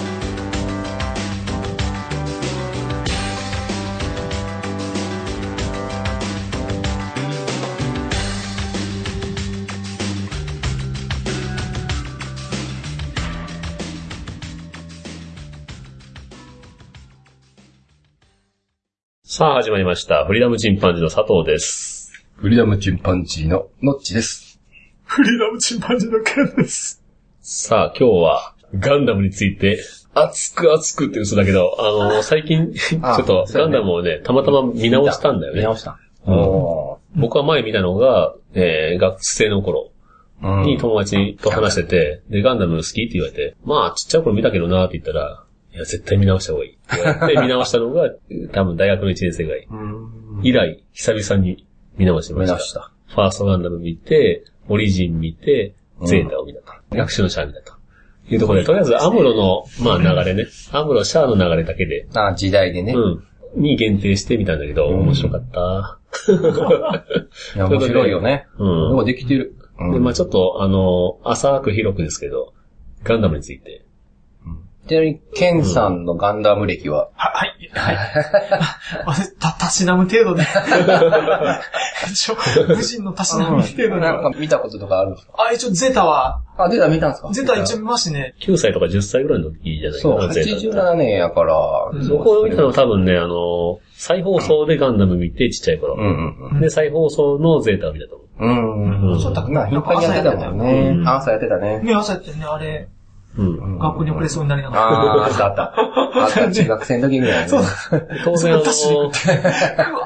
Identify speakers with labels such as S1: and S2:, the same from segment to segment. S1: さあ、始まりました。フリーダムチンパンジーの佐藤です。
S2: フリーダムチンパンジーのノッチです。
S3: フリーダムチンパンジーの件です。
S1: さあ、今日は、ガンダムについて、熱く熱くって嘘だけど、あの、最近、ちょ
S2: あ
S1: っと、
S2: そ
S1: ガ
S2: うだ
S1: ン
S2: ね
S1: ダムをね、たまたま見直したんだよね。
S2: した。
S1: うん
S2: お
S1: 僕は前見たのが、えー、学生の頃
S2: ー。
S1: に友達と話してて、で、ガンダム好きって言われて、まあ、ちっちゃい頃見たけどなって言ったら、いや、絶対見直した方がいいって言われ て。見直したのが、多分大学の1年生ぐらい。
S2: うん。
S1: 以来、久々に見直しま
S2: 見
S1: した
S2: 直。した。
S1: ファーストガンダム見て、オリジン見て、
S2: うん
S1: ゼータを見たと。学習のシャア見たと。いうところで、とりあえずアムロの、まあ流れね。アムロ、シャアの流れだけで、
S2: あー時代でね。
S1: うん。に限定してみたんだけど、
S2: うん
S1: 面白かった。
S2: いや面白いよね。
S1: うん
S2: ようできてる。うん
S1: で、まあちょっと、あの、浅く広くですけど、ガンダムについて。
S2: ちなみに、ケンさんのガンダム歴は、
S3: は、はい、はい。 ああれ、た、たしなむ程度で。 一応、無人のたしなむ程度で。
S2: なんか見たこととかあるんですか
S3: あ、一応、ゼータは、
S2: あ、ゼータ見たんですか
S3: ゼータは一応
S2: 応。
S3: 見ましたね。
S1: 9歳とか10歳ぐらいの時じゃないか
S2: そう、
S1: な、ゼータって。
S2: 87年やから
S3: う。ん
S1: そこを見たのは多分ね、あの、再放送でガンダム見て、ちっちゃい頃。
S2: うん
S1: で、再放送のゼータを見たと思う。
S2: うんうん。
S1: うん
S3: そうだった
S2: まあ、頻繁にやってたもんね
S1: う。ん
S2: 朝やってたね。
S3: 目合わせてね、あれ、
S1: うん。
S2: うん
S3: 学校に遅れそうになりながら。
S2: ああ、あったあった。あ った、中学生の時ぐらいね。
S3: そう
S1: 当然、あの、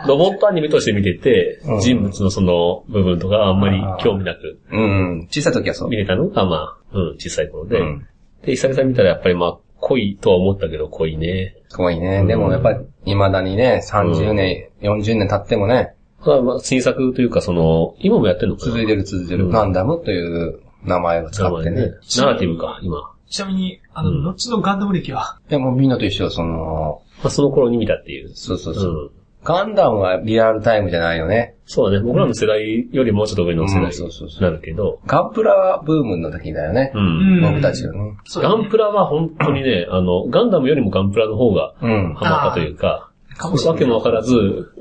S1: ロボットアニメとして見てて
S2: う、ん
S1: 人物のその部分とかあんまり興味なく
S2: うん。小さい時はそう
S1: 見。れたのが、まあ、うん、小さい頃で
S2: う。ん。
S1: で、久々に見たらやっぱりまあ、濃いとは思ったけど、濃いね。
S2: すごいね。
S1: うん
S2: でもやっぱり、未だにね、30年、40年経ってもね、
S1: まあ、まあ新作というか、その、今もやってるのかな
S2: 続いてる続いてる、
S1: うん
S2: ガンダムという名前を使
S1: 名
S2: って
S1: 前ね
S2: ね。。
S1: ナラティブか、今。ま
S3: ちなみに、あの、
S1: うん
S3: 後のガンダム歴は、
S2: でもみんなと一緒、その、
S1: あ、その頃に見たっていう。
S2: そうそう
S1: う
S2: そう。
S1: ん。
S2: ガンダムはリアルタイムじゃないよね。
S1: そうだね。僕らの世代よりもうちょっと上の世
S2: う
S1: 代
S2: んそうそうそう
S1: になるけど。
S2: ガンプラブームの時だよね
S1: う。ん。
S3: うん
S2: 僕たちよね。
S3: そう
S1: ガンプラは本当にね、あの、ガンダムよりもガンプラの方が
S2: うん。
S1: ハマったというか、
S3: かっこいい
S1: わけもわからず、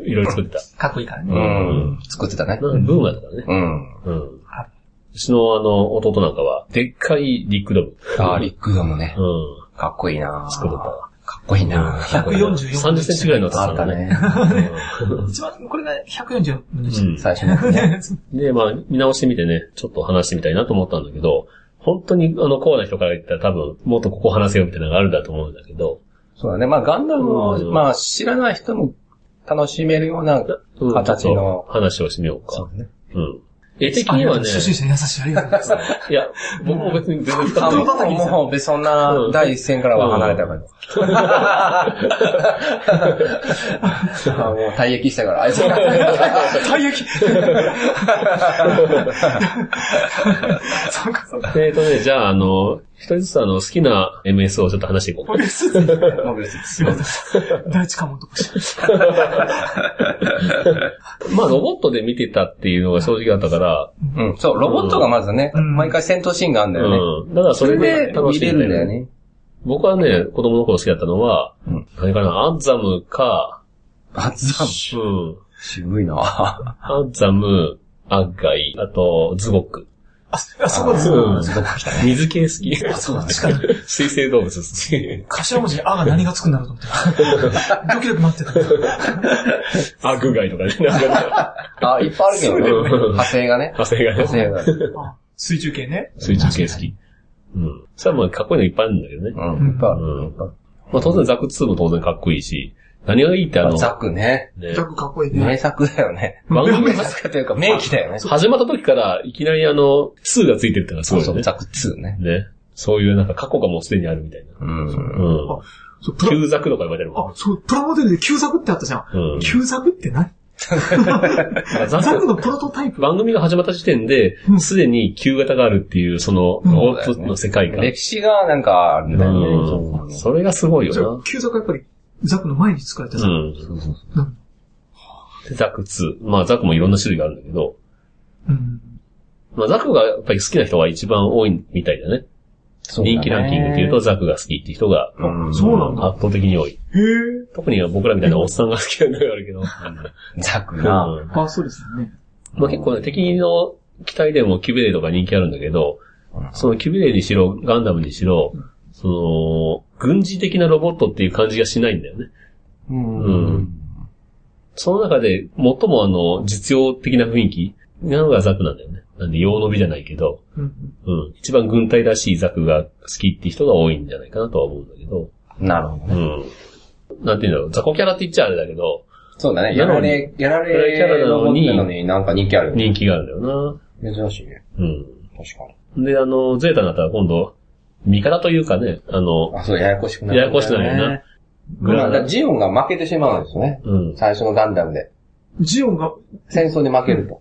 S1: いろいろ作ってた。
S3: かっこいいから
S2: う
S3: ね。
S2: ん。作ってた
S1: な
S2: ね。
S1: んかブームだったからね。
S2: うん。
S1: うん。うちのあの、弟なんかは、でっかいリックドム。
S2: ガーリックガムね。
S1: うん。
S2: かっこいいなぁ
S1: 作ってたわ。
S2: かっこいいなぁ
S3: 144
S1: 30センチぐらいの厚
S2: あ
S1: さ
S2: った
S1: だね。
S2: ね。
S3: 一番、これが144分で
S1: う
S3: した。
S1: ん
S2: 最初の やつね。
S1: で、まあ、見直してみてね、ちょっと話してみたいなと思ったんだけど、本当に、あの、コアな人から言ったら多分、もっとここ話せよみたいなのがあるんだと思うんだけど、
S2: そうだね。まあガンダム
S1: うん
S2: を、まあ知らない人も楽しめるような、
S1: うん
S2: 形の
S1: ちょっと話をしてみようか。
S2: そうね。
S1: うん。絵的に
S3: あ
S1: は
S3: りがとう
S1: ね、
S3: 初心者に優しい、ありがとうございます。
S1: いや、僕も別に全然使
S2: あ
S1: って
S2: も
S1: ない。
S2: うもう、別にそんな第一線からは離れたから。あもう退役したから、あいつが。
S3: 退役そうかそうか。
S1: えっとね、じゃあ、あの、一人ずつあの、好きな MS をちょっと話していこうか
S3: 俺スーツですね
S2: もう別に
S3: すいません。第一関門とかし
S1: まあ、ロボットで見てたっていうのが正直だったから、
S2: うん、そう、ロボットがまずね、
S3: うん
S2: 毎回戦闘シーンがあるんだよね。
S1: うん。だからそ
S2: そ
S1: れ
S2: れ
S1: で
S2: で
S1: 楽
S2: 見
S1: しい
S2: れ
S1: ん
S2: るん
S1: だよ
S2: だよ
S1: ね。
S2: ね。
S1: 僕はね、子供の頃好きだったのは、
S2: うん
S1: 何かな、アッザムか、
S2: あざ
S1: うん。
S2: 渋いな
S1: アッザム、アッガイ、あと、ズゴック。
S3: あ、あそこです。
S1: うん水系好き。
S3: そう、近い。
S1: 水生動物好き。
S3: 頭文字にあが何がつくんだろうと思って。ドキドキ待ってた。
S1: アグガイとかね、なんか、
S2: あ、いっぱいあるけ
S1: そ
S2: どね。
S1: うだよね
S2: 派生が ね。
S1: 派生が
S2: 派
S1: ね、
S2: 生が。
S3: あ水中系ね。
S1: 水中系好き。うん。それはまあ、かっこいいのいっぱいあるんだけどね。
S2: うん、いっぱいある
S1: うん
S2: いっぱいある。
S1: まあ、当然ザク2も当然かっこいいし、何がいいってあ
S2: ま
S1: の
S2: あ、、ザクね。
S1: ね
S3: ザクかっこいいね。
S2: 名作だよね。
S1: 番組
S2: 名
S1: が
S2: 作というか、名機だよね。
S1: 始まった時からいきなりあの、2がついてるってのがすごいよ
S2: そう
S1: ね。
S2: ザク2ね。
S1: ね。そういうなんか過去がもうすでにあるみたいな。
S2: うん。
S1: うん。
S3: そうプラ
S1: 旧作とか言われてるもん
S3: あ、。そう、プラモデルで旧作ってあったじゃん。
S1: うん。
S3: 旧作って何
S1: ザ
S3: ザ
S1: ク
S3: クのプロトタイプ
S1: 番組が始まった時点で
S3: う、ん
S1: すでに旧型があるっていう、その、
S3: うん
S1: ロボットの世界観。
S2: 歴史がなんかあるんだよね。
S1: うん。それがすごい
S3: そう
S1: よ
S3: 旧作はやっぱりザクの前に作られた
S1: う
S3: ザク。
S1: ん。
S2: そうそうそう。
S3: うん。
S1: で、ザク2。まあ、ザクもいろんな種類があるんだけど、
S3: うん。
S1: まあ、ザクがやっぱり好きな人が一番多いみたいだね。人気ランキングっていうと、ザクが好きっていう人が
S2: うん、
S3: そうなんだ。
S1: 圧倒的に多い。
S3: へえ。
S1: 特に僕らみたいなおっさんが好きなのがあるけ ど。
S2: ザク
S1: う
S2: な。
S1: ん
S3: あ、そうですよね。
S1: まあ結構ね、敵の機体でもキュベレーとか人気あるんだけど、そのキュベレーにしろ、ガンダムにしろ、その、軍事的なロボットっていう感じがしないんだよね。
S2: う
S1: うん。その中で、最もあの、実用的な雰囲気なのがザクなんだよね。なんで、用の美じゃないけど、
S3: うん。
S1: うん。一番軍隊らしいザクが好きって人が多いんじゃないかなとは思うんだけど、
S2: なるほど
S1: う
S2: ね。
S1: ん。なんていうんだろう、ザコキャラって言っちゃあれだけど、
S2: そうだね。
S1: な
S2: や
S1: の
S2: ら
S1: に
S2: れ、やら
S1: やられキャラ
S2: れ
S1: な
S2: ロボ
S1: のに
S2: ットなのになんか人気ある。
S1: 人気があるんだよ
S2: 珍しいね。
S1: な。
S2: 確か
S1: うん。で、あの、ゼータになったら今度、味方というかね、あの
S2: に。、あ、そう、ややこしくなる。
S1: ややこしくなるよな。
S2: ま
S1: グ
S2: あ
S1: ラ
S2: だから
S1: ナ、
S2: ジオンが負けてしまうんですね。
S1: うん。
S2: 最初のガンダムで。
S3: ジオンが、
S2: 戦争で負けると。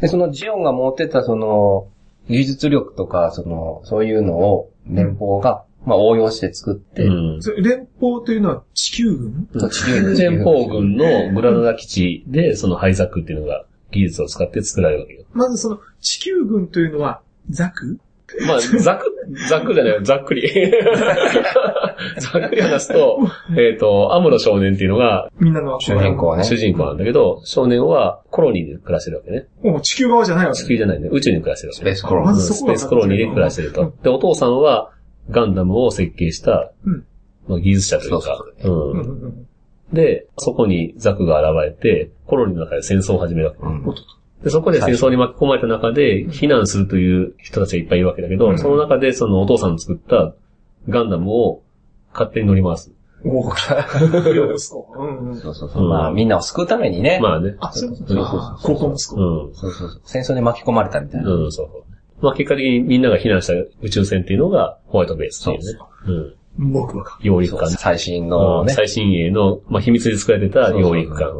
S2: で、そのジオンが持ってたその、技術力とか、その、そういうのを、連邦が、まあ応用して作って、
S1: うん。
S3: それ連邦というのは地球軍
S2: そう地球軍
S1: 連邦軍のグラナダ基地で、そのハイザックっていうのが、技術を使って作られるわけよ。
S3: まずその、地球軍というのは、ザク
S1: まあ、ざ く、ざくじゃないよ、ざっくり。 ざっくり話すと、えっ、と、アムロ少年っていうのが、
S3: みんなの
S2: 主人公はね。
S1: 主人公なんだけど、少年はコロニーで暮らしてるわけね。
S3: もう地球側じゃないわけ
S1: 地球じゃないね、宇宙に暮らしてるわ
S2: ス
S1: け
S2: ペ
S1: ね。
S2: ースコロ
S3: ま
S2: ン。
S3: ず
S1: うん
S3: そ
S1: ス
S3: こ
S1: ペ
S3: が
S1: ースコロニーで暮らしてると。で、お父さんはガンダムを設計した
S3: うん、
S1: まあ、技術者というか
S2: そう、
S3: うん
S1: うん
S3: うん
S1: で、そこにザクが現れて、コロニーの中で戦争を始めるわけ。
S2: うん
S3: おっとっと
S1: で、そこで戦争に巻き込まれた中で、避難するという人たちがいっぱいいるわけだけど、
S2: うん
S1: その中でそのお父さんの作ったガンダムを勝手に乗り回す。
S2: 豪華。
S3: 不良息子。うんうん。
S2: そうそうそう。まあみんなを救うためにね。
S1: まあね。
S3: あ、そういうこ
S1: そ
S3: と
S1: うそうそう
S3: か。高校息
S1: う
S3: 子。
S1: ん。
S2: そうそうそう。戦争で巻き込まれたみたいな。
S1: うん、そうそう。まあ結果的にみんなが避難した宇宙船っていうのがホワイトベースっていうね。
S2: そう
S1: うん。
S3: 僕はか。
S1: 揚陸
S2: そう
S1: 艦。
S2: 最新
S1: う
S2: の
S1: ん
S2: ね。
S1: 最新鋭の、まあ、秘密で作られてた揚陸艦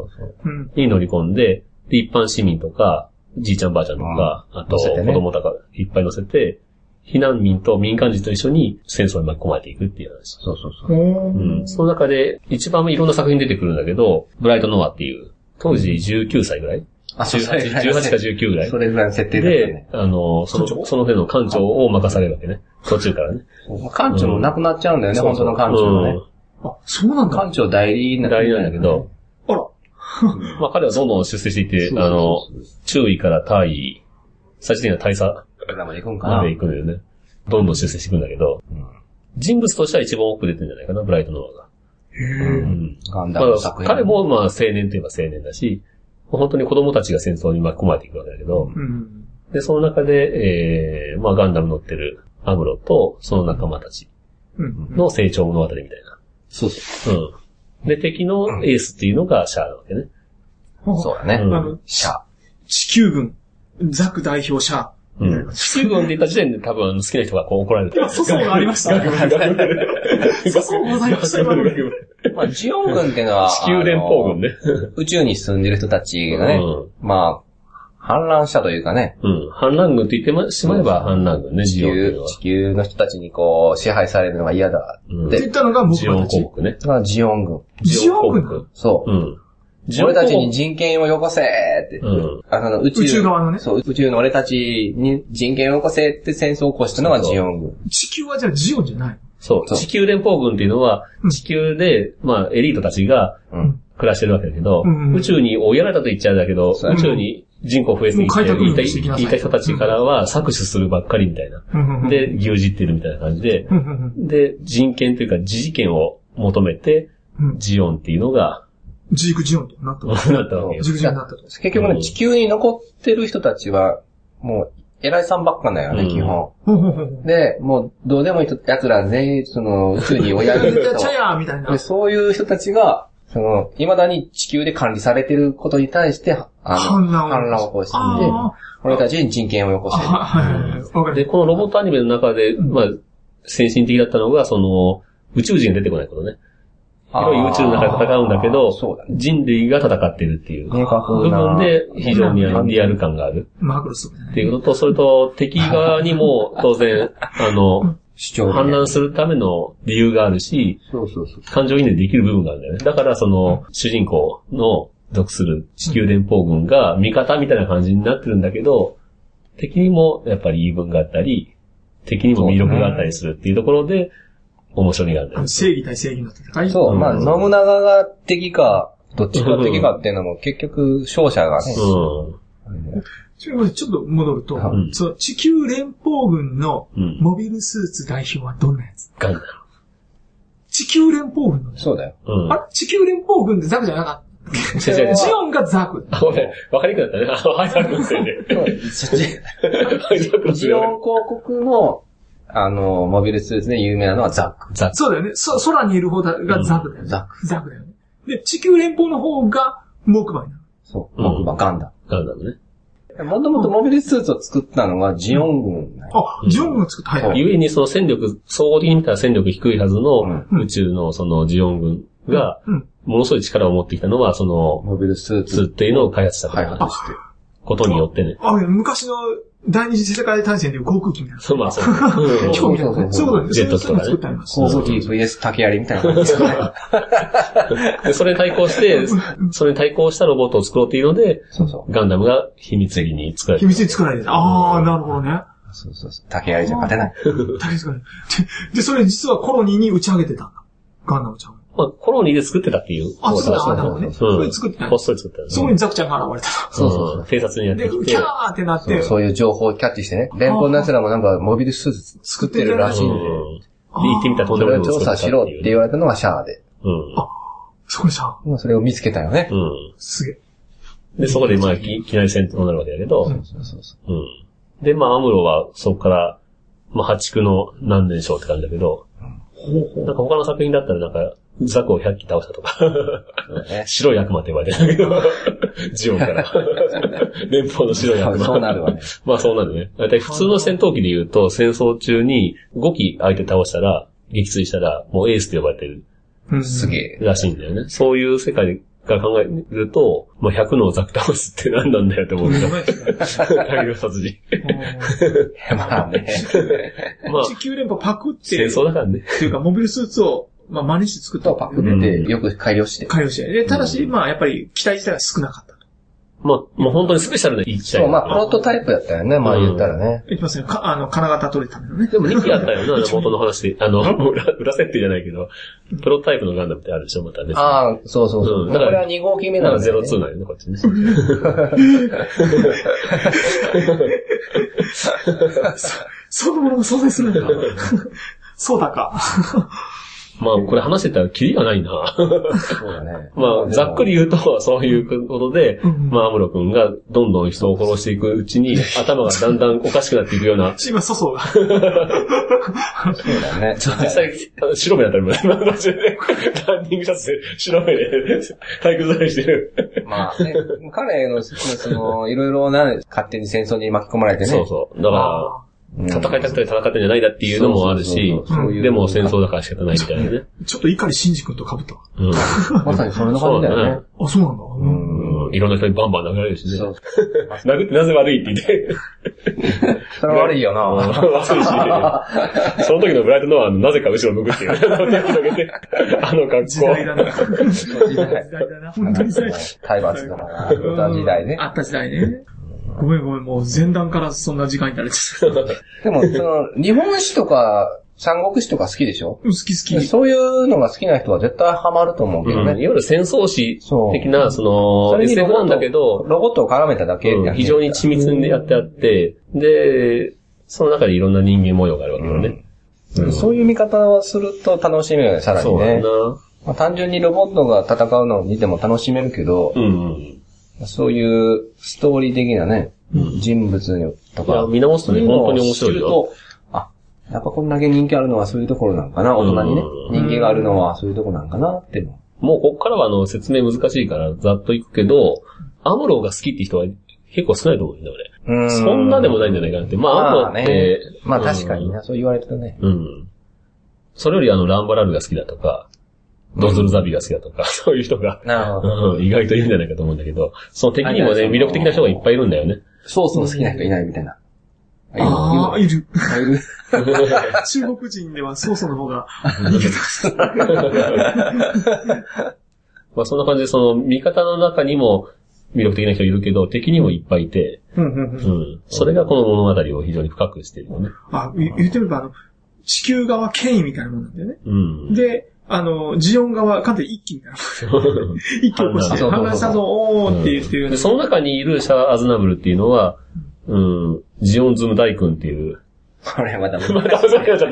S3: うん。
S1: に乗り込んで、で、一般市民とか、じいちゃんばあちゃんとか、あと
S2: 乗せて
S1: 子
S2: ね
S1: 供とかいっぱい乗せて、避難民と民間人と一緒に戦争に巻き込まれていくっていう話。
S2: そうそうそう。
S3: お
S1: う
S3: ー
S1: ん。その中で、一番いろんな作品出てくるんだけど、ブライト・ノアっていう、当時19歳ぐらい
S2: あ、そう
S1: ?18 18か19ぐらい
S2: そ。れぐらいの設定だった
S1: で
S2: ね、
S1: あの、その、その辺の艦長を任されるわけね。途中からね。
S2: そう。艦長もなくなっちゃうんだよね、本当の艦長もね。
S3: あ、そうなんだ。
S2: 艦長代理に
S1: うん。
S2: な
S1: 代理なんだけど、
S3: あら。
S1: まあ彼はどんどん出世していって、あの、中尉から大尉、最終的には大佐
S2: ドラマで行くんか
S1: ま
S2: な
S1: で。行くんだよね。どんどん出世していくんだけど、人物としては一番多く出てんじゃないかな、ブライト・ノアが。
S3: へ
S1: う
S3: え。
S1: ん。
S2: ガンダ
S1: ま
S2: ムの
S1: あ
S2: 作、品。
S1: 彼もまあ青年といえば青年だし、本当に子供たちが戦争に巻き込まれていくわけだけど、
S3: うん。
S1: で、その中で、えー、まあガンダム乗ってるアムロとその仲間たち
S3: うん。
S1: の成長物語みたい
S2: そうそ
S1: な。うん。で、敵のエースっていうのがシャアなわけね。
S2: う。そうだね。
S1: うん
S3: あの、
S2: シャア。
S3: 地球軍、ザク代表者。
S1: うん。地球軍で言った時点で多分好きな人がこう怒られてる。
S3: そうそうあり ました。そうそうございました。今ので
S2: まあ、ジオン軍っていうのは、
S1: 地球連邦軍ね。
S2: あの宇宙に住んでる人たちがね、
S1: うん
S2: まあ、反乱したというかね、
S1: うん。反乱軍って言ってしまえば反乱軍ね、
S2: 地
S1: ジオンっていう
S2: 球
S1: の、
S2: 地球の人たちにこう、支配されるのが嫌だ。
S1: は。
S2: で
S3: 言ったのが
S1: うん、
S3: 僕
S1: ジオ
S3: ら
S1: ン
S3: たち
S1: 公。国ね。
S2: まあ、ジオン軍。
S3: ジオン軍
S1: 国。
S2: そう
S1: う。ん。
S2: 俺たち
S1: ジオン公
S2: に人権をよこせって。
S1: うん
S2: あの宇宙
S3: 宇宙側のね
S2: そう、宇宙の俺たちに人権をよこせって戦争を起こしたのがジオン軍。
S3: 地球はじゃあジオンじゃない。
S1: そう。
S2: そう
S1: 地球連邦軍っていうのは
S3: う、ん
S1: 地球で、まあ、エリートたちが
S2: うん
S1: 暮らしてるわけだけど、
S3: うんうん
S1: 宇宙に追いやられたと言っちゃうんだけど、
S2: そう
S1: 宇宙に人口増えすぎて、
S3: もう開拓
S1: い
S3: 軍
S1: た
S3: として行きなさい
S1: いた人たちからは搾取するばっかりみたいな。
S3: うんうん、
S1: で、牛耳ってるみたいな感じで、
S3: うんうん
S1: で、人権というか自治権を求めて、
S3: うんうん、
S1: ジオンっていうのが、
S3: ジークジオンとなった
S1: な
S3: わ。
S1: ったわけよ。
S3: ジークジオンになったと。
S2: 結局
S1: うん
S2: ね、地球に残ってる人たちは、もう、偉いさんばっかだよね、
S1: うん
S2: 基本。
S3: ほうほうほうほう。
S2: で、もう、どうでもいい人、奴ら全員、その、宇宙に追いやられる
S3: で
S2: 人
S3: チャヤーみたい
S2: で
S3: な。
S2: そういう人たちが、その、未だに地球で管理されてることに対して、あの
S3: 反乱を
S2: 反乱を起こしていて
S3: あー、
S2: 俺たちに人権をよこ
S3: あ、
S2: せる。
S3: はいはいはい。わか
S1: で、
S3: る。
S1: このロボットアニメの中で、まあ、先進的だったのが、その、宇宙人が出てこないことね。広い宇宙の中で戦うんだけ
S2: あ
S1: ど
S2: ーそうだ、ね。
S1: 人類が戦ってるっていう。
S2: 明確
S1: 部
S2: な。
S1: 分で非常にあのリアル感がある
S3: マクロスとかね
S1: っていうことと、それと敵側にも当然、あの、
S2: 主張
S1: 判断するための理由があるし、
S2: そうそうそう。
S1: 感情移入できる部分があるんだよね。だからその、主人公の属する地球連邦軍が味方みたいな感じになってるんだけど、敵にもやっぱり言い分があったり、敵にも魅力があったりするっていうところで、面白みがあるんだよね。
S3: 正義対正義の戦い。
S2: そう、
S1: うん
S2: まあ、信長が敵か、どっちが敵かっていうのも結局、勝者がね、
S3: ちょちょっと戻ると、
S1: うん
S3: その地球連邦軍の
S1: うん。うん。
S3: モビルスーツ代表はどんなやつ
S1: ガンダ
S3: 地球連邦軍なの
S2: そうだよ。
S1: ム。うん。
S3: あれ地球連邦軍ってザクじゃなかっ
S1: 違う違う違
S3: た。
S1: う
S3: ジオンがザク。
S1: あ、ごめん。わかりにくくなったね。あ、ハイサクのせいで。 ハイサクのせい
S2: ジ
S1: で
S2: オン。広告の、あの、モビルスーツで有名なのはザック。
S1: ザク。
S3: そうだよね。そ、空にいる方だがザクだよね。
S2: ザック。
S3: ザクだよね。で、地球連邦の方が木馬になる。
S2: そ
S1: う
S2: う。
S1: ん
S2: 僕はガンダ
S1: ガンダムね。
S2: ム。もともとモビルスーツを作ったのはジオン軍だよ。
S3: あ、ジオンが作った。はいはい。
S1: ゆえにその戦力、総合的に見たら戦力低いはずの
S3: うん
S1: 宇宙のそのジオン軍が
S3: うん、
S1: ものすごい力を持ってきたのは、その、
S2: モビルスーツ
S1: 2っていうのを開発した
S2: 開
S1: こ
S2: 発して。
S1: とによってね。
S3: あ、昔の第二次世界大戦でいう航空機みたいな。
S1: そう、まあ そう。うん
S3: 飛行機みたいなね。そういうことね。
S1: ジェット機とかね
S3: そういうの作ってあります。
S2: 航空機 VS 竹槍みたいな感じですね。
S1: でそれに対抗して、それに対抗したロボットを作ろうっていうので、
S2: そうそう。
S1: ガンダムが秘密裏に作られ
S3: 秘
S1: た。
S3: 密に作られてた。あー、なるほどね。
S2: そうそうそう。竹槍じゃ勝てない。
S3: 竹内さんでで、それ実はコロニーに打ち上げてたんだ。ガンダムちゃんを。
S1: まあ、コロニーで作ってたっていう。
S3: あ、そうだ、
S2: そ
S3: あ
S2: う
S3: な
S2: そう
S3: る
S2: そう
S3: ほどね。
S1: う
S3: それ
S1: ん。
S3: 作ってた
S1: こっ。そり作ってたね。
S3: そこにザクちゃんが現れた。
S1: そうそうそう。偵察にやって
S3: で、
S1: き
S3: キ
S1: て
S3: ャ。ーってなって、
S2: そういう情報をキャッチしてね。連邦の奴らもなんかモビルスーツ作ってるらしいんで。
S1: うんで、行ってみたらとん
S2: そ
S1: でも
S2: れ
S1: ない
S2: を
S1: ことを作
S2: 調査
S1: った
S2: しろって
S1: いう。
S2: 言われたのがシャアで。
S1: うん。
S3: そこにさ、
S2: まあそれを見つけたよね。
S1: うん。
S3: すげえ。
S1: で、そこで、まあ、いきいきなり戦闘になるわけだけど、うん。
S2: そうそうそう。
S1: で、まあ、アムロは、そこから、まあ、破竹の何年賞って感じだけど、
S3: ほうほ
S1: なんか他の作品だったら、なんか、ザクを100機倒したとか、
S2: そうだね。
S1: 白い悪魔って呼ばれてるんだけど、 ジオンから。連邦の白い悪魔。
S2: そうなるわね。
S1: まあそうなるね。だいたい普通の戦闘機で言うと、戦争中に5機相手倒したら、撃墜したら、もうエースって呼ばれてる
S3: う。
S2: すげ
S3: え。
S2: え。
S1: らしいんだよね。そういう世界が考えると、まあ100のザク倒すって何なんだよって思う けど。大量殺人。
S2: まあね。
S1: まあ、
S3: 地球連邦パクって、
S1: 戦争
S3: っ
S1: だからね。
S3: ていうか、モビルスーツを、まあ、真似して作った
S2: と
S3: わけ
S2: パクってよく改良して。
S3: 会話して。で、ただし、まあ、やっぱり、機体自体が少なかったと。
S1: まあ、もう本当にスペシャルな一体
S2: そ
S1: だ
S2: う、
S1: か
S2: ま
S1: ら。
S2: あプロトタイプだったよね、まあ言ったらね。
S3: いきますね。か、あの、金型取れたんだよね。
S1: でも2機あ ったよな、元の話で。あの、裏、裏設定じゃないけど、プロタイプのガンダムってあるでしょ、またね。
S2: ああ、そうそうそう。
S1: うん
S2: これは2号機目
S1: だか
S2: な
S1: ら
S2: んだよね。
S1: 02なんよね、こっちね。
S3: そういうものが存在するのか。そうだか。
S1: まあ、これ話してたらキリがないな。
S2: そうだね。
S1: まあ、ざっくり言うと、 そういうことで、
S3: うん
S1: まあ、アムロ君がどんどん人を殺していくうちに、頭がだんだんおかしくなっていく ような、
S3: 今、粗相が。
S2: そうだね。
S1: 実際、あの白目だったりもね、途中で、 ランニングシャツで白目で、 体育座りしてる。
S2: まあね、彼の、その、いろいろな、勝手に戦争に巻き込まれてね。
S1: そうそう。だか
S2: うん
S1: ら、戦いたくて戦ってんじゃないだっていうのもあるし
S2: そうそうそうそういう
S1: でも戦争だから仕方ないみたいなね。
S3: ちょっと碇慎二君と被ったわ。
S1: うん。
S2: まさにそれの感じだよね。
S3: あ、そうなんだ。うん
S1: うんいろんな人にバンバン殴られるしね。
S2: そう。
S1: 殴ってなぜ悪いって言って。
S2: それは悪いよ
S1: あ
S2: な。
S1: の悪いし、その時のブライトノアのなぜか後ろ向くっていうね。 あの手を広げて、あの格好。
S3: 時代だな。時
S2: 時代
S3: 代だな。本当に時代。
S2: 体罰とかな、歌時代ね
S3: あ。った時代ね。ごめんごめん、もう前段からそんな時間になれてた。うん
S2: でも、その、日本史とか、三国史とか好きでしょ
S3: 好き好き。
S2: そういうのが好きな人は絶対ハマると思うけ
S1: う
S2: ど
S1: んいわ
S2: ね。
S1: ゆる戦争史的な、そ
S2: そ
S1: の、
S2: れに
S1: SF
S2: ロボット
S1: なんだけど、
S2: ロボットを絡めただけ
S1: うん非常に緻密にやってあって、で、その中でいろんな人間模様があるわけよね。
S2: うんそういう見方をすると楽しめるよね、さらに
S1: そうだ
S2: ね。
S1: な。
S2: まあ、単純にロボットが戦うのを見ても楽しめるけど、
S1: うんうん。
S2: そういうストーリー的なね、
S1: うん
S2: 人物と
S1: いや
S2: か、
S1: 見直すとね
S2: そういうのを
S1: 本当に面白いよ
S2: 知ると。あ、やっぱこんだけ人気あるのはそういうところなんかな、大人にね。
S1: う
S2: 人気があるのはそういうところなんかなっての。
S1: もうこっからはあの、説明難しいから、ざっといくけど、アムロが好きって人は結構少ないと思うんだよ、俺。
S2: うー
S1: そんなでもないんじゃないかなって。まあ、
S2: ま
S1: ア
S2: あ
S1: ムロっ
S2: ね
S1: て。。
S2: まあ確かにな、そう言われてたね。
S1: うん。それよりあの、ランバラルが好きだとか、ドズルザビが好きだとか、 そういう人が、
S2: なるほど。
S1: うん意外といるんじゃないかと思うんだけど、その敵にも
S2: あい
S1: ね、
S2: や
S1: 魅力 的な人がいっぱいいるんだよね。
S2: ソースの好きな人いないみたいな。
S3: ああ、
S2: いる
S3: いる。
S2: いる。いる
S3: 中国人では曹操の方が逃げてます。
S1: まあそんな感じで、その味方の中にも魅力的な人いるけど、敵にもいっぱいいて、
S3: うんうんうん
S1: うん。それがこの物語を非常に深くしてるよね。
S3: あ、い言ってみれば、あの、地球側権威みたいなもんなんだよね。
S1: うん。
S3: で、あの、ジオン側、完全に一気み たいなもん。一気起こして、
S2: 反乱
S3: 反乱したぞ、おーって言ってるよう
S1: で、
S3: な。
S1: その中にいるシャア・アズナブルっていうのは、うん、ジオンズム大君っていう、
S2: これまた、
S1: ま た嘘になっちゃっ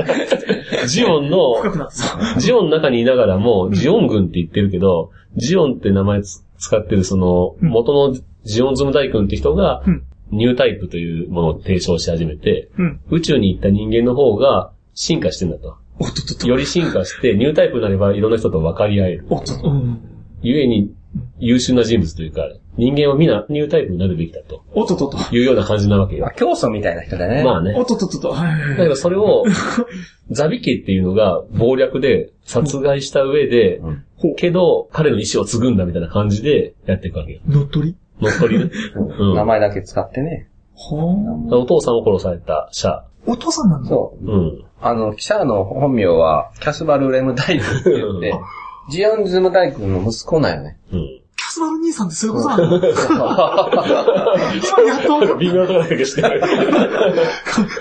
S1: た ジオンの、
S3: 深くなった。
S1: ジオンの中にいながらも、ジオン軍って言ってるけど、ジオンって名前つ使ってるその、
S3: うん
S1: 元のジオンズム大君って人が
S3: うん、
S1: ニュータイプというものを提唱し始めて、
S3: うん。
S1: 宇宙に行った人間の方が進化してんだと。
S3: おっとっとっと。
S1: より進化して、ニュータイプになればいろんな人と分かり合える。
S3: おっとっと。うん
S1: ゆえに、優秀な人物というか、人間は皆ニュータイプになるべきだと
S3: おっとっとっと。
S1: いうような感じなわけ
S2: ま
S1: よ
S2: あ。競争みたいな人だね。
S1: まあね。
S3: おっとっとっとっと。はいはいはい
S1: だけどそれ を、ザビ家っていうのが暴略で殺害した上で、
S2: うん
S3: ほう
S1: けど彼の意志を継ぐんだみたいな感じでやっていくわけよ。
S3: 乗っ取り
S1: 乗っ取りね。 うん
S2: 名前だけ使ってね。
S3: は
S1: お父さんを殺されたシャ。
S3: ぁ。お父さんなんだ。
S2: そう。
S1: うん。
S2: あの、記者の本名は、キャスバル・レムダイ君って言って、ジオンズム大君の息子なん よね。
S1: うん。
S3: キャスバル兄さんってそういうことなんだ。今やっと分かっ
S1: 微妙なとこだけしてる。
S3: た。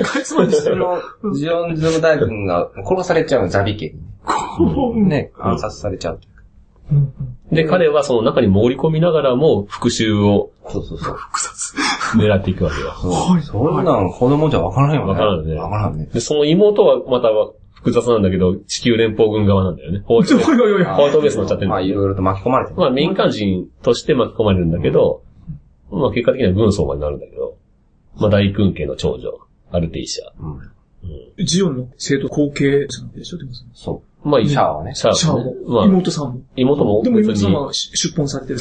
S3: かいつまんでし
S2: そ
S3: たよ。
S2: の、ジオンズム大君が殺されちゃうの、ザビ家
S3: こう。
S2: に。ね、暗殺されちゃう。
S3: うんう ん。
S1: で、彼はその中に潜り込みながらも復讐を
S2: そうそうそう。
S3: 複雑。
S1: 狙っていくわけよ。
S3: はい
S2: そんなん子供じゃわからんよね。
S1: わからんね
S2: わからんね。
S1: で、その妹はまた複雑なんだけど、地球連邦軍側なんだよ ね。包
S3: ち
S1: 丁
S3: ょ、おいおいおい。
S1: ホワイトベース乗っちゃってる
S2: まあ、いろいろと巻き込まれてる。
S1: まあ民間人として巻き込まれるんだけど、まあ結果的には軍曹までなるんだけど、まあ大軍家の長女、アルテイシャ。
S2: うん。
S3: ジオンの生徒後継者なんでしょでもその
S2: そ
S1: まあ
S2: う。
S1: い
S2: シャアはね。
S1: シャ
S3: シャ
S1: ア
S3: ア
S1: もね、ま
S3: も、
S1: あ
S3: 妹さんも。
S1: 妹も
S3: でも
S1: 別
S3: 妹さん
S1: に、
S3: は出出奔されてる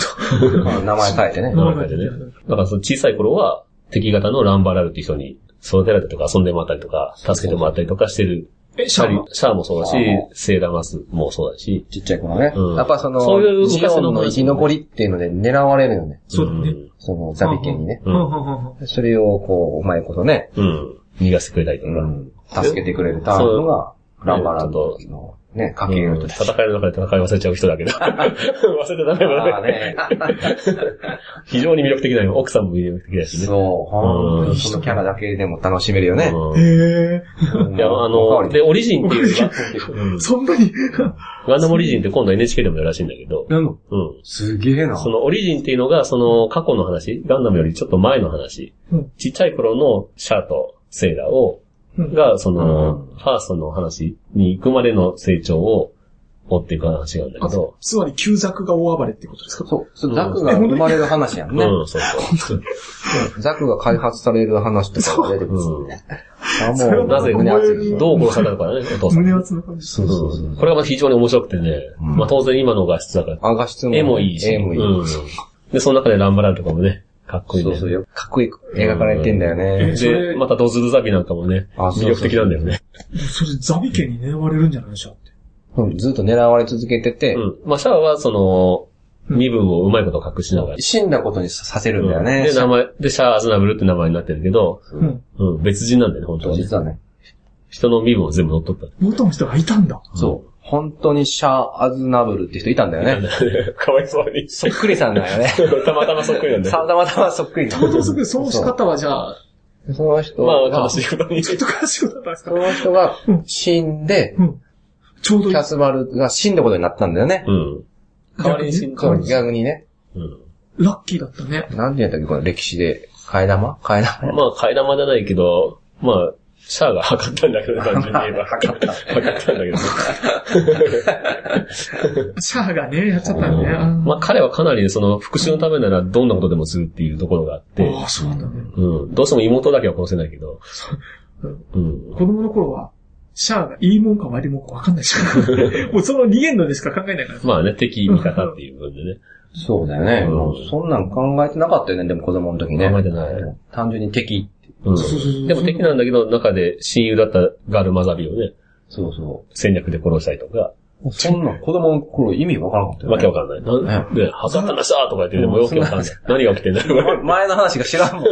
S3: と。
S2: まあ名前変えてね。
S1: 名前変えてねだからその小さい頃は敵型のランバラルっていう人に育てられたりとか遊んでもらったりとか、助けてもらったりとかしてる。
S3: え、シ
S1: シ
S3: ャ
S1: ャ
S3: アも
S1: リシャアもそうだし
S2: シャアも、
S1: セーラーマスもそうだし。
S2: ちっちゃい子がね。
S1: うん
S2: やっぱその、
S1: そういう
S2: ジオンの生き残りっていうので狙われるよね。
S3: そうだね。
S2: その、ザビ家にね。
S1: う
S3: うんんうんうんうん
S2: それを、こう、うまいことね、
S1: うん。逃がしてくれたりとか。
S2: 助けてくれるターンのが、ランバランドの、ね、家計
S1: う
S2: を
S1: ん戦いの中で戦い忘れちゃう人だ けど。忘れてダメ
S2: ま
S1: だ
S2: あ
S1: ね。
S2: ね。
S1: 非常に魅力的だよ。奥さんも魅力的だしね。
S2: そう、本当にそのキャラだけでも楽しめるよね。
S1: うん
S3: へえ。
S1: いや、あの、で、
S2: で、
S1: オリジンっていうのが、うん
S3: そんなに。
S1: ガンダムオリジンって今度 NHK でもやるらしいんだけど、
S2: なんの
S1: うん。
S2: すげえな。
S1: そのオリジンっていうのが、その過去の話、ガンダムよりちょっと前の話
S3: うん、
S1: ちっちゃい頃のシャアとセイラを、
S3: うん
S1: が、そうの、ファーストの話に行くまでの成長を追っていく話なんだけど、
S3: つまり、旧作が大暴れってことですか
S2: そう、そうザクが生まれる話やんね。
S1: うん、そうそう。
S2: ザクが開発される話とかが出てくるしね。あ、
S3: それは
S1: なぜ
S2: 胸熱い
S3: うん
S1: どう殺されたのかね、お父さん。
S3: 胸厚な感じ。
S2: そうそうそう。
S1: これがまた非常に面白くてね、
S2: うん
S1: まあ当然今の画質だから、
S2: あ、画質も。
S1: 絵もいいし、
S2: 絵もいい。
S1: うんで、その中でランバラルとかもね、かっこいい
S2: そ
S1: ね。
S2: うそう、よかっこいい描かれてんだよね。
S3: そ
S1: で、
S3: れ
S1: またドズルザビなんかもね、
S2: あ
S1: 魅
S2: そうそう
S1: 力的なんだよね。
S3: それ、ザビ家に狙われるんじゃないでしょうって。
S2: うんずっと狙われ続けてて、
S1: うん。まあ、シャアは、その、
S3: うん
S1: 身分をうまいこと隠しながら。
S2: 死んだことにさせるんだよね。
S1: で、名前、で、シャア・アズナブルって名前になってるけど、
S3: うん。
S1: うん、別人なんだよね、本当はね。
S2: 実はね。
S1: 人の身分を全部乗っ取った。
S3: 元の人がいたんだ。
S2: そう。本当にシャア・アズナブルって人いたんだよね。
S1: かわいそうに。
S2: そっくりさんだよね。
S1: たまたまそっくりなんだ
S2: さ
S1: よ。
S2: たまたまそっくり。
S3: 本当にそこそうし方はじゃあ、
S2: その人
S1: ま
S2: が、
S1: あ、悲しいことに。
S3: ちょっと悲しくなったんです
S2: そ
S3: か
S2: の人が死んで、
S3: うん。ちょうどい
S2: キ
S3: い
S2: ャ。スバルが死んだことになったんだよね
S1: う。ん。代わりに死んだ。
S2: そう逆にね。
S1: うん。
S3: ラッキーだったね。
S2: なんて言うんだっけ、この歴史で。替え玉替え玉
S1: まあ、替え玉じゃないけど、まあ、シャアが測ったんだけど、単純に言えば。測った。測ったんだけど。
S3: シャアがね、やっちゃったんだね。あ
S1: まあ、彼はかなりその復讐のためならどんなことでもするっていうところがあって、
S3: あ、そうなんだね。
S1: うん。どうしても妹だけは殺せないけど、うん。
S3: 子供の頃は、シャアがいいもんか悪いもんかわか んないしかもうその逃げんのでしか考えないから。
S1: まあね、敵味方っていう分でね。
S2: そうだよね。
S1: うん
S2: もうそんなん考えてなかったよね、でも子供の時ね。
S1: 考えてない。
S2: 単純に敵。
S1: う
S3: そうそうそ
S1: ん。
S3: う
S1: でも敵なんだけど、中で親友だったガールマザビをね、
S2: そうそ
S1: 戦略で殺したりとか、
S2: う。そんなん子供の頃意味わからなかったよね。
S1: わけわかんない。なんで、 測ったんだしゃーとか言って、でもよくわかんない。何が起きてんだろう
S2: 前の話が知らんもんね。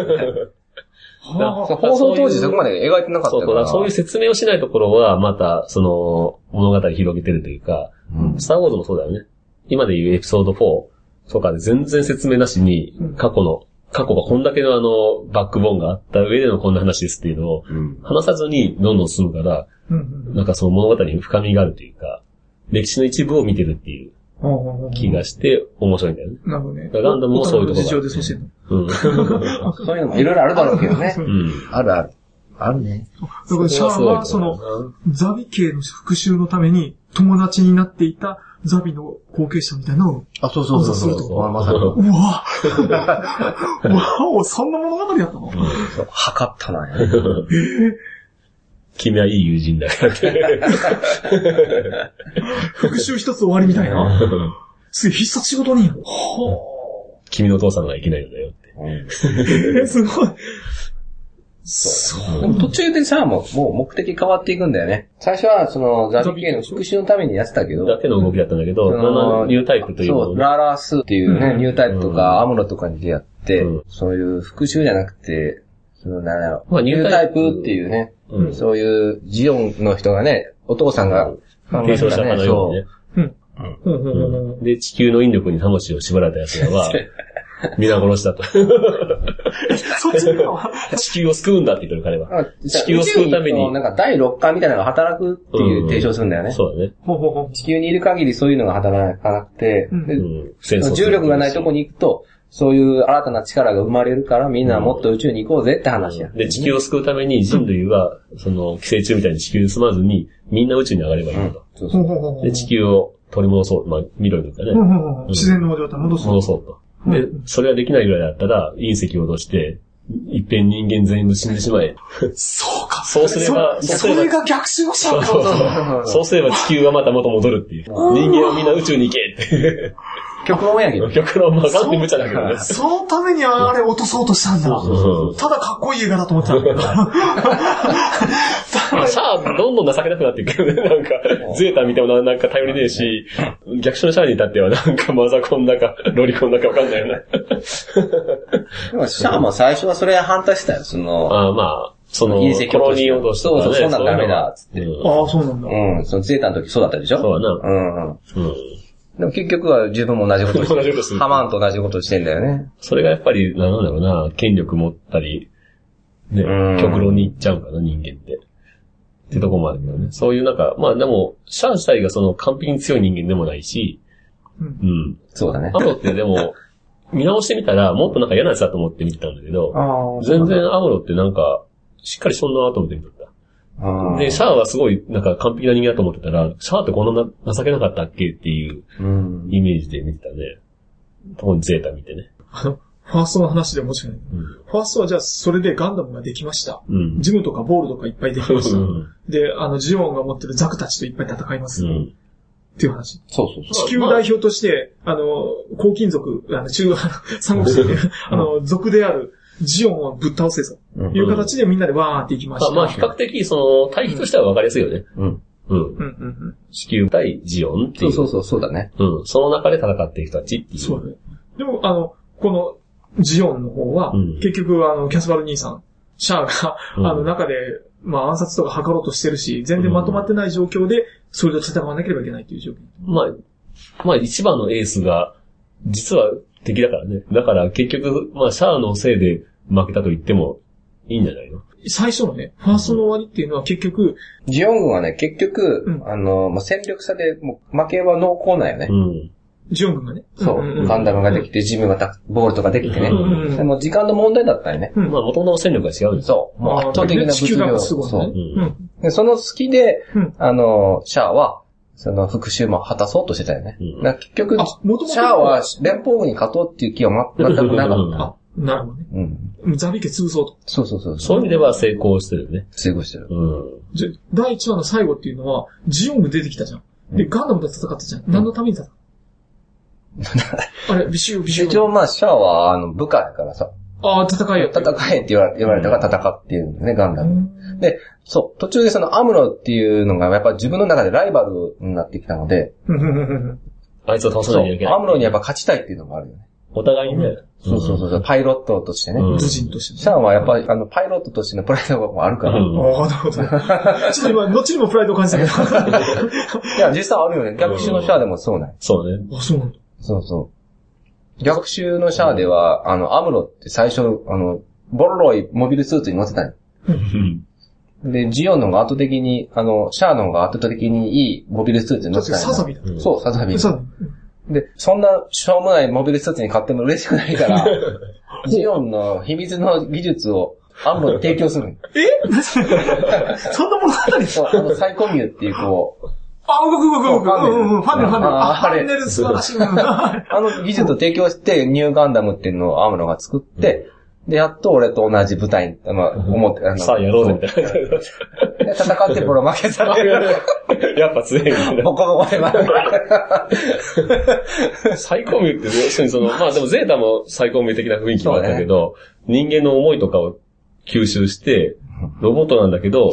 S1: な
S2: そう放送当時そこまで描いてなかっ
S1: そうそ
S2: た
S1: う、だからそういう説明をしないところは、また、その、物語広げてるというか、
S2: うん
S1: スターウォーズもそうだよね。今で言うエピソード4とかで全然説明なしに、過去の、過去がこんだけのあの、バックボーンがあった上でのこんな話ですっていうのを、
S2: うん。
S1: 話さずにどんどん進むから、
S3: うんうん
S1: なんかその物語に深みがあるというか、歴史の一部を見てるっていう
S3: ほうほうほう
S1: 気がして面白いんだよね。
S3: なるほどね。
S1: ランダムもそういうとこ
S3: 大人の事情でそうしてるの。
S1: うん。
S2: そういうのもいろいろあるだろうけどね
S3: う。
S1: うん。
S2: あるある。あるね。
S3: だからシャアは、その、
S1: の、
S3: ザビ系の復讐のために友達になっていたザビの後継者みたいなのを、
S2: あ、そう
S3: そうそうそう
S1: そう
S2: ま さに。
S3: うわわお、そんな物語だったの
S2: 測ったなよ。
S1: 君はいい友人だから って。
S3: 復讐一つ終わりみたいな。すげえ必殺仕事に。ほ
S1: 君のお父さんがいけないんだよって。
S3: ー。すごい。そう。
S2: でも途中でさ、もう、もう目的変わっていくんだよね。最初は、その、ザビ系の復讐のためにやってたけど、
S1: だけの動きだったんだけど、
S2: その
S1: ニュータイプというも
S2: そ
S1: の
S2: う、ラーラースっていうね、
S3: うん
S2: ニュータイプとか、アムロとかに出会って、
S1: うん
S2: そういう復讐じゃなくて、その、なんだろう、
S1: まあ
S2: ニ
S1: ニ
S2: ュ
S1: ュ
S2: ー
S1: ー
S2: タ
S1: タ
S2: イ
S1: イプ
S2: プっていうね、
S1: うん
S2: そういうジオンの人がね、お父さんが、
S1: 継承したかのようにね。
S3: うん。うんう
S1: うん
S3: うんうん
S1: んで、地球の引力に魂を縛られた奴らは、皆殺しだと。
S3: そっちの方は
S1: 地球を救うんだって言ってる彼は。
S2: なんか
S1: 地球を救うために
S2: 宇宙のなんか第六感みたいなのが働くっていう提唱するんだよね。
S1: そうだね。
S3: ほうほうほう。
S2: 地球にいる限りそういうのが働かなくて、
S3: うん
S2: で
S1: うん。戦争する
S2: 重力がないとこに行くと、そういう新たな力が生まれるから、みんなもっと宇宙に行こうぜって話や。
S1: で、地球を救うために人類は、その、寄生虫みたいに地球に住まずに、みんな宇宙に上がればいい
S2: うん
S1: と。
S2: そうそ
S3: ほう
S2: う
S3: ほうほうほう。
S1: で、地球を取り戻そう。まあ、緑とかね
S3: う。んうんうんうん。自然の状態戻す。
S1: 戻そうと。
S3: う
S1: で
S3: ん、
S1: それができないぐらいだったら、隕石を落として、一遍人間全部死んでしまえ。
S3: そうか。
S1: そうすればそ
S3: そ
S1: うすれば
S3: それが逆襲したのか。
S1: そうそう
S2: そう
S1: そうすれば地球はまた元戻るっていう。人間はみんな宇宙に行けって。
S2: 極論やけど。
S1: 極論まあかんで無茶だけどね。
S3: そのためにあれ落とそうとしたんだ
S1: そうそう。
S3: ただかっこいい映画だと思ってたんだけど。
S1: まあ、シャア、どんどん情けなくなっていく よね。なんか、ゼータ見てもななんか頼りねえし、逆襲のシャアに至ってはなんかマザコンだ か、ロリコンだかわかんないよね。
S2: でもシャアも最初はそれ反対してたよ、その、
S1: ああまあ、その、
S2: 隕石
S1: コロニー落としとかね。
S2: そうそうそんなんダメだっつって
S1: そういうのは
S3: ああ、そうなんだ。
S2: うん、そのゼータの時そうだったでしょ
S1: そうだな。
S2: うんうん。
S1: うん。
S2: でも結局は自分も同じことして
S1: 同じことする
S2: ハマンと同じことしてんだよね。
S1: それがやっぱり、なんだろうな、権力持ったり、ね
S2: うん、
S1: 極論に行っちゃうんかな、人間って。ってとこもあるけどね。そういうなんか、まあでも、シャア自体がその完璧に強い人間でもないし、
S3: うん
S1: うん。
S2: そうだね
S1: ア。ムロってでも、見直してみたら、もっとなんか嫌なやつだと思って見てたんだけど、
S3: ああ。
S1: 全然アムロってなんか、しっかりそんなと思って見てた。
S2: うん
S1: で、シャアはすごいなんか完璧な人間だと思ってたら、シャアってこんなな情けなかったっけっていう
S2: うん。
S1: イメージで見てたね。特にゼータ見てね。
S3: ファーストの話で面白い。
S1: うん。
S3: ファーストはじゃあ、それでガンダムができました。
S1: うん。
S3: ジムとかボールとかいっぱいできまし
S1: う
S3: た。
S1: ん
S3: で、あの、ジオンが持ってるザクたちといっぱい戦います。
S1: う
S3: っ
S1: ん。
S3: ていう話。
S2: そうそうそう。
S3: 地球代表として、あの、黄金族、あの、中、三国志で、 あの、族であるジオンをぶっ倒せと
S2: うん
S3: いう形でみんなでわーっていきま
S1: ま
S3: し
S1: あ、
S3: た。
S1: まあ比較的、その、対比としては分かりやすいよね。
S2: うん。
S1: うん。
S3: うんうんうん。
S1: 地球対ジオンって
S2: そ
S1: いうう。
S2: そうそう、そうだね。
S1: うん。その中で戦っていく人たちっていう。
S3: そうだね。でも、あの、この、ジオンの方は、
S1: うん
S3: 結局、あの、キャスバル兄さん、シャアが、
S1: うん
S3: あの、中で、まあ、暗殺とか図ろうとしてるし、全然まとまってない状況で、それと戦わなければいけないっていう状況。
S1: まあ、まあ一番のエースが、実は敵だからね。だから結局、まあシャアのせいで負けたと言ってもいいんじゃないの
S3: 最初のね、ファーストの終わりっていうのは結局、
S2: ジオン軍はね、結局、
S3: うん
S2: あの、もう戦力差で、もう負けは濃厚なんよね。
S1: うん。
S3: ジオン軍がね、
S2: そう、
S3: んんん
S2: ガンダムができて、ジムがたボールとかできてね。
S1: うん
S3: うんうん
S2: でも時間の問題だったよね。
S3: うん
S1: まあ元々の戦力が違うんですよ。
S2: そう。もう圧倒的な
S3: 地球
S2: 物量。
S3: がすごい
S2: そ
S3: ね
S2: う。
S1: う
S2: で、その好きで、
S3: うん
S2: あの、シャアは、その復讐も果たそうとしてたよね。
S1: うん
S2: だから結局
S3: あ元々、
S2: シャアは連邦軍に勝とうっていう気はま全くな か
S1: うん
S2: っ
S3: うん。なるほどね。
S2: た。うん。
S3: ザビ家潰そうと。
S2: そうそうそう。
S1: そういう意味では成功してるよね。
S2: 成功してる。
S1: うん。
S3: じゃ第1話の最後っていうのは、ジオン軍出てきたじゃん。で、ガンダムと戦ったじゃん。何のために戦 った、あれ、ビシュー、ビシュ
S2: 一
S3: ー
S2: 応。まあ、シャアは、あの、部下やからさ、
S3: ああ、戦いよ。
S2: 戦えって言われ言われたから戦っていうんだよね、ガンダ
S3: う
S2: ム。
S3: ん
S2: で、そう、途中でそのアムロっていうのが、やっぱ自分の中でライバルになってきたので、
S3: うんうんうんうん
S1: あいつを倒さ
S2: そ
S1: な
S2: う
S1: きゃいけ、ない。
S2: アムロにやっぱ勝ちたいっていうのもあるよね。
S1: お互いにね。
S2: そうそうそうそう、パイロットとしてね。
S1: うん
S3: 無人として
S2: シャアはやっぱり、あの、パイロットとしてのプライドもあるから。
S1: うん
S3: ああ、なるほど。 ちょっと今、後にもプライドを感じた けど。
S2: いや、実際あるよね。逆襲のシャアでもそうない。
S1: そうね。
S3: あ、そうなんだ。
S2: そうそう。逆襲のシャアでは、あの、アムロって最初、あの、ボロロイモビルスーツに乗ってたんよ
S1: うん
S2: で、ジオンの方が圧倒的に、あの、シャアの方が圧倒的にいいモビルスーツに乗ってたんよ
S3: サザビだ。
S1: うん
S2: そう、サザビ。
S3: そう
S2: で、そんな、しょうもないモビルスーツに買っても嬉しくない から、ジオンの秘密の技術を、アムロに提供す るの。
S3: だ。 そんなものあったり
S2: そう、あの、サイコミューっていうこう、
S3: あ、動く動く動く。
S2: そうファンネル
S3: うんうんうん。ファンネル、ファンネル。あ、
S2: あ
S3: フ
S2: あれ
S3: ァンネル素晴らしい。 うん
S2: あの技術を提供して、ニューガンダムっていうのをアムロが作って、で、やっと俺と同じ舞台に、まあ、思って、あの、
S1: さあやろうぜ、みたい
S2: で戦ってボロ負けされる。
S1: な。 やっぱ強いみたいな。
S2: ボコボコで負け
S1: サイコミュって、要するにその、まあでもゼータもサイコミュ的な雰囲気もあったけど、人間の思いとかを吸収して、ロボットなんだけ ど、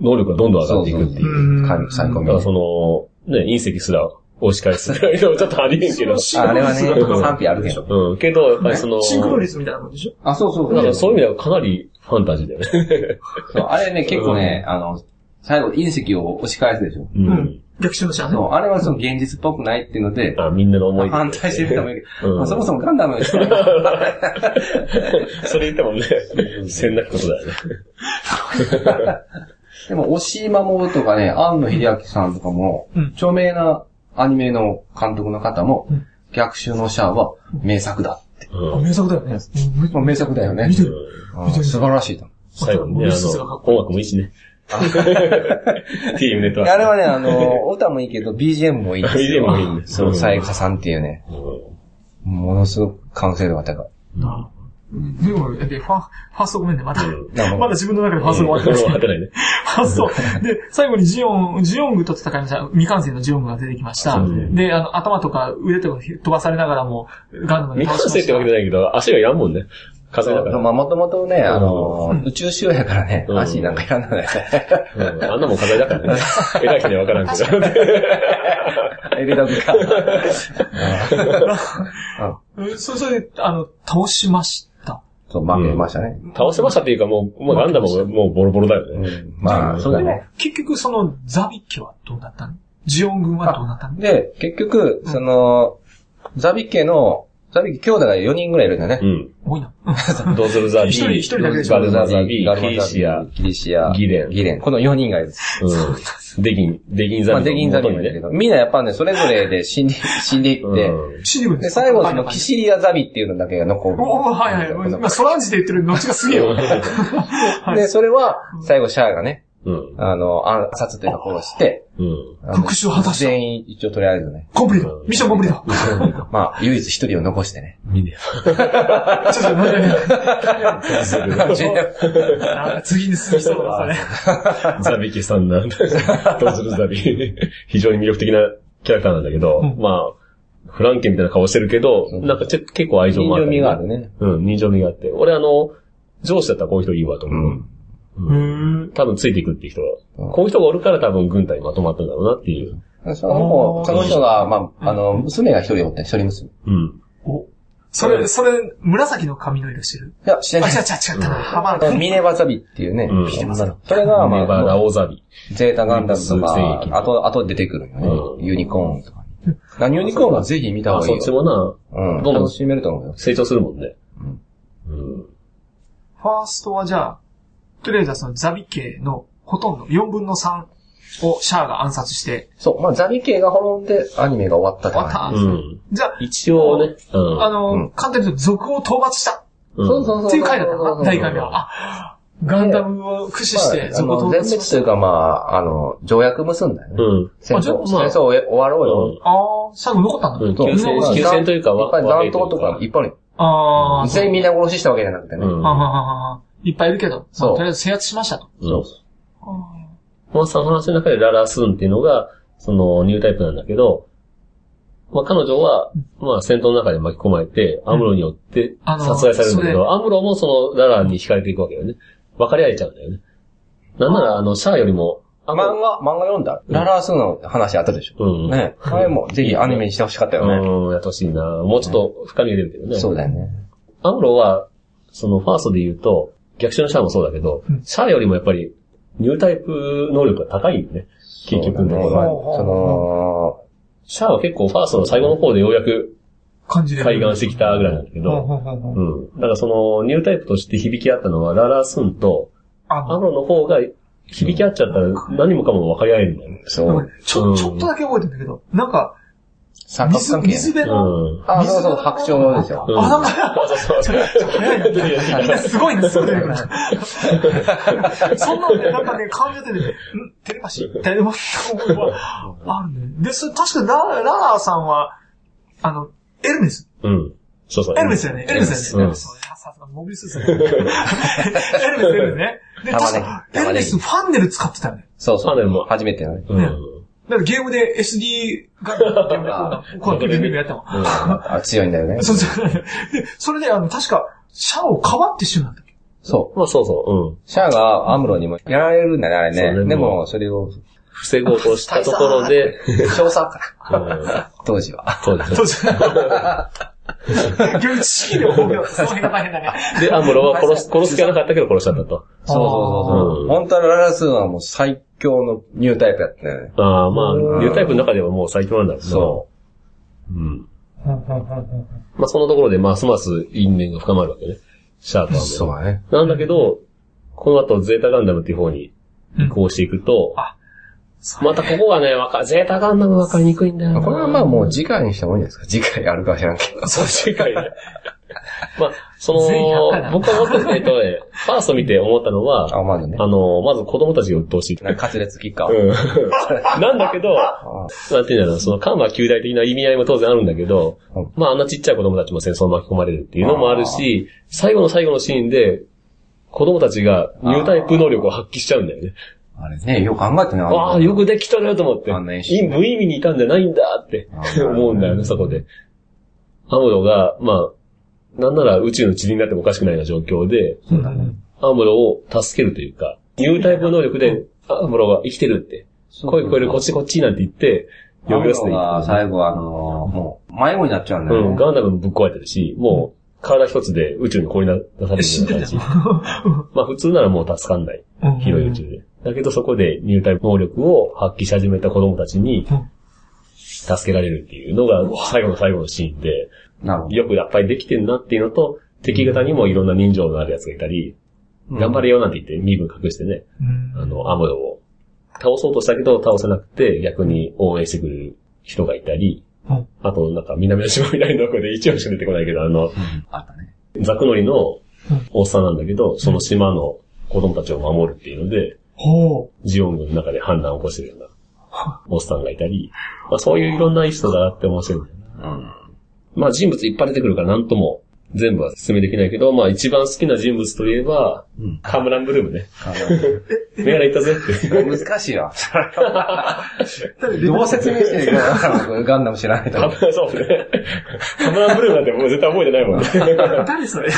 S1: 能力がどんどん上がっていくっていう。
S3: うん
S2: る。サイコ
S1: だ
S2: ミ
S1: か
S2: ュ
S1: らその、ね、隕石すら押し返すぐらい のちょっとありえんけど。
S3: そう
S2: ああれはね、
S1: うん
S2: 賛否あるけど。
S1: うん。けど、やっぱりその、
S3: シンクロ率みたいなもんでしょ
S2: あ、そうそう
S1: だからそういう意味ではかなりファンタジーだよ ね。
S2: そうあれね、結構ね、あの、最後隕石を押し返すでしょ。
S1: う
S3: うんん。。逆襲のシャアね
S2: そう、あれはその現実っぽくないっていうので、
S1: あみんなの思い。
S2: 反対してる人もいるけど、
S1: うん
S2: まあそもそもガンダムの人は
S1: それ言ってもね、せんなくことだよ ね。
S2: でも、押井守とかね、庵野秀明さんとかも、
S3: うん
S2: 著名なアニメの監督の方も、
S3: うん
S2: 逆襲のシャアは名作だ。
S1: う
S3: あ
S1: ん。
S3: 名作だよね。うん
S2: まあ名作だよね
S3: 見てる。
S2: あー素晴らしいと思
S1: 最後にね、あ
S3: あ
S1: の、
S3: と
S1: 音
S3: もう一つがかっこいい
S1: 楽もいいしね。TM ネット
S2: う。
S1: ワ
S2: あれ
S1: ー
S2: はね、あ の、歌もいいけど、BGM もいいんですよ。
S1: BGM もいいね
S2: そう、さやかさんっていうね、
S1: ク
S2: ものすごく完成度が高い。
S3: なあでも、で、ファン、ファーストごめんね、また。
S1: うん
S2: だから
S3: まだ自分の中でファーストが終わってます
S1: 終
S3: け
S1: わ
S3: ど
S1: ってないね。
S3: あ、そう。で、最後にジオン、ジオングと戦いました。未完成のジオングが出てきました。
S1: そうね
S3: で、あの、頭とか腕とか飛ばされながらも、ガンダムに
S1: 未完
S3: 倒しました。
S1: 成ってわけじゃないけど、足がやんもんね。風だか
S2: まあ、もともとね、あの、宇宙仕様やからね、
S1: うん
S2: 足なんかいらん のね。
S1: ら。うんあんなもん風だからね。偉い人にはわからんけど。
S2: 入れとくか。
S3: うんそそれで、あの、倒しました。
S2: そう、負けましたね。
S1: 倒せましたっていうか、もう、もうガンダムももうボロボロだよ
S2: う
S1: ね。
S2: んまあ、そうだね。
S3: 結局、その、ザビッキはどうなったのジオン軍はどうなったの
S2: で、結局、その、ザビ家の、ザビ家兄弟が4人ぐらいいるんだよ
S1: う
S2: ね。
S1: ん。
S3: 多 いな。うん
S1: ドズルザビー。
S3: 一人一人だけでしょ
S1: バルザザビー、キリシア。
S2: キリシア、
S1: ギレン
S2: ギレン。この4人がいる。
S1: うん。デギン、デギンザビ
S2: ま
S1: ー
S2: あ、
S1: の
S2: デギンザビ
S1: 元
S2: も
S1: に
S2: いるけ
S1: ね。
S2: ど、みんなやっぱね、それぞれで死 んで、死んでいって、
S1: うん
S3: 死に軍
S2: で、最後その
S3: お
S2: キシリアザビっていうのだけが残る。
S3: おーはいはい。まあ、ソランジで言ってるのちがすげえよ。はい
S2: で、それは、最後シャアがね、
S1: うん。
S2: あの、暗殺というか殺して、
S1: うん。
S2: あの
S3: 復讐を果たした
S2: 全員一応とりあえずね、
S3: コンプリートミッションコンプリート
S2: まあ、唯一一人を残してね。
S1: ミネ
S3: ちょっと待って
S2: そ
S3: なんか次に進みそうだね。
S1: ザビキさん なんだ。ドズルザビ。非常に魅力的なキャラクターなんだけど、
S3: うん
S1: まあ、フランケンみたいな顔してるけど、
S2: うん
S1: なんかちょ結構愛情もある、
S2: 人情味があるね。
S1: うん、人情味があって。俺あの、上司だったらこういう人いいわと
S2: う
S1: 思う。
S2: ん。
S3: うーん。
S1: 多分ついていくっていう人
S2: う
S1: は、
S2: ん
S1: こういう人がおるから多分軍隊にまとまったんだろうなっていう。
S2: その子
S3: あー
S2: その人が、まあ、あの、娘が一人おって、一人娘。い
S1: うん。
S3: お。それ、それ、紫の髪の色してる
S2: や、知
S3: あ、
S2: ら
S3: 違う
S2: な
S3: 違
S2: いう
S3: 違。ったな。ハマ
S2: ミネバザビっていうね、
S1: うん
S2: 知ってますそれが、ま
S1: ネバラ
S2: あ、
S1: オザビ。
S2: ゼータガンダムと
S1: 水
S2: か
S1: 星、
S2: あと、あと出てくるよ
S1: う
S2: ね。ユニコーンとか。あユニコーンはぜひ見た
S1: あ、
S2: 方がい
S1: そ
S2: い
S1: っち
S2: よ。
S1: もな、
S2: うん。
S1: どんどん
S2: 楽しめると思うよ。
S1: 成長するもんね。
S3: ファーストはじゃあ、とりあえずはそのザビ系のほとんど4分の3をシャアが暗殺して、
S2: そう、まあ、ザビ系が滅んでアニメが終わったって
S3: 終わっ
S2: 感
S1: う
S3: た、
S1: ん。うん。
S3: じゃあ、
S1: 一応ね。うん。
S3: あの、
S2: うん
S3: 簡単に言うと続を討伐した
S2: じ。そうそううそう。
S3: っていう回だったのかな第1回目
S2: まあ。
S3: は。あ、ガンダムを駆使して
S2: あ
S3: 続を
S2: の
S3: 討
S2: 全
S3: 伐し
S2: 滅
S3: まし
S2: というか、まあ、あの、条約結んだよね。
S1: ん。うん。
S2: 戦
S3: あじゃあ
S2: 争、戦
S3: まあ
S2: 争終わろうよ。
S3: た。あー、最後残ったんだ。
S1: うん
S2: そう
S1: 休戦、
S2: まあ
S1: 休戦というか、
S2: いっぱい
S1: 和平
S2: 残
S1: という
S2: 党とかいっぱいあるよ。
S3: あー、
S2: 全員みんな殺ししたわけじゃなくてね。
S1: うん
S3: あははは。いっぱいいるけど、ま
S2: そ
S3: あ
S2: う
S3: とりあえず制圧しましたと。
S1: そう
S3: あー
S1: まあ、その話の中でララスーンっていうのが、その、ニュータイプなんだけど、まあ、彼女は、まあ、戦闘の中で巻き込まれて、アムロによって
S3: あの
S1: 殺害されるんだけ
S3: そ
S1: ど、アムロもその、ララに惹かれていくわけよね。分かり合えちゃうんだよね。なんなら、あの、シャアよりも、あ
S2: 漫画、漫画読んだララースの話あったでしょ。
S1: うん。
S2: ね。あれもぜひアニメにしてほしかったよね。
S1: うん、やってほしいな。もうちょっと深みが出るけどね。
S2: そうだよね。
S1: アムロは、そのファーストで言うと、逆襲のシャアもそうだけど、
S3: うん
S1: シャアよりもやっぱり、ニュータイプ能力が高いよね。結局のとこ
S2: そ
S1: ろ
S2: うだ
S1: は
S2: ねその、
S1: シャアは結構ファーストの最後の方でようやく
S3: 感じで。
S1: 開眼してきたぐらいなんだけ
S3: うん
S1: ど、
S3: うんうんうん
S1: うん。だからその、ニュータイプとして響き合ったのは、ララスンと、
S3: あ
S1: ア
S3: の、
S1: ムロの方が響き合っちゃったら何もかも分かり合えるんだよね。
S2: そ
S3: なん
S2: う
S3: か。ちょ、ちょっとだけ覚えてんだけど、なんか、
S2: 三角
S3: 水、
S2: 関係。
S3: 水
S1: う
S3: 辺の、
S1: ん。
S2: あ、そうそう、白鳥ですよ。
S1: うん
S3: あ、なんか、
S1: そうそう そう。
S3: 早いねすごいね、すごいね。そんなのね、なんかね、感じてね、んテレパシーテレパシーって思いはあるね。で、それ確かラ、ララーさんは、あの、エルメス。
S1: うん。そうそう。
S3: エルメスだよね。エルメスだ
S1: う
S3: よね。エル
S1: ん
S3: メス。さすがモビルスーツだね。エルメス、エルメスね。で、確か、エルメスファンネル使ってたよね。
S2: そうそ
S1: あでも
S2: う。初めてのね。
S1: うん。
S3: だからゲームで SD が、ゲーム でこう、こう、ピピピピやったもん。
S2: あ強いんだよね。
S3: そうそう。で、それで、あの、確か、シャアをかばってしまうんだっけ
S2: そう。
S1: まあそうそう。うん。
S2: シャアがアムロにもやられるんだね、あれ
S1: そう
S2: ね。
S1: ね
S2: でも、それを、
S1: 防ごうとしたところで、
S2: 少佐か。
S1: うん
S2: 当時は。
S1: そうです
S3: そうです。逆に地域でも本業、その辺が大変だね。
S1: で、アムロは殺 す、殺す気はなかったけど殺しちゃったと。
S2: そうそうそうそうう。
S1: ん
S2: 本当はララスーはもう最強のニュータイプやったよね。
S1: ああ、まあ、
S2: うん
S1: ニュータイプの中ではもう最強なんだろうな。
S2: そう
S1: うん。まあそのところで、ますます因縁が深まるわけね。シャークはも
S2: う。うだね。
S1: なんだけど、この後ゼータガンダムっていう方に移行していくと、
S3: あ
S1: またここがね、わか、ゼータガンダムわかりにくいんだよな。
S2: これはまあもう次回にした方がいいんじゃないですか。次回あるかは知らんけど。
S1: そう、次 回ね。まあ、その
S3: 全100回だ、
S1: 僕は思って、えっとね、 ファースト見て思ったのは、
S2: あ、まずね。
S1: あの、まず子供たちが鬱陶しいって。
S2: なんか滑裂キッカー。
S1: うん。なんだけど、
S2: あ
S1: なんていうんだろう、その緩和旧大的な意味合いも当然あるんだけど
S2: うん、
S1: まああんなちっちゃい子供たちも戦争に巻き込まれるっていうのもあるし、最後の最後のシーンで、子供たちがニュータイプ能力を発揮しちゃうんだよね。
S2: あれね、よく考えてね。
S1: わあ、よくできとると思って
S2: あんな演、出
S1: い無意味にいたんじゃないんだって
S2: あー
S1: 思うんだよね、そこで。アムロが、まあ、なんなら宇宙の地理になってもおかしくないような状況で、
S3: そうだね。
S1: アムロを助けるというか、ニュータイプ能力でアムロが生きてるって、声聞こえるこっちこっちなんて言って、
S2: ア
S1: 呼び
S2: ム
S1: 寄せて
S2: ロ
S1: いく。
S2: が最後あの、もう、迷子になっちゃうんだ
S1: う
S2: よ
S1: ん、
S2: ね。
S1: ガンダムもぶっ壊れてるし、もう、体一つで宇宙に放り出され
S3: え
S1: る
S3: 死ん
S1: よう
S3: で
S1: な
S3: た
S1: 感じ。
S3: じ
S1: まあ普通ならもう助かんない。
S3: ゃん。
S1: 広い宇宙で。だけどそこでニュータイプ能力を発揮し始めた子供たちに
S3: うん、
S1: 助けられるっていうのが最後の最後のシーンで、
S2: なるほど。
S1: よくやっぱりできてんなっていうのと、敵方にもいろんな人情のある奴がいたり、頑張れよなんて言って身分隠してね、
S3: うん。
S1: あの、アムロを倒そうとしたけど倒せなくて逆に応援してくれる人がいたり
S3: うん、
S1: あとなんか南の島みたいなとこで一応しか出てこないけど、あの、
S2: あったね。
S1: ザクノリの
S3: うん
S1: おっさんなんだけど、その島の子供たちを守るっていうので、
S3: ほ
S1: ジオン軍の中で判断を起こしてるようなおっさんがいたり、まあ、そういういろんな人があって面白いんだよな。
S2: うん。
S1: まあ人物いっぱい出てくるからなんとも全部は説明できないけど、まあ一番好きな人物といえば、
S2: うん
S1: カムランブルームね。
S2: あの
S1: メガネ行ったぜ って。
S2: 難しいわ。
S3: う。
S2: どう説明していいかわからんこれガンダム知らないと
S1: カムラ、そうね。カムランブルームなんてもう絶対覚えてないもんね。
S3: 誰それ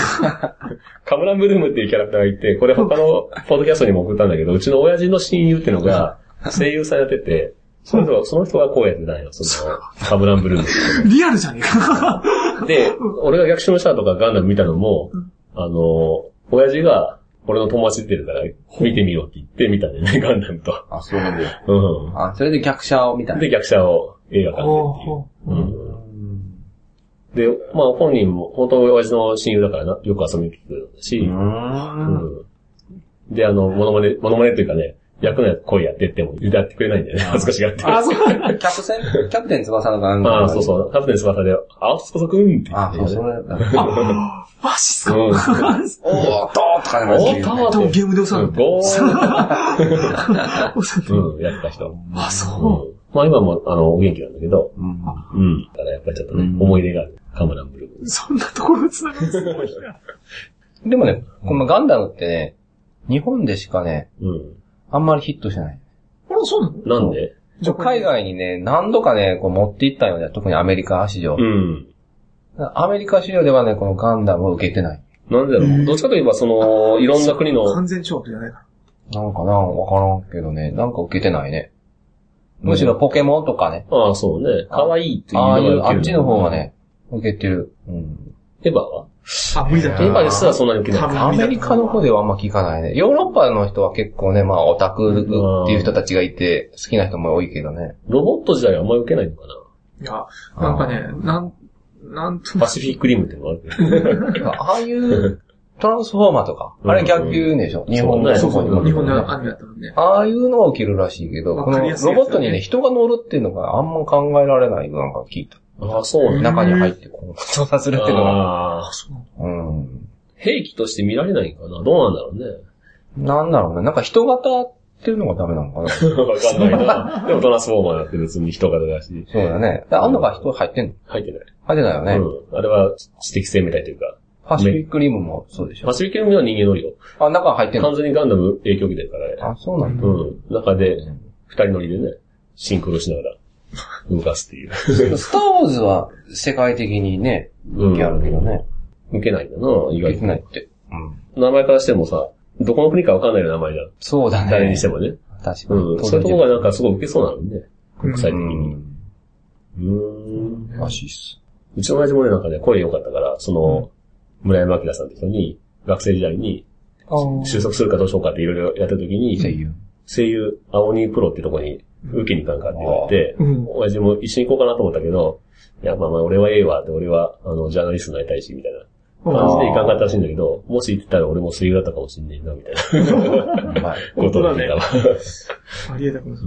S1: カムランブルームっていうキャラクターがいて、これ他のポッドキャストにも送ったんだけど、うちの親父の親友っていうのが声優さんやってて、その人が、その人がこうやってたんよ、その、カムランブルーム。
S3: リアルじゃねえか。
S1: で、俺が逆襲のシャアとかガンダム見たのも、あの、親父が、俺の友達出てるから、見てみようって言って見たんだよね、ガンダムと。
S2: あ、そうなんだよ。
S1: う
S2: あ、それで逆者を見た
S1: ん。で、逆者を映画館でっていう
S3: ほ
S2: うん。
S1: で、まあ本人も、本当親父の親友だからな、よく遊びに来てくれるし、
S2: うん。
S1: うん。で、あの、モノマネ、モノマネっていうかね、役の声やってっても、やってくれないんだよね、恥ずかしがって。
S3: あ、そうなんだ。
S2: キャプテン、キャプテン翼のガンダム。
S1: ああ、そうそう、キャプテン翼で、あ、そこそくんって言
S2: あ
S1: っ、て
S2: そう、 そ
S1: ね。
S2: れだ。
S3: あ、マジっすか。
S1: うん
S2: おーっとーとかでも
S1: お
S2: 言
S1: ー
S2: う
S1: たわ
S3: 多分ゲームで襲われた
S1: ゴー
S3: あ、
S1: うん、やった人。
S3: そう。
S1: うん。まあ今も、あの、お元気なんだけど、
S2: うん
S1: うん。だからやっぱりちょっとね、
S2: うん
S1: 思い出がある。カムランブルー。
S3: そんなところに繋がる すごいな。
S2: でもね、このガンダムってね、日本でしかね、
S1: うん。
S2: あんまりヒットしてない。
S3: あら、そうなの
S1: なんで
S2: ちょ海外にね、何度かね、こう持っていったよね、特にアメリカ市場
S1: う。ん。
S2: アメリカ市場ではね、このガンダムを受けてない。
S1: なんでだろう。どっちかといえば、その、いろんな国の、
S3: 完全超悪じゃないか
S2: なんかな、わからんけどね。なんか受けてないね。むしろポケモンとかね。
S1: ああ、そうね。可愛いっていう
S2: ああい
S1: の
S2: う、
S1: が受け
S2: あ
S1: る
S2: っちの方が。ね、受けてる。うん。
S1: エヴァは
S3: あ、無理だ
S1: エヴァですらそんなに受けない。
S3: あ
S2: アメリカの方ではあんま聞かないね。ヨーロッパの人は結構ね、まあオタクっていう人たちがいて、好きな人も多いけどね。
S1: ロボット自体はあんまり受けないのかな。
S3: いや、なんかね、なん、なんと
S1: パシフィックリムってのがある。
S2: ああいう、トランスフォーマーとか。
S1: うん
S2: あれ逆流でしょ日本
S1: ね
S2: の
S3: そうそ
S2: 方にも
S3: う、日本のアニメだったもんね。
S2: ああいうのは起きるらしいけど、
S3: わ
S2: こ
S3: か
S2: の
S3: りやすい
S2: ロ
S3: やつだね
S2: ボットにね、人が乗るっていうのがあんま考えられない、なんか聞いた。
S1: ああ、そうね。
S2: 中に入ってこう、操作するっていうのが。
S1: ああ
S3: そう
S2: うん。
S1: 兵器として見られないんかなどうなんだろうね。
S2: なんだろうね。なんか人型っていうのがダメ なのかな。そ
S1: わかんないな。 でもトランスフォーマーだって別に人型だし、
S2: うだね。あんのが人入ってんの
S1: 入ってない。
S2: 入ってないよね。
S1: うん。あれは知的生命体というか、
S2: パシフィックリムもそうでしょ
S1: パ。シフィックリムは人間乗りよ。
S2: あ、中入ってんの
S1: 完全にガンダム影響受けてるからね。
S2: あ、そうなんだ。
S1: うん。中で、二人乗りでね、シンクロしながら、動かすっていう。
S2: スターウォーズは世界的にね、
S1: うん
S2: 人気あるけどね。
S1: 受けないんだな、意
S2: で
S1: 外
S2: き
S1: と。
S2: ないって。うん。
S1: 名前からしてもさ、どこの国かわかんないような名前じゃん。
S2: そうだね。
S1: 誰にしてもね。
S2: 確かに。
S1: うん。そういうところがなんかすごい受けそうなのね。国際
S2: う
S1: 的に。
S2: ん。
S1: うん。
S2: らしいっす。
S1: うちの親父もね、なんかね、声良かったから、その、村山明さんって人に、学生時代に、就職するかどうしようかっていろいろやった時に、
S2: 声優。
S1: 声優、青鬼プロってとこに受けに行かんかって言われて、
S3: うん。
S1: 親父も一緒に行こうかなと思ったけど、いや、まあまあ俺はええわって、俺は、あの、ジャーナリストになりたいし、みたいな感じで行かんかったらしいんだけど、もし行ってたら俺も声優だったかもしんねえな、みたいな
S2: はい。
S1: ことを聞いたわ。
S3: ありえたくない。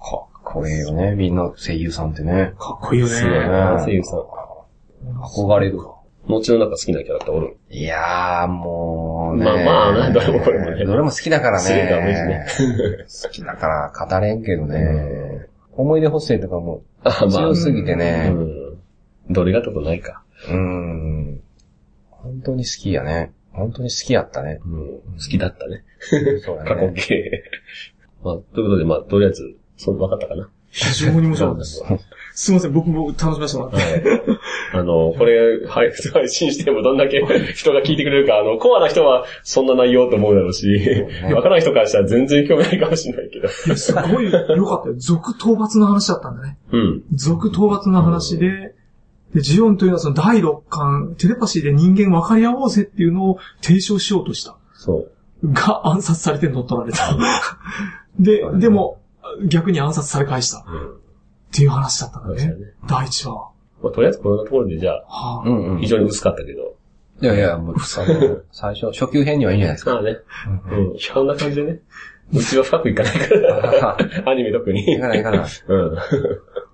S2: かっこいいよね、みんな声優さんってね。
S3: かっこいいよ
S1: すごい
S3: ね。
S1: な、 声優さん。
S2: 憧れるわ。
S1: 後の中好きなキャラクターおる。
S2: いやー、もうね。
S1: まあ まあどれもこれもね
S2: どれも好きだから
S1: すげえダメ
S2: ね。好きだから語れんけどね。思い出補正とかも
S1: あ
S2: 強すぎてね。
S1: うん。どれがってことないか。
S2: うん。本当に好きやね。本当に好きやったね。
S1: うん。好きだったね。
S2: そうだ
S1: 過去
S2: ね。
S1: 形。 まあ、ということで、まあ、とりあえず、そう、分かったかな。
S3: 非常に面白かったです。すいません、僕も楽しみましたもん。
S1: あの、これ、配配信してもどんだけ 人が聞いてくれるか、あの、コアな人はそんな内容と思うだろうし、わからない人からしたら全然興味ないかもしれないけど。
S3: いやすごい良かったよ。俗討伐の話だったんだね。
S1: うん。
S3: 俗討伐の話で、で、ジオンというのはその第六感、テレパシーで人間分かり合おうぜっていうのを提唱しようとした。
S1: そう。
S3: が暗殺されて乗っ取ら れた。で、でも、逆に暗殺され返した。っ
S1: うん。
S3: ていう話だったんだ
S1: そうだ
S3: ね
S1: よね。
S3: 第一話は。
S1: まあ、とりあえずこんなところで、じゃあ、
S3: は
S2: うんうん。
S1: 非
S2: い
S1: 常に薄かったけど。
S2: やいや、もう、あの最初、初級編にはいいんじゃないですか。
S1: まあね。うん。そんな感じでね。うちは深くいかないから。アニメ特に。
S2: いかないいかない。
S1: うん。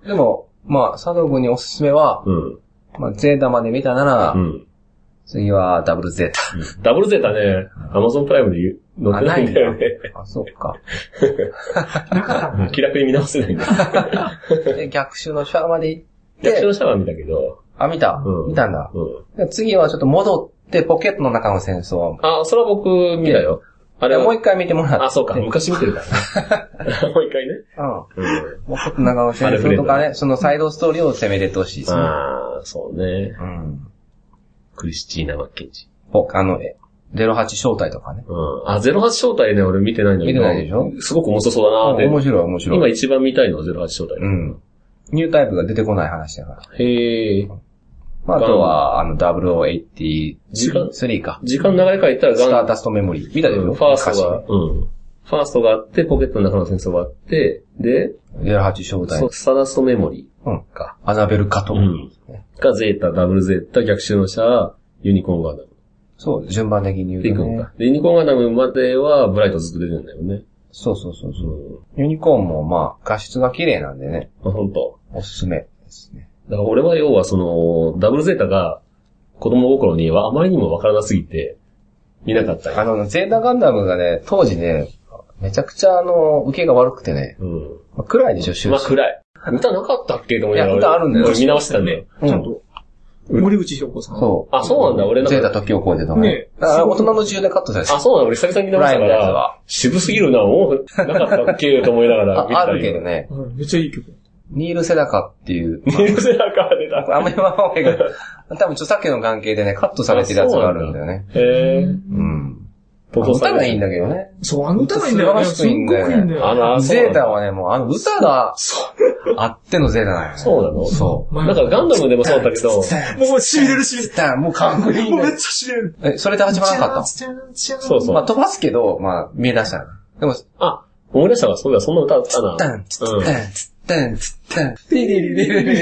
S2: でも、まあ、佐藤君におすすめは、
S1: うん。
S2: まあ、ゼータまで見たなら、
S1: うん。
S2: 次はダブルゼー タ。
S1: ダブルゼータね、アマゾンプライムで載ってないんだよね。
S2: あ、そっか。
S1: 気楽に見直せないんだ。
S2: で、逆襲のシャワーま で行っ
S1: 役所
S2: て、
S1: のシャワー見たけど、
S2: あ、見た、
S1: うん
S2: 見たんだ。
S1: うん。
S2: で次はちょっと戻って、ポケットの中の戦争。
S1: あ、それは僕見たよ。あ
S2: あ
S1: れは
S2: もう一回見てもらって。
S1: あ、そう か、
S2: うん。
S1: 昔見てるから ね。もう一回ね。う
S2: ポケットの中の戦争とかね、そのサイドストーリーを攻めれてほしいで
S1: ん。
S2: すね。
S1: ああ、そうね。
S2: うん。
S1: クリスチーナ・マッケンジ。
S2: 僕、あの、え08招待とかね。
S1: うん。あ、08招待ね、俺見てないんだけど。
S2: 見てないでしょ
S1: すごく面白そうだなって。
S2: 面白い、面白
S1: 今
S2: い。
S1: 一番見たいのは08招待。
S2: うん。ニュータイプが出てこない話だから。
S1: へえ。
S2: まあ、あとは、あの、0083か。
S1: 時間長いから言ったら
S2: スタ
S1: ガン
S2: ーダストメモリー。見たでし
S1: う
S2: ょ
S1: んファーストが、うん。ファーストがあって、ポケットの中の戦争があって、で、
S2: 昔08
S1: そ
S2: 招待
S1: う、。サダストメモリ
S2: うん。アナベルカト。
S1: うんーがゼータ、ダブルゼータ、逆襲のシャア、ユニコーンガンダム。
S2: そう、順番的に
S1: で、
S2: 言
S1: いうく
S2: と
S1: ん
S2: ね
S1: か。。で、ユニコーンガンダムまでは、ブライトずっと出てるんだよね。
S2: そうそうそう
S1: う
S2: そう。
S1: ん。
S2: ユニコーンもまあ、画質が綺麗なんでね、
S1: あ、本当。
S2: おすすめですね。
S1: だから俺は要はその、ダブルゼータが、子供心にはあまりにもわからなすぎて、見なかったよ
S2: あの、ゼータガンダムがね、当時ね、めちゃくちゃあの、受けが悪くてね、
S1: うん。
S2: まあ暗いでしょ、終
S1: まあ
S2: 始。
S1: 暗い。歌なかったっけと思いながら。
S2: いや歌あるんだよ
S1: 俺見直してたね。
S2: うん
S3: ちゃんと、森口博子さん。
S2: そう。
S1: あ、そうなんだ、俺なん
S2: ゼータ
S1: か。
S2: 時を超えてとか
S3: ね
S2: ね。
S3: え
S2: だから大人の自由でカットされて
S1: あ、そうなんだ、俺久々に見直したか
S2: 暗いのやつは
S1: ら、渋すぎるな、もうなかったっけと思いながら見て
S2: あ
S1: た
S2: あるけど。ね、
S3: うんめっちゃいい曲。
S2: ニール・セダカっていう、
S1: ニールセラカー出た。
S2: あんまりわかんな いけど、多分著作権の関係でね、カットされてるやつがあるんだよね。
S1: へえ。
S2: うん。
S1: 登場され
S2: 歌が
S1: る
S2: いいんだけどね。
S3: そう、あの歌がいいんだよね。
S2: 素
S3: すっ
S2: 晴らしくい
S3: ご
S2: いん
S3: く
S2: だよね
S3: いいんだよ。
S1: あら、そう
S2: ゼ
S1: な
S2: ー
S1: ん
S2: タ
S1: だ。
S2: はね、もうあの歌が
S3: そう。
S2: あってのゼータなのよ。
S1: そうなの
S2: そ
S1: なんかガンダムでもそうだったけ ど、
S3: もう痺れるし、
S2: う。だもうかっこいい
S3: もうめっ
S2: ね。
S3: ちゃ痺れる。
S2: え、それで始まらなかっ
S3: チャーンチャーンチャーン
S1: そう
S2: た
S1: そ
S2: まあ
S1: う。
S2: 飛ばすけど、まあ見え出したの。でも、つっ
S1: あ、思い出したわ。そうだ、そんな 歌あったな。
S2: たん、つっ
S1: うん。
S2: たん、つったん、つったん。でででででで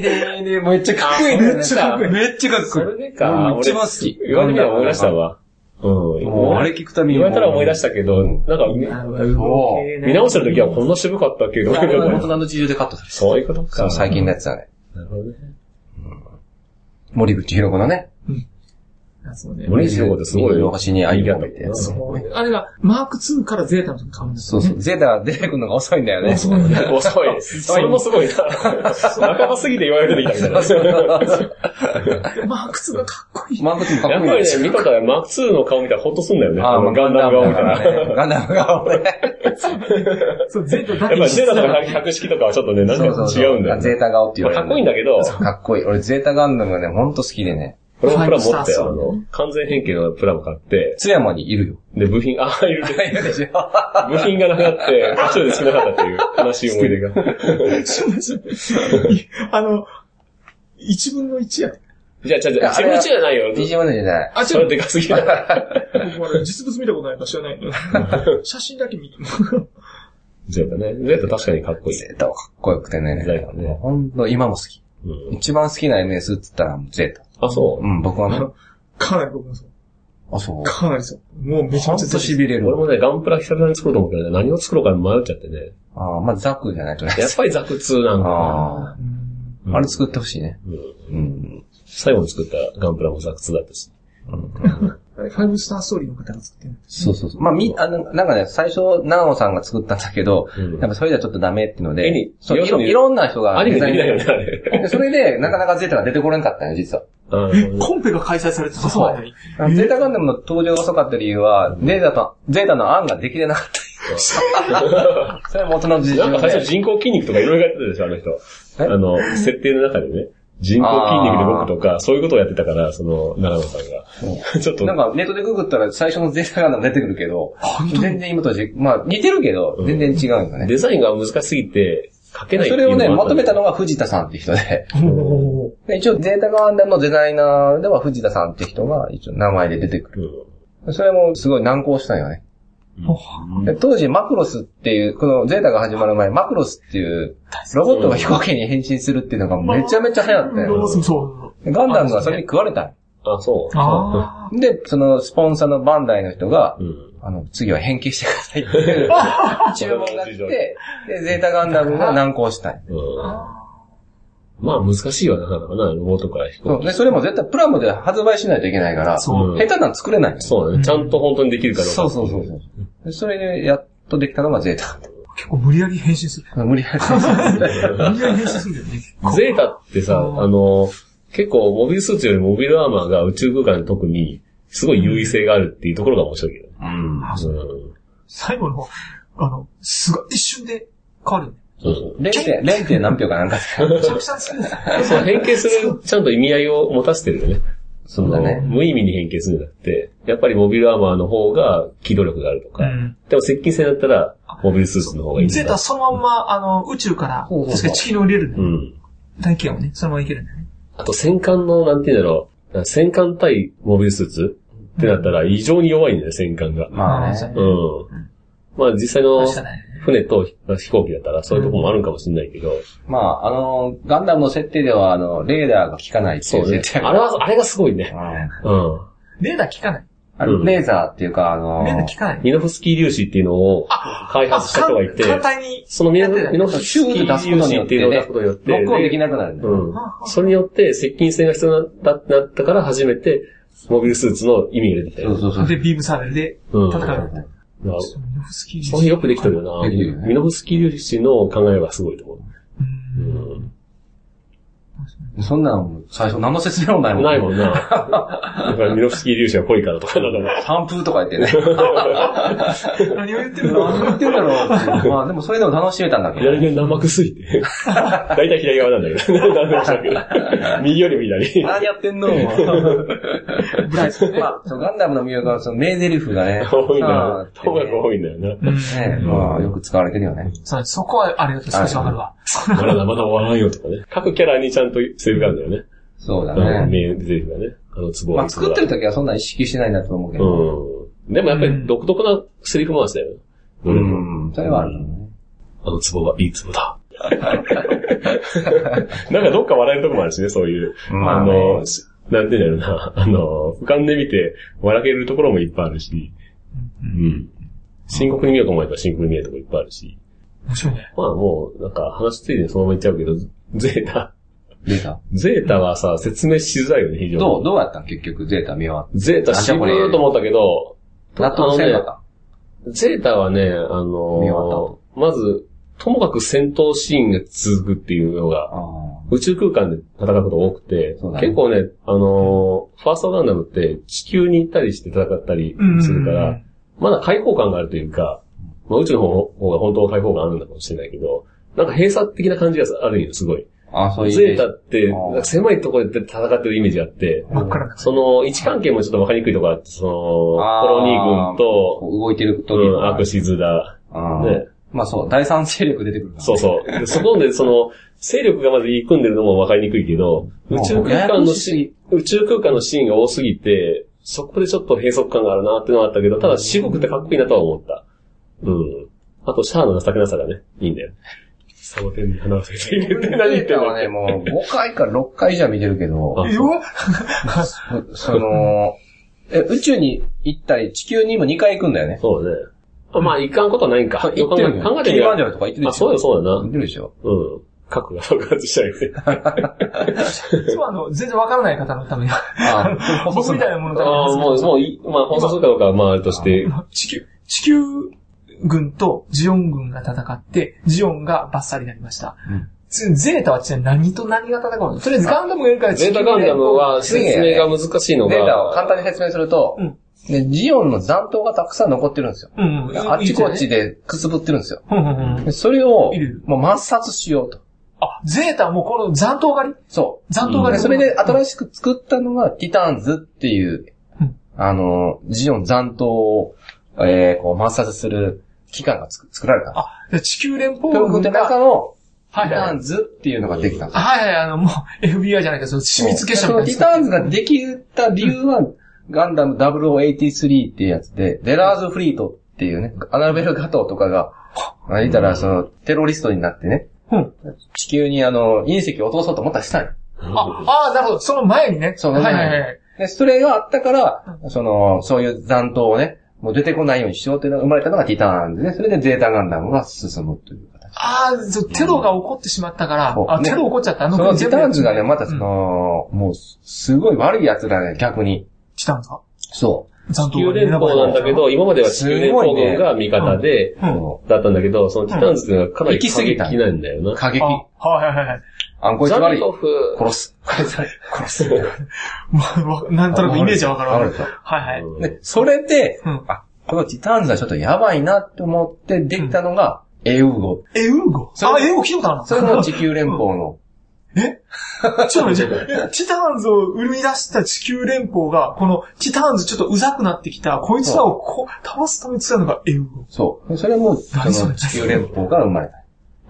S2: でででめっちゃかっこいいね。
S3: めっちゃかっこいい
S2: めっちゃかっこ
S1: そ
S2: いい。
S1: れでか
S2: 俺、一番好き。
S1: 言われてみたら思い出した。わ。うん。
S2: もうあれ聞くたびに。
S1: 言われたら思い出したけど、なんか、
S2: そう。
S1: 見直してる時は こんな渋かったっけど、
S2: 俺は大人の事情でカットされ
S1: そういうことか。
S2: た。最近のやつだね。
S1: なるほどね。
S2: 森口博子のね。
S3: あそうね。
S1: 森口博子ってすごい
S2: 右端に iPhone がいて。
S1: そ
S3: あれが、マーク2からゼータの時に変わるんです
S2: そうそう。ゼータは出てくるのが遅いんだよね。
S3: ね。そうなんだ よ。
S1: 遅い。それもすご いな。仲間すぎて言われてきたみたいな。
S3: マーク2がかっこいい。
S2: マークティンか
S1: や
S2: っ
S1: っ
S2: こ
S1: ぱり
S2: いいで
S1: ね、
S2: すよ
S1: 見方でマーク2の顔見たらほっとすんだよね。あ
S2: ま
S1: のガンダム顔みたいな。やっ
S2: ガンダム顔 ね。
S3: そう、ゼータだけ
S1: ぱりゼータとか
S3: か
S1: 百式とかはちょっとね、なんか違うんだよね。
S2: ゼータ顔って言
S1: ま
S2: わ
S1: あかっ
S2: れる。
S1: こいいん
S2: だ。
S1: だけど、
S2: かっこいい。俺ゼータガンダムがね、ほんと好きでね。
S1: これもプラ持
S3: ファイブ
S1: っ
S3: ス
S1: て、
S3: ター
S1: あ
S3: そう
S1: の、完全変形のプラも買って、
S2: 津山に いるよ。
S1: で、部品、ああ、いるね。
S2: いるでしょ。
S1: 部品がなくなって、途中で少なかったっていう悲しい思い 出が。
S3: あの、一分の一や。
S1: じゃあ、じゃあ、じゃあ、自分の家じゃないよ。
S2: ビジマネじゃない。
S3: あ、
S1: そ
S3: 違
S1: れ
S3: う。
S1: でかすぎだ。
S3: 僕あれ実物見たことないから知らない。写真だけ見て。
S1: ゼータね。ゼータ確かにかっこいい。
S2: ゼータはかっこよくてね
S1: ゼータ。ね
S2: ほんと、今も好き。
S1: うん、
S2: 一番好きな MS って言ったらゼータ。
S1: あ、そう
S2: う。ん、僕は
S3: あ
S2: ね。
S3: の、かなり僕もそう。
S2: あ、そう。ほ
S3: かなりそう。もうめちゃ
S2: ん
S3: めちゃ
S2: と痺れる
S1: 俺。もね、ガンプラ久々に作ろうと思ったけどね、何を作ろうか迷っちゃってね。
S2: ああ、まあザクじゃないとね。
S1: やっぱりザク2なんだな。
S2: あ
S3: うん
S1: うん
S2: あ。あれ作ってほしいね。
S1: うん
S2: うん。
S1: 最後に作ったガンプラもザク2だったし。
S3: あれファイブスターストーリーの方が作ってるんです
S2: そうそうそう。まあ、み、あの、なんかね、最初、長野さんが作ったんだけど、
S1: うん
S2: やっぱそれじゃちょっとダメってので
S1: 絵に、
S2: そう
S1: 要
S2: い
S1: す
S2: ろ
S1: るに
S2: いろんな人が、
S1: アニメでき ないよね、
S2: で
S1: あれ。
S2: それで、なかなかゼータが出てこれんかったね、実は。
S1: あ
S3: よ。
S1: の
S3: コンペが開催されてたそうなのに。
S2: ゼータガンダムの登場が遅かった理由は、ゼータと、ゼータの案ができてなか った。それは元の事情
S1: なんか最初
S2: で。
S1: 人工筋肉とかいろいろやってたでしょ、あの人。
S2: え
S1: あの、設定の中でね。人工筋肉で動くとか、そういうことをやってたから、その、長野さんが。ちょっと
S2: な、んかネットでググったら最初のゼータガンダム出てくるけど、全然今とはじ、まあ似てるけど、全然違うんよね。
S1: デザインが難しすぎて、書けない
S2: そ
S1: ってい
S2: れ
S1: う
S2: をね、
S1: も
S2: ま
S1: あっ
S2: と
S1: んだ
S2: め
S1: け
S2: た
S1: ど
S2: のが藤田さんって人で、
S3: おー
S2: で一応ゼータガンダムのデザイナーでは藤田さんって人が一応名前で出てくる。それもすごい難航したんよね。
S1: うん。
S2: で当時、マクロスっていう、このゼータが始まる前、マクロスっていう、ロボットが飛行機に変身するっていうのがめちゃめちゃ流行った
S3: ロ
S2: よ。
S3: ボスもそう。
S2: ガンダムがそれに食われた。
S1: あ、そう。
S3: あ
S2: で、そのスポンサーのバンダイの人が、
S1: うん。
S2: あの、次は変形してくださいっていう注文が来て、で、ゼータガンダムが難航したい。
S1: うん。まあ難しいわ、なかなかな、ロボとか飛
S2: そ
S1: 行
S2: う。
S1: 機。
S2: で、それも絶対プラモで発売しないといけないから、下
S3: そう
S1: うん
S2: 手なの作れないんですよ。
S1: そうだね。ちゃんと本当にできるかどうか。
S2: そうそうそうそう。でそれで、やっとできたのがゼータ。
S3: 結構無理やり変身する。
S2: 無理やり。
S3: 無理やり変身するんだよね。
S1: ゼータってさ、あの、結構モビルスーツよりモビルアーマーが宇宙空間で特に、すごい優位性があるっていうところが面白いけど。
S2: う
S1: う
S2: ん。
S1: ん。
S3: 最後の、あの、すごい、一瞬で変わるね。
S1: そうそう。
S2: 0点、0点何票かなんかですか
S3: めちゃくちゃ好きです。
S1: そう、変形する、ちゃんと意味合いを持たせてるよね。
S2: そうだね。
S1: 無意味に変形するんじゃなくて、やっぱりモビルアーマーの方が機動力があるとか、
S3: うん
S1: でも接近戦だったら、モビルスーツの方がいいとか。
S3: ゼータはそのまんま、あの、宇宙から、
S2: ほうほうほう
S3: 確かに地球に降りれるね。
S1: うん。
S3: 大気圏をね、そのまま行けるんだよね。
S1: あと戦艦の、なんて言うんだろう、戦艦対モビルスーツってなったら異常に弱いんだよ、戦艦が。
S2: まあね。
S1: うん。まあ実際の
S3: 確かに
S1: 船と飛行機だったらそういうとこもあるんかもしれないけど、
S2: まあ、あの、ガンダムの設定では、あの、レーダーが効かないって
S1: そ
S2: いうう
S1: ね
S2: 設。定
S1: あれは、あれがすごいね。
S2: うん
S1: うん。
S3: レーダー効かない。
S2: あのレーザーっていうか、あの
S3: レーダー効かない。
S1: ミノフスキー粒子っていうのを開発した人がいて、
S3: 簡単に。
S1: そのミノフミノフスキ
S2: シュー
S1: ー
S2: ッと出すこ
S1: 粒
S2: とに
S1: 子
S2: よ
S1: っ
S2: ってて
S1: いうのを出
S2: ね
S1: すことによって、
S2: ロックオンできなくなるんだよ。
S1: うん。それによって接近戦が必要になったなったから初めて、モビルスーツの意味が出てきた
S2: そ
S1: よ
S2: う。そうそう。
S3: で、ビームサーベルで
S1: うん
S3: 戦う。
S1: な
S3: そうミノフスキー
S1: その辺よくできてるよな。
S2: できるよね
S1: ミノフスキー粒子の考えはすごいと思う。
S3: う
S1: う
S3: ん
S1: ん
S2: そんなん、最初何の説明もないもん。
S1: ないもんな。だからミノフスキー粒子が濃いからとか、なんかね。
S2: 散風とか言ってね。
S3: 何を言ってる
S2: 何言
S3: の
S2: ってるだろうっていうまあでもそれでも楽しめたんだけど。
S1: 左目生くすい て。だいたい左側なんだけど。なんでもしたけど 右よりも左。
S2: 何やって んのまあ、そうガンダムの魅力は、その名台詞がね、
S1: 多い
S2: さあ
S1: な
S2: っ。て
S1: ともかく
S2: ね
S1: 多いんだよな。
S3: うん
S2: ねまあ、よく使われてるよね。
S3: そうねそこはあれだと少しわかるわ。
S1: まだまだ終わらんよとかね。各キャラにちゃんとセリフがあるんだよね。
S2: そうだ
S1: あの、
S2: ね。
S1: メインセリフがね。あの、ツボ
S2: まあ、作ってる
S1: と
S2: 時はそんな意識してないなと思うけど。
S1: うん。でもやっぱり独特なセリフ回しだよ。うん。
S2: うん。それはあるよね。
S1: あのツボはいいツボ だ。なんかどっか笑えるとこもあるしね、そういう。
S2: まあ
S1: あ
S2: ね
S1: の、しなんていうんだろうな。あの、俯瞰で見て笑けるところもいっぱいあるし。
S3: う
S1: うんん。深刻に見ようと思えば深刻に見えるとこいっぱいあるし。
S3: 面白いね。
S1: まあもう、なんか話ついでにそのまま言っちゃうけど、ゼータ、
S2: データ。
S1: ゼータはさ、説明しづらいよね、非常に。
S2: どう、どうやったん結局、データ見終わっ
S1: ゼータ渋いと思ったけど、
S2: た。納得せんかった。
S1: ゼータはね、あ
S2: 見終わ
S1: のーまず、ともかく戦闘シーンが続くっていうのが、
S2: ああ。
S1: 宇宙空間で戦うことが多くて、
S2: そうだね
S1: 結構ね、あのーファーストガンダムって地球に行ったりして戦ったり
S3: うん。
S1: するから、まだ開放感があるというか、まあ、宇宙の方方が本当は開放感あるんだかもしれないけど、なんか閉鎖的な感じがあるんよ、すごい。
S2: あそういうイメ
S1: ゼ
S2: ー
S1: ー
S2: ジ。
S1: タって、
S2: あー
S1: なんか狭いところで戦ってるイメージがあって、
S3: 真っ暗な。
S1: その位置関係もちょっとわかりにくいところあって、その、コ
S2: あ
S1: ロ
S2: ー
S1: ニー軍と、
S2: こう動いてる時
S1: うん、ア
S2: の
S1: クシズだ、
S2: ああ
S1: ね。
S2: まあそう、第三勢力出てくるから。
S1: そうそう。でそこで、その、勢力がまず入り組んでるのもわかりにくいけど、宇宙空間のシーン、宇宙空間のシーンが多すぎて、そこでちょっと閉塞感があるなっていうのはあったけど、ただ四国ってかっこいいなとは思った。うん。あと、シャアの情けなさがね、いいんだよ。サボテンに花を咲いてるって何言ってん
S2: は
S1: の
S2: ね、もう5回か6回以上見てるけど
S1: あ、
S3: えう わ
S2: その、え、宇宙に行ったり、地球にも2回行くんだよね。
S1: そうだね。あまあ、いかんことはないんか。
S2: 行ってるよね。
S1: 考えて
S2: キ
S1: み
S2: リ
S1: れ
S2: マ
S1: ば
S2: ンジャロとか行ってるでしょ。
S1: あ、そうよ、そうだ
S2: 行っ
S1: な。
S2: てるでしょ。
S1: うん。核が爆発したりね。
S3: そうあの、全然わからない方の ために。
S2: ああ、
S3: 僕みたいなものために
S1: ああ、もう、もうい、まあ、放送するかどうかは、まあ、あれとして、
S3: 地球、地球軍とジオン軍が戦って、ジオンがバッサリになりました。
S2: うん
S3: つゼータはちなみに何と何が戦うのとりあえずガンダムがいるから
S1: ゼ
S3: 地球
S1: ー
S3: で
S1: タガンダムは説明が難しいの
S2: データを
S1: が、
S2: 簡単に説明すると
S3: うん、
S2: でジオンの残党がたくさん残ってるんですよ。
S3: うんうん。
S2: あっちこっち
S3: いい
S2: でくすぶってるんですよ。
S3: じゃん。うんうんうん
S2: でそれを
S3: いるいる、
S2: もう抹殺しようと。
S3: あ、ゼータはもうこの残党狩り
S2: そう。
S3: 残党狩
S2: で、
S3: り。
S2: それで新しく作ったのが、ティターンズっていう
S3: うん、
S2: あの、ジオン残党を、えー、こう、抹殺する機関がつく作られた。
S3: あ、じゃあ地球連邦
S2: というこ
S3: 軍
S2: とで、
S3: が、
S2: 中の、テ
S3: は
S2: ィ
S3: い
S2: タ
S3: は
S2: ー
S3: い。
S2: ンズっていうのができた。
S3: はいはい、あの、もう FBI じゃないけど、染み付けした
S2: その
S3: みたいな
S2: ティターンズができた理由は、ガンダム0083っていうやつで、デラーズフリートっていうね、アナベルガトーとかが、まあ、いたら、その、テロリストになってね、
S3: うん
S2: 地球にあの、隕石を落とそうと思ったりしたんよ
S3: あ、あーなるほど。その前にね。
S2: そう
S3: はいはいはい。
S2: で、それがあったから、その、そういう残党をね、もう出てこないようにしようっていうのが生まれたのがティターンでね、それでゼータガンダムが進むという形。
S3: ああ、そうテロが起こってしまったから
S2: そう、
S3: あ、
S2: ね
S3: テロ起こっちゃった。あ
S2: その
S3: 国
S2: ティ
S3: 全
S2: ター
S3: 部やっ
S2: ンズ
S3: ちゃった
S2: がね、またその、もう、すごい悪い奴らね、逆に。
S3: 来たんか
S2: そう。
S3: ちゃんと
S1: 地球連邦なんだけど、今までは地球連邦軍が味方で、
S3: うん
S2: そ
S1: だったんだけど、そのティターンズっていうのはかなり過激なんだよ
S2: う
S1: な。
S2: 過激。
S3: あ、はいはいはい。
S2: あんこいつ
S1: ザ
S2: 悪
S1: ル
S2: い
S1: ト。フ、
S2: 殺 す。殺す。
S3: もうわ なんとなくイメージはわかるわ
S2: わか
S3: かる
S2: るでしょ。
S3: はいはい。
S1: うん
S2: で、それで、
S3: うん
S2: あ、このティターンズはちょっとやばいなって思ってできたのが、エウゴ。
S3: エウンゴ
S2: そ
S3: あ、
S2: れ
S3: エウンゴ聞いたことあるな。
S2: それも地球連邦の、
S3: えちょっと待って、ティターンズを生み出した地球連邦が、このティターンズちょっとうざくなってきた、こいつらをこう倒すために使うのがエウンゴ。
S2: そう。でそれも、そ
S3: 何それ
S2: の地球連邦が生まれた。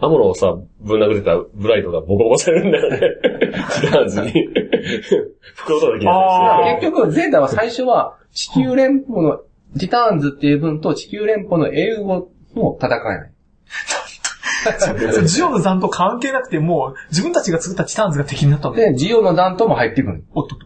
S1: アモロをさ、ぶん殴ってたブライトがボコボコされるんだよ ね。ティターンズに。 袋叩きになったり
S3: あ
S1: し
S3: ー
S1: て。
S2: 結局、ゼータは最初は、地球連邦の、ティターンズっていう分と地球連邦の英語も戦えない。
S3: それジオの残党関係なくて、もう自分たちが作ったティターンズが敵になったわけ。
S2: で、ジオの弾頭も入ってくる。
S3: おっとっ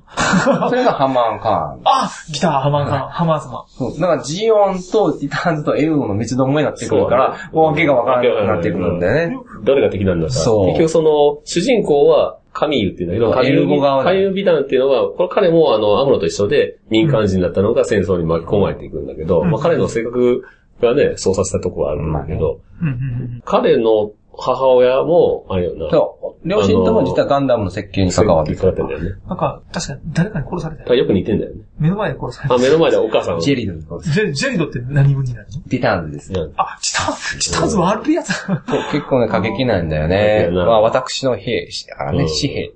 S3: と。
S2: それがハマンカーン。
S3: あ来た、ハマンさん、ハマン様。
S2: そう。だから、ジオンとティターンズと英語の三つどもえになってくるか
S1: そう
S2: ら、
S1: だね
S2: もう訳がわからなくなってくるんだよね。
S1: 誰が敵なんだか。結
S2: そう
S1: 局その、主人公は、カミーユっていうんだけど、
S2: そう
S1: カミーユ
S2: 英語側だ
S1: カミーユ美談っていうのは、これ彼もあの、アムロと一緒で、民間人になったのが戦争に巻き込まれていくんだけど、
S3: うん
S1: まあ彼の性格がね、そうさせたとこはあるんだけど、
S3: うんうんうん。
S1: 彼の母親も、あれよな。
S2: そう。両親とも実はガンダムの設計に関わって
S1: 関わ
S2: る
S1: ってんだよね。だ
S3: なんか、確かに誰かに殺された
S1: か
S3: よ。
S1: らよく似てんだよね。
S3: 目の前で殺され
S1: あ、
S3: た。
S1: 目の前でお母さんを。
S2: ジェリーの
S3: ジェリジェリドって何分になるの
S2: リターンズです。
S1: うん
S3: あ、チタンズ、チタンズ悪いやつだ。
S2: 結構ね、過激なんだよ
S1: 過
S2: ね。
S1: 激だな
S2: まあ、私の兵士だから
S1: うん
S2: ね、紙幣。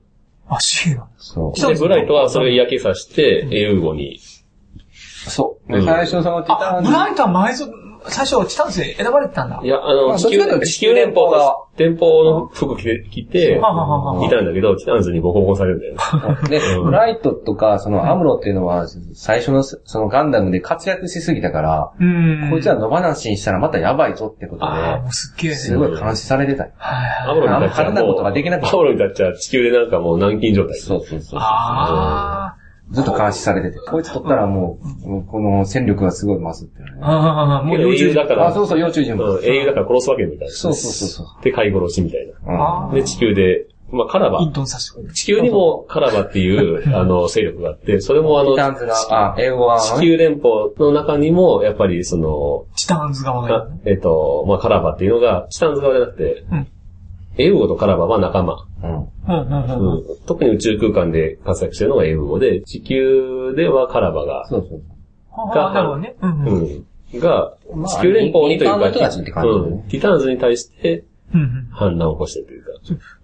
S3: あ、シーな。
S2: そう。
S1: で、ブライトはそれを嫌気さして、エウゴに。
S2: そ
S1: う
S2: う。
S1: ん
S2: で、最初のそのリタ
S3: あ
S2: ー、ン
S3: ブ
S2: ズ。
S3: ライトは前ぞ、最初チタンズで選ばれてたんだ
S1: い。や、あ
S2: ま
S1: の、
S2: あ
S1: 地
S2: どっちかとい
S1: 球、
S2: うと
S1: 地球連邦が、連邦の服着て、着て、
S3: ははははい
S1: たんだけど、チタンズにボコボコされるんだよね。
S2: で
S1: うん、
S2: ブライトとか、そのアムロっていうのは、最初のそのガンダムで活躍しすぎたから、
S3: うーん。
S2: こいつは野放しにしたらまたやばいぞってこと
S3: ああ、も
S2: で、
S3: うすっげえ。
S2: すごい監視されてたよ。
S3: はい
S1: アムロに立っちゃ
S2: あんま派手なことができな
S1: も
S2: かっ
S1: う、
S2: た
S1: アムロに立っちゃ地球でなんかもう軟禁状態。
S2: そうそうそう。
S3: あ
S2: ずっと監視されてて。こいつ取ったらもう、もうこの戦力がすごい増すって、ね
S3: あ。。ああ、も
S1: も
S3: う
S1: う
S3: 幼
S1: 英
S3: 稚
S1: 雄だ
S3: 園。
S1: から、
S2: あ、そうそう、要注意人物。
S1: うん英雄だから殺すわけみたいな。。
S2: そうそうそうそう
S1: で、飼い殺しみたいな。
S2: うん
S3: あー
S1: で、地球で、まあ、カラバ
S3: イ。ントンさせてくれる。
S1: 地球にもカラバっていう、あの、勢力があって、それもあの
S2: リ、ターンズが、あ、英語は、
S1: 地球連邦の中にも、やっぱりその、
S3: チタンズ側がい
S1: か
S3: るね。
S1: えっと、まあ、カラバっていうのが、チタンズ側じゃなくて、
S3: うん
S1: エウゴとカラバは仲間。
S2: うん。
S3: うんうんうん。
S1: うん特に宇宙空間で活躍してるのがエウゴで、地球ではカラバが、
S2: そうそう。
S3: ああ、なるほどね。うんうん。
S1: うん、が、
S2: まあ
S1: 地球連邦にというか、
S2: 一般の人たちって感じだよね
S1: うん、ティターンズに対して
S3: うんうん。
S1: 反乱を起こしてるというか、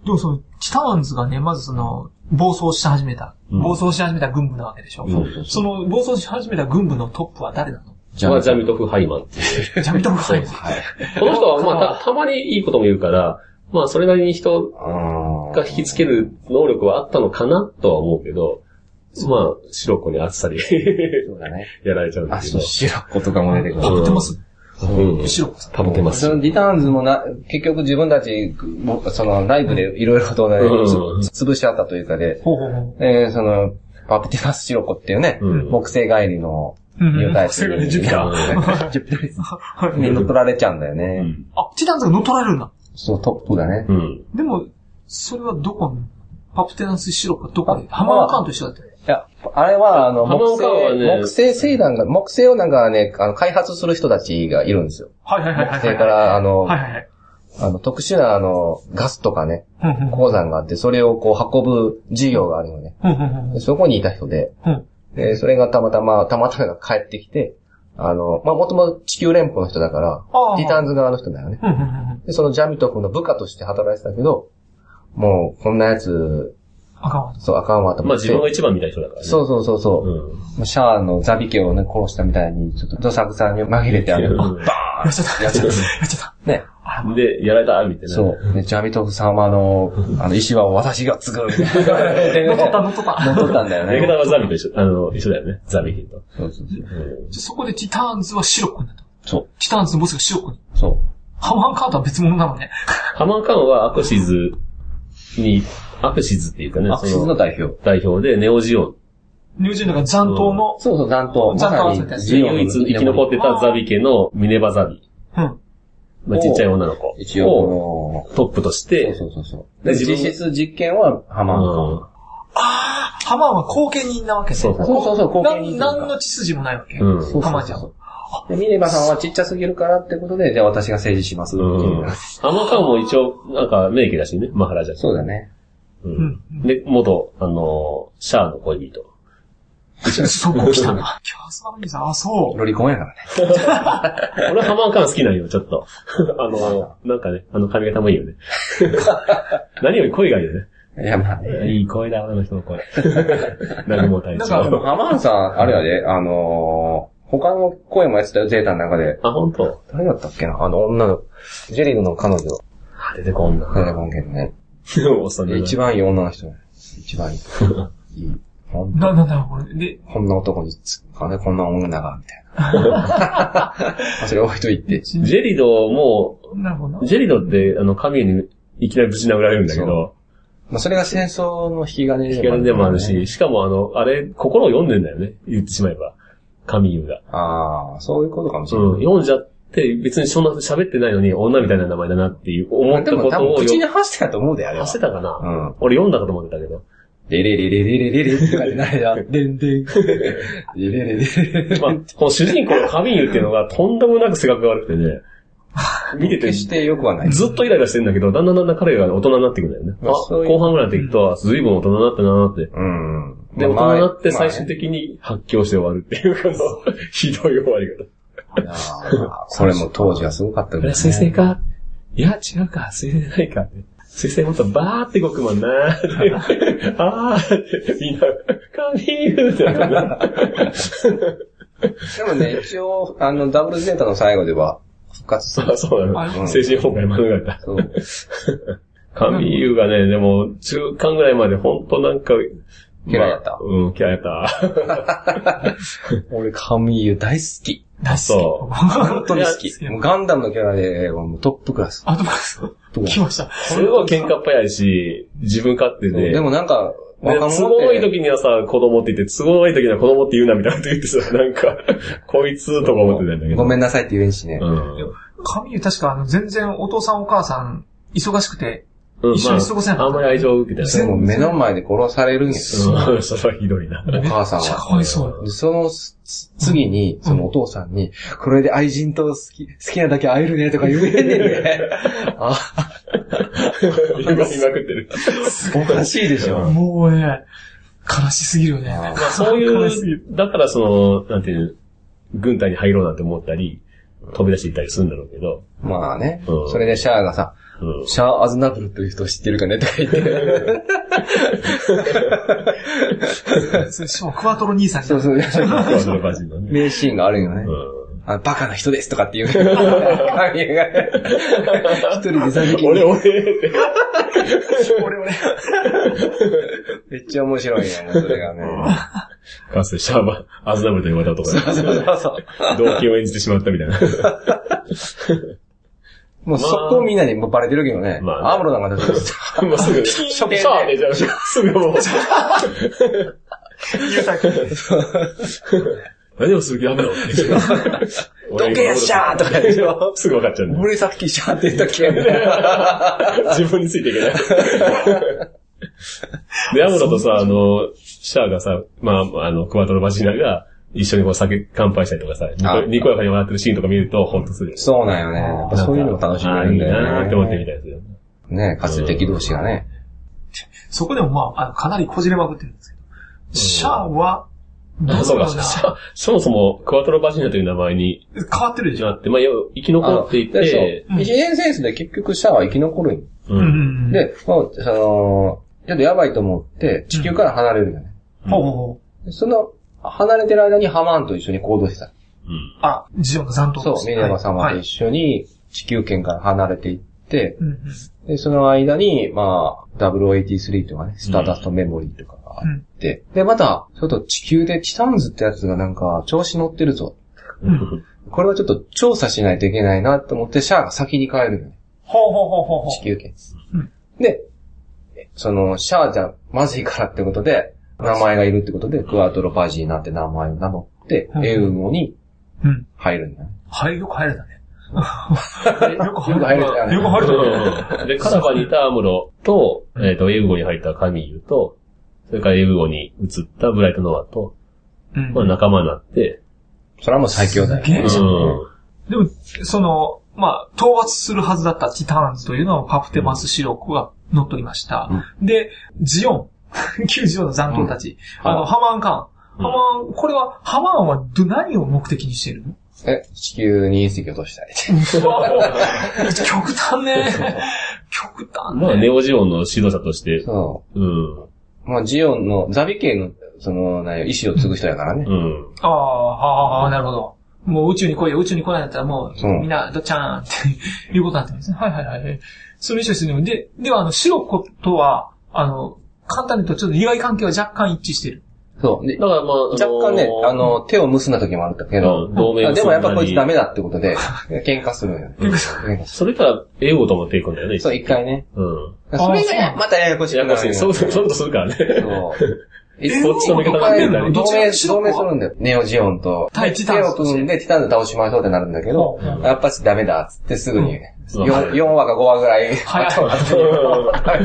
S3: でもその、チターンズがね、まずその、暴走し始めた。
S1: うん
S3: 暴走し始めた軍部なわけでしょ。
S1: うん
S2: そう
S3: その、暴走し始めた軍部のトップは誰なの
S2: じ
S1: まあ、ジャミトフ・ハイマンっていう
S3: ジャミトンが入る。
S1: この人は、まあた、たまにいいことも言うから、まあ、それなりに人
S2: あ
S1: が引きつける能力はあったのかなとは思うけど、まあ、シロコにあっさり
S2: そうだね。
S1: やられちゃうんだ
S2: あ、
S1: け
S2: そう、
S1: ど。
S2: シラコとかも出てくる
S1: う。ん
S3: あ、出ます。
S1: うん。
S3: シロコさん。
S1: 保てます
S2: そ。のリターンズもな、結局自分たち、もその内部でいろいろとね、
S1: うん
S2: つ潰し合ったというかで、
S3: ほうほうほう。
S2: えー、その、パプティマスシロコっていうね、
S1: うん
S2: 木星帰りの、
S3: うん
S2: ニュータイプ。
S3: 木星帰りジュピタ
S2: ー。 ジュピターです。に乗っ取られちゃうんだよね。
S1: うん。
S3: あ、チターンズが乗っ取られるんだ。
S2: そう、トップだね。
S1: うん。
S3: でも、それはどこにパプテナスシロコはどこでハマーカーンと一緒だったよね。
S2: いや、あれは、あの、
S1: 浜
S2: 木星
S1: 岡は、ね
S2: 木星星団が、木星をなんかね、あの開発する人たちがいるんですよ。
S3: はいはいはい
S2: 木
S3: はい。
S2: 星から、あの、
S3: はいはいはい。
S2: あの特殊な、あの、ガスとかね、
S3: うんうん
S2: 鉱山があって、それをこう運ぶ事業があるのね。
S3: うんうんうん
S2: でそこにいた人で、
S3: うん
S2: でそれがたまたま、たまたま帰ってきて、あの、まあ、もともと地球連邦の人だから
S3: ああ、
S2: ティターンズ側の人だよね。
S3: うんうんうんうん。
S2: で、そのジャミト君の部下として働いてたけど、もう、こんなやつ、
S3: あかんわ。
S2: そう、あかんわと
S1: ま
S2: 思
S1: あ、
S2: って。
S1: 自分が一番みたいな人だからね。
S2: そうそうそうそう。
S1: うん。
S2: シャアのザビ家をね、殺したみたいに、ちょっとどさくさに紛れてあげる。
S3: やっちゃった。やっちゃった。やっちゃった。
S2: ね。
S1: で、やられたみたいな。
S2: そう。ね、ジャミトフ様の、あの、石は私が継ぐ。みたいな
S3: 乗っ取った乗っ取った。
S2: 乗っ取ったんだよ
S1: レグダー
S2: ね。
S1: はザビと一緒、あの、一緒だよね。ザビヒと。
S2: そうそうそ
S1: う
S2: う。
S1: ん
S3: じゃあそこでチターンズはシロコになった。
S2: そ
S3: チターンズのボスがシロコに。
S2: う。そう。
S3: ハマーカーンとは別物なのね。
S1: ハマンカンはアクシズに、アクシズっていうかね、
S2: アクシズ
S1: そ
S2: の代表。
S1: 代表で、ネオジオン。
S3: ニュージーランドが残党の、
S2: そうそう、残党。
S3: 残党
S2: まさ
S3: そうで
S2: に
S3: す
S2: ジオンの
S1: 唯一生き残ってたザビ家のミネバザビ。
S3: うん。
S1: まあ、ちっちゃい女の子
S2: 一
S1: を
S2: 応、
S1: トップとし
S2: この
S1: て、
S2: そうそうそうそう。
S1: で
S2: で、
S1: 自分
S2: 実質実験はハ
S1: う
S2: マー
S1: ん
S3: ハマーンは後見人なわけね。
S1: そうそう
S2: そうそう後見人
S3: なん何の血筋もないわけ。
S1: うん
S2: そうそうそう
S3: ハマーちゃんは。
S2: で、ミネバさんはちっちゃすぎるからってことで、じゃあ私が政治します。
S1: うん。ハマンカンも一応、なんか、名家だしね、マハラジャ
S2: そうだね。
S1: う
S3: うんん。
S1: で、元、あの、シャアの恋人。
S3: そこ来たな。キャースバミさん、あ、そう。
S2: ロリコンやからね。
S1: 俺ハマンカン好きなんよ、ちょっと。 あの、なんかね、あの髪型もいいよ ね。何より声がいいよね。
S2: いや、まあね。
S1: いい声だ、あの人の 声。南雲隊
S3: なんか
S1: 長。
S2: ハマーンさん、あれやで、あのー、他の声もやってたよ、ゼータの中で。
S1: あ、本当。
S2: 誰だったっけなあの女の、ジェリーの彼女。
S1: あ出てこんな。
S2: 誰だっけね。
S1: おっさんだな
S2: 一番いい女の人ね。一番い い。いい。ほん
S3: な、なんだろう、これ。で、
S2: こんな男につくからね、こんな女が、みた いな。それ置いといて。
S1: ジェリドも、
S3: なるほどな。
S1: ジェリドって、あの、神にいきなりぶち殴られるんだけど、
S2: まあ、それが戦争の引き金
S1: 引き金でもある。し、しかもあの、あれ、心を読んでんだよね。言ってしまえば。神優が。
S2: ああ、そういうことかもしれ
S1: う、
S2: なんい。
S1: 読んじゃって、別にそんな喋ってないのに、女みたいな名前だなっていう、思った
S2: でも
S1: こ
S2: 多
S1: と
S2: 分
S1: を
S2: 口に
S1: よ、
S2: 発してたと思うで、あれは
S1: 焦。ってたかな、
S2: うん。
S1: 俺読んだかと思ってたけど。
S2: レレレレレレレレとかでないな。 でんでん。レレレレレレ。
S1: まあ、この主人公のカミーユっていうのがとんでもなく性格が悪くてね、見てて
S2: 決して良くはない。
S1: ずっとイライラしてんだけど、だんだんだんだん彼が大人になっていくんだよね。
S2: まあ
S1: あ
S2: そういう
S1: 後半ぐらいになっていくと、随分大人になったなーって。
S2: うん。
S1: で、大
S2: まあ
S1: 人になって最
S2: まあ
S1: 終
S2: ね
S1: 的に発狂して終わるっていう、この、ひどい終わり方。
S2: これも当時はすごかった
S1: これ
S2: で
S1: は
S2: す
S1: 水星かいや、違うか。水星じゃないか。水星もっとバーって動くもんなーって。あーって、みんな、カービーってなる
S2: でもね、一応、あの、ダブルゼータの最後では、復活する。
S1: あそうな
S3: あ
S1: の。精神崩壊免れた。
S2: そう。
S1: カミーユがね、でも、中間ぐらいまでほんとなんか、
S2: 嫌いやった
S1: まあうん、嫌いやった。
S2: 俺、神優大好き。
S3: 大好
S1: そ
S3: き。本
S2: 本当に好き。もうガンダムのキャラで、もうトップクラス。
S3: あ、でも、来ました。
S1: すごい喧嘩っ早いし、自分勝手で。
S2: でもなんか、
S1: で
S2: 若
S1: 都
S2: 者
S1: 合のいい
S2: って、
S1: 時にはさ、子供って言って、都合のいい時には子供って言うなみたいなこと言ってさ、なんか、 こいつとか思ってたんだけど。
S2: ごめんなさいって言えんしね
S1: う。ん。
S3: 神湯確かあの、全然お父さんお母さん、忙しくて、
S1: うん、
S3: 一緒に過ごせな
S1: まあ、あ
S3: かった
S1: んまり愛情を受けて
S2: で
S1: ない。
S2: も目の前で殺されるんですよ。
S1: うん、 それはひどい な。
S2: お母さん
S3: めっちゃ
S2: は。
S3: かわいそう。
S2: でそのす次に、そのお父さんに、これで愛人と好き、好きなだけ会えるねとか言えねえね。 あ、
S1: 今、まくってる。
S2: おかしいでしょ。
S3: もうね、悲しすぎるよね。
S1: まあ、そういう、だからその、なんていう、軍隊に入ろうなんて思ったり、飛び出していったりするんだろうけど。
S2: まあね。
S1: うん
S2: それでシャアがさ、
S1: うん。
S2: シャア・アズナブルという人知ってるかねとか言 って。
S3: それしかもクワトロ兄さんじ
S2: そ
S3: ゃ
S2: うそう。
S1: そうそうおかしいの ね。
S2: 名シーンがあるよね。
S1: う
S2: あバカな人ですと かっていう。神優がね一人
S1: ん。
S2: で叫ん
S1: 俺、
S2: で
S1: 俺って。
S3: 俺俺。
S2: めっちゃ面白いね、もうそれがね。
S1: かつてシャーバー、アズナブルと呼ばれた男
S2: そう
S1: が、
S2: そうそう。
S1: 同期を演じてしまったみたいな。
S2: もうそこみんなにもうバレてるけどね。
S1: まあね
S2: アムロなんかだと
S1: もうすぐ、シャーシャーってじゃあ、すぐもう。
S3: 言うたけど
S1: 何をする気やめろって。
S2: どけやシャーとかでしょ。
S1: すぐ分かっちゃうんだよ
S2: 俺さっきシャーって言ったっ けみたいな。
S1: 自分についていけない。で、アムロとさ、あの、シャアがさ、まあ、あの、クワトロバジーナが、一緒にこう酒乾杯したりとかさ、にこ
S2: あ
S1: にこやかに笑ってるシーンとか見ると、ほっとするよね。
S2: そうなんよね。やっぱそういうのも楽しみなんだ
S1: ああいいな
S2: よ
S1: ー
S2: ね。
S1: って思ってみたいですよ。
S2: ねかつて敵同士がね。
S3: そこでもまあ、あの、かなりこじれまくってるんですけど。シャアは、
S1: あそうか、
S3: な
S1: シャア そもそも、クワトロバジーナという名前に
S3: 変わってるでしょ。
S1: なって、まあ、要は生き残っていっ
S2: あので
S1: て、
S2: そう一年センスで結局シャアは生き残るんよ
S1: う
S3: うんう
S1: ん。
S3: んうん。、
S2: で、まあ、その、ちょっとやばいと思って、地球から離れるよね。
S3: ほうほうほう。
S2: その、離れてる間にハマーンと一緒に行動してた。
S1: うん。
S3: あ、ジオの残党
S2: そう、ミネバ様
S3: は
S2: と
S3: い
S2: 一。緒に地球圏から離れていって、
S3: うんうん
S2: で、その間に、まあ、0083とかね、スターダストメモリーとかがあって、で、また、ちょっと地球でチタンズってやつがなんか調子乗ってるぞ。
S3: うん
S2: これはちょっと調査しないといけないなと思って、シャアが先に帰るのよ、
S3: ほうほうほうほうほう。
S2: 地球圏
S3: うん。
S2: で、その、シャアじゃまずいからってことで、名前がいるってことで、クワトロバジーなんて名前を名乗って
S3: う、ん
S2: エウゴに
S3: うん。
S2: 入るんだよね。
S3: はい、よく入れたね。よく
S2: よく入れたよね
S3: よく入れたよね。
S1: で、カラバにいたアムロと、えっ、と、エウゴに入ったカミーユと、それからエウゴに移ったブライトノアと、
S3: うん
S1: まあ仲間になって、
S2: それはもう最強だよ
S3: すげ
S1: う
S3: え
S1: ん。
S3: でも、その、まあ、討伐するはずだったティターンズというのをパプテマスシロクが乗っ取りました。で、ジオン、 旧ジオンの残党たち、あの、
S2: はい
S3: ハマーンカ
S1: う
S3: ーン。ハ
S1: ん
S3: マーン、これは、ハマーンはど何を目的にし てるの
S2: え、地球に隕石落としたり。
S3: うわもう極端ね。極端ね。
S1: まあ、ネオジオンの指導者として、
S2: そ
S1: うん。
S2: う。まあ、ジオンの、ザビ系の、その、何よ、意志を継ぐ人やからね。
S1: うん。
S3: ああ、ああああ、なるほど。もう宇宙に来いよ、宇宙に来ないんだったらもう、
S2: うん
S3: みんな、どっちゃーんっていうことになってるんですね。はいはいはい。それ以上ですね。で、では、あの、シロコとは、あの、簡単に言うと、ちょっと利害関係は若干一致してる。
S2: そう。で
S1: だからまあ、あのー
S2: 若干ね、あ、の、手を結んだ時もあったけど
S1: うん、同盟
S2: あでもやっぱこいつダ
S1: メ。
S2: メだってことで、喧嘩するんよね。
S1: うん
S2: 喧嘩す
S1: それから、エウゴと持っていくんだよね、
S2: るそう、一回ね。
S1: うん。
S3: あ
S2: それ
S3: そうな
S2: が
S3: の
S2: またややこしい
S1: ややこしい。そう、そう、そういうことするからね。
S2: そう。い
S3: え
S2: つ
S1: こっちの味方が出るんだね
S2: 同盟、同盟するんだよ。ネオジオンと。
S3: 対ティタ
S2: 手
S3: ンズ
S2: を組んで、ティタンズ倒しましょうってなるんだけど、
S3: うん
S2: やっぱしダメだっつってすぐにね、
S1: うん
S2: 4, 4話か5話ぐらい、
S3: 早い
S1: わか